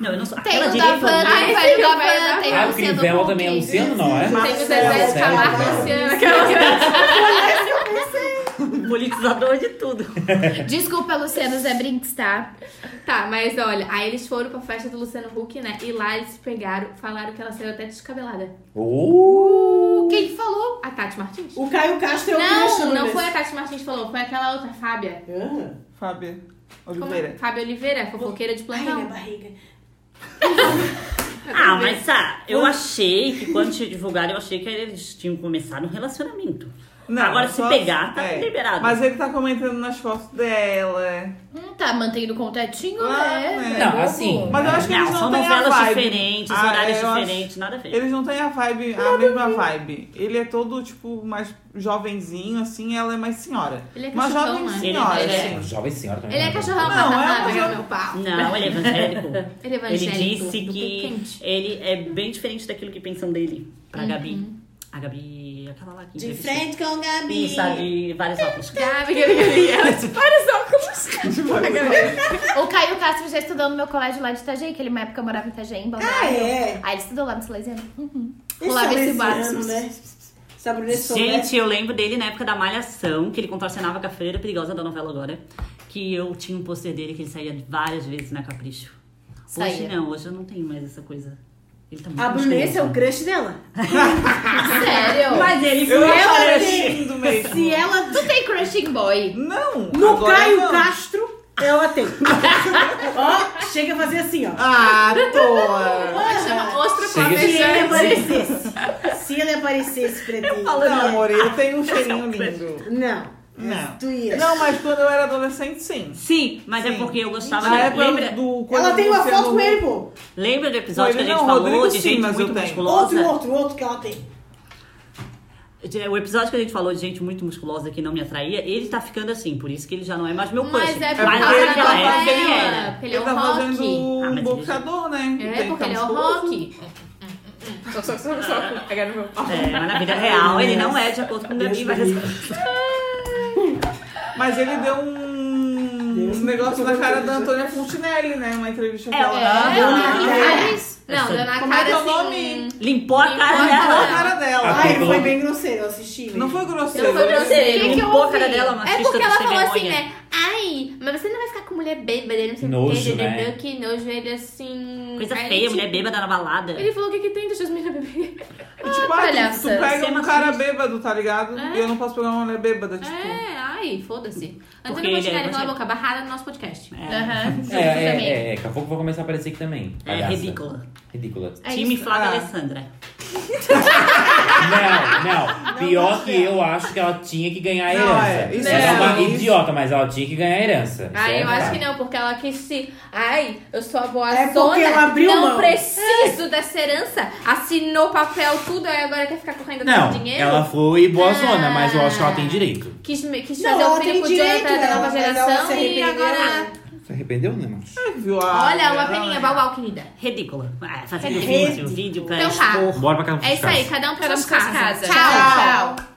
Não, eu não sou. Tem Aquela o direita. da Van, Ah, tem o esse da velho da Van. Van, tem o Ah, o Luciano Crivella Huck. também é Luciano, não é? Teve o Zezé de Marcelo, Camargo Marcelo. Luciano. aquela- Politizador de tudo. Desculpa, Luciano Zé Brinks, tá? Tá, mas olha, aí eles foram pra festa do Luciano Huck, né? E lá eles se pegaram, falaram que ela saiu até descabelada. Uh! Quem falou? A Tati Martins? O Caio Castro é o mestre Não, do não Brasil. foi a Tati Martins que falou, foi aquela outra, Fábia. Ah. Huck. Fábia Como é? Oliveira. Fábia Oliveira, fofoqueira de Ai, minha plantão. barriga. Ah, mas tá. Hum. Eu achei que quando te divulgaram, eu achei que eles tinham começado um relacionamento. Agora, se só- pegar, tá liberado. Mas ele tá comentando nas fotos dela. Hum, tá mantendo o contatinho, Ah, né? é. Tá Não, bom. assim, Mas eu acho que eles não Não, É, são têm a novelas vibe. diferentes, Ah, horários eu acho- diferentes, nada a ver. Eles não têm a vibe, a mesma vibe. Ele é todo, tipo, mais jovenzinho, assim, ela é mais senhora. Ele é Uma cachorrão, jovem né? senhora, Ele é- assim. Jovem senhora também. Ele é cachorrão, Não, mas é um tá pegando jo- meu pau. Não, ele é evangélico. Ele é ele evangélico. disse do que Pocante. ele é bem diferente daquilo que pensam dele pra Uhum. Gabi. A Gabi, aquela lá que De entrevistou. frente com o Gabi. Isso, tá de vários óculos. Gabi, Gabi, Gabi, ela te para só com os O Caio Castro já estudou no meu colégio lá de Itajaí, que ele uma época morava em Itajaí, em Balneário. Ah, é? Aí ele estudou lá no Salesiano. Uhum. Esse Pulava esse salesiano, barco. né? Se a Bruna né? soubesse- Gente, eu lembro dele na época da Malhação, que ele contorcionava com a freira perigosa da novela agora. Que eu tinha um pôster dele que ele saía várias vezes na Capricho. Hoje Saía. não, hoje eu não tenho mais essa coisa. Ele tá muito A Bruna, esse é o musculoso. crush dela. Sério? Mas ele foi Eu acho é ela, é ele lindo mesmo. Se ela... Tu tem crushing boy? Não! No agora Caio não. Castro, ela tem. ó, chega a fazer assim, ó. Ah, toa! Chama ostra Chega de- Se ele clavejante. aparecesse. se ele aparecesse pra ti. Não, amor, eu tenho um cheirinho lindo. Não. Não. Tu ia. Não, mas quando eu era adolescente, sim. Sim, mas é Sim. porque eu gostava Na da. época Lembra, do... quando Ela tem o uma Luciano foto com ele, pô. lembra do episódio Com que a ele gente não, falou Rodrigo de sim, gente mas eu muito tenho. musculosa? Outro, outro, outro que ela tem. De- O episódio que a gente falou de gente muito musculosa que não me atraía, ele tá ficando assim, por isso que ele já não é mais meu crush. Mas é por Mas causa da naquela novela, época ele era. porque ele é tá um rock. fazendo Ah, mas um ele boxador, né? Que É, tem porque ele é o tantos rock. Só, só, só, só. Agora eu vou- É, mas na vida real ele não é de acordo com o Gabi, mas Mas ele deu um, Deus um me negócio livre. na cara da Antônia Fontinelli, né? Uma entrevista É, dela. Ah, é, Deu um é. na cara- Não, deu na Como é cara que é o assim... nome? limpou a cara Limpou a Deu na cara. dela. cara dela. Ai, pegou. foi bem grosseiro, eu assisti. Não foi assim? Eu grosseiro. né? não sei. Limpou a cara dela, É machista porque do ela sem falou assim, vergonha. né? Ai, Mas você não vai ficar com mulher bêbada, ele não sei o Nojo, que, né? né? que nojo, ele assim. Coisa Aí, feia, tipo, mulher bêbada na balada. Ele falou o que, que tem, deixa as meninas beber. E, tipo, ah, tu- tu, palhaça, pega você é um cara machista. bêbado, tá ligado? É. E eu não posso pegar uma mulher bêbada, tipo. É, ai, foda-se. Porque Antônio Montenegro, ele é cala a boca, barrada no nosso podcast. É, é, é, é, daqui a pouco vai começar a aparecer aqui também. É palhaça. ridícula. Ridícula. Time Flávia Ah. Alessandra. Não, não. Pior que eu acho que ela tinha que ganhar a Não, herança. é, isso ela é uma é, isso- idiota, mas ela tinha que ganhar a herança. Isso Ai, é Ah, eu acho fato. que não, porque ela quis se. Ai, eu sou a boa É porque zona, ela abriu não mão. preciso dessa herança. Assinou papel, tudo, aí agora quer ficar correndo atrás de Não, dinheiro. ela foi boa zona, mas eu acho que ela tem direito. Quis, me- quis Não, fazer ela é o filho tem pro Jonathan direito, da ela- nova mas ela geração se e arrependeu. agora. Se arrependeu, né, mano? Viu? Ah, Olha, uma não, peninha, é. babau, querida. Ridícula. Ah, fazendo Ridícula. vídeo, vídeo pra É Então tá. expor. Bora pra casa É isso aí, cada um pega as suas casas. Tchau, tchau.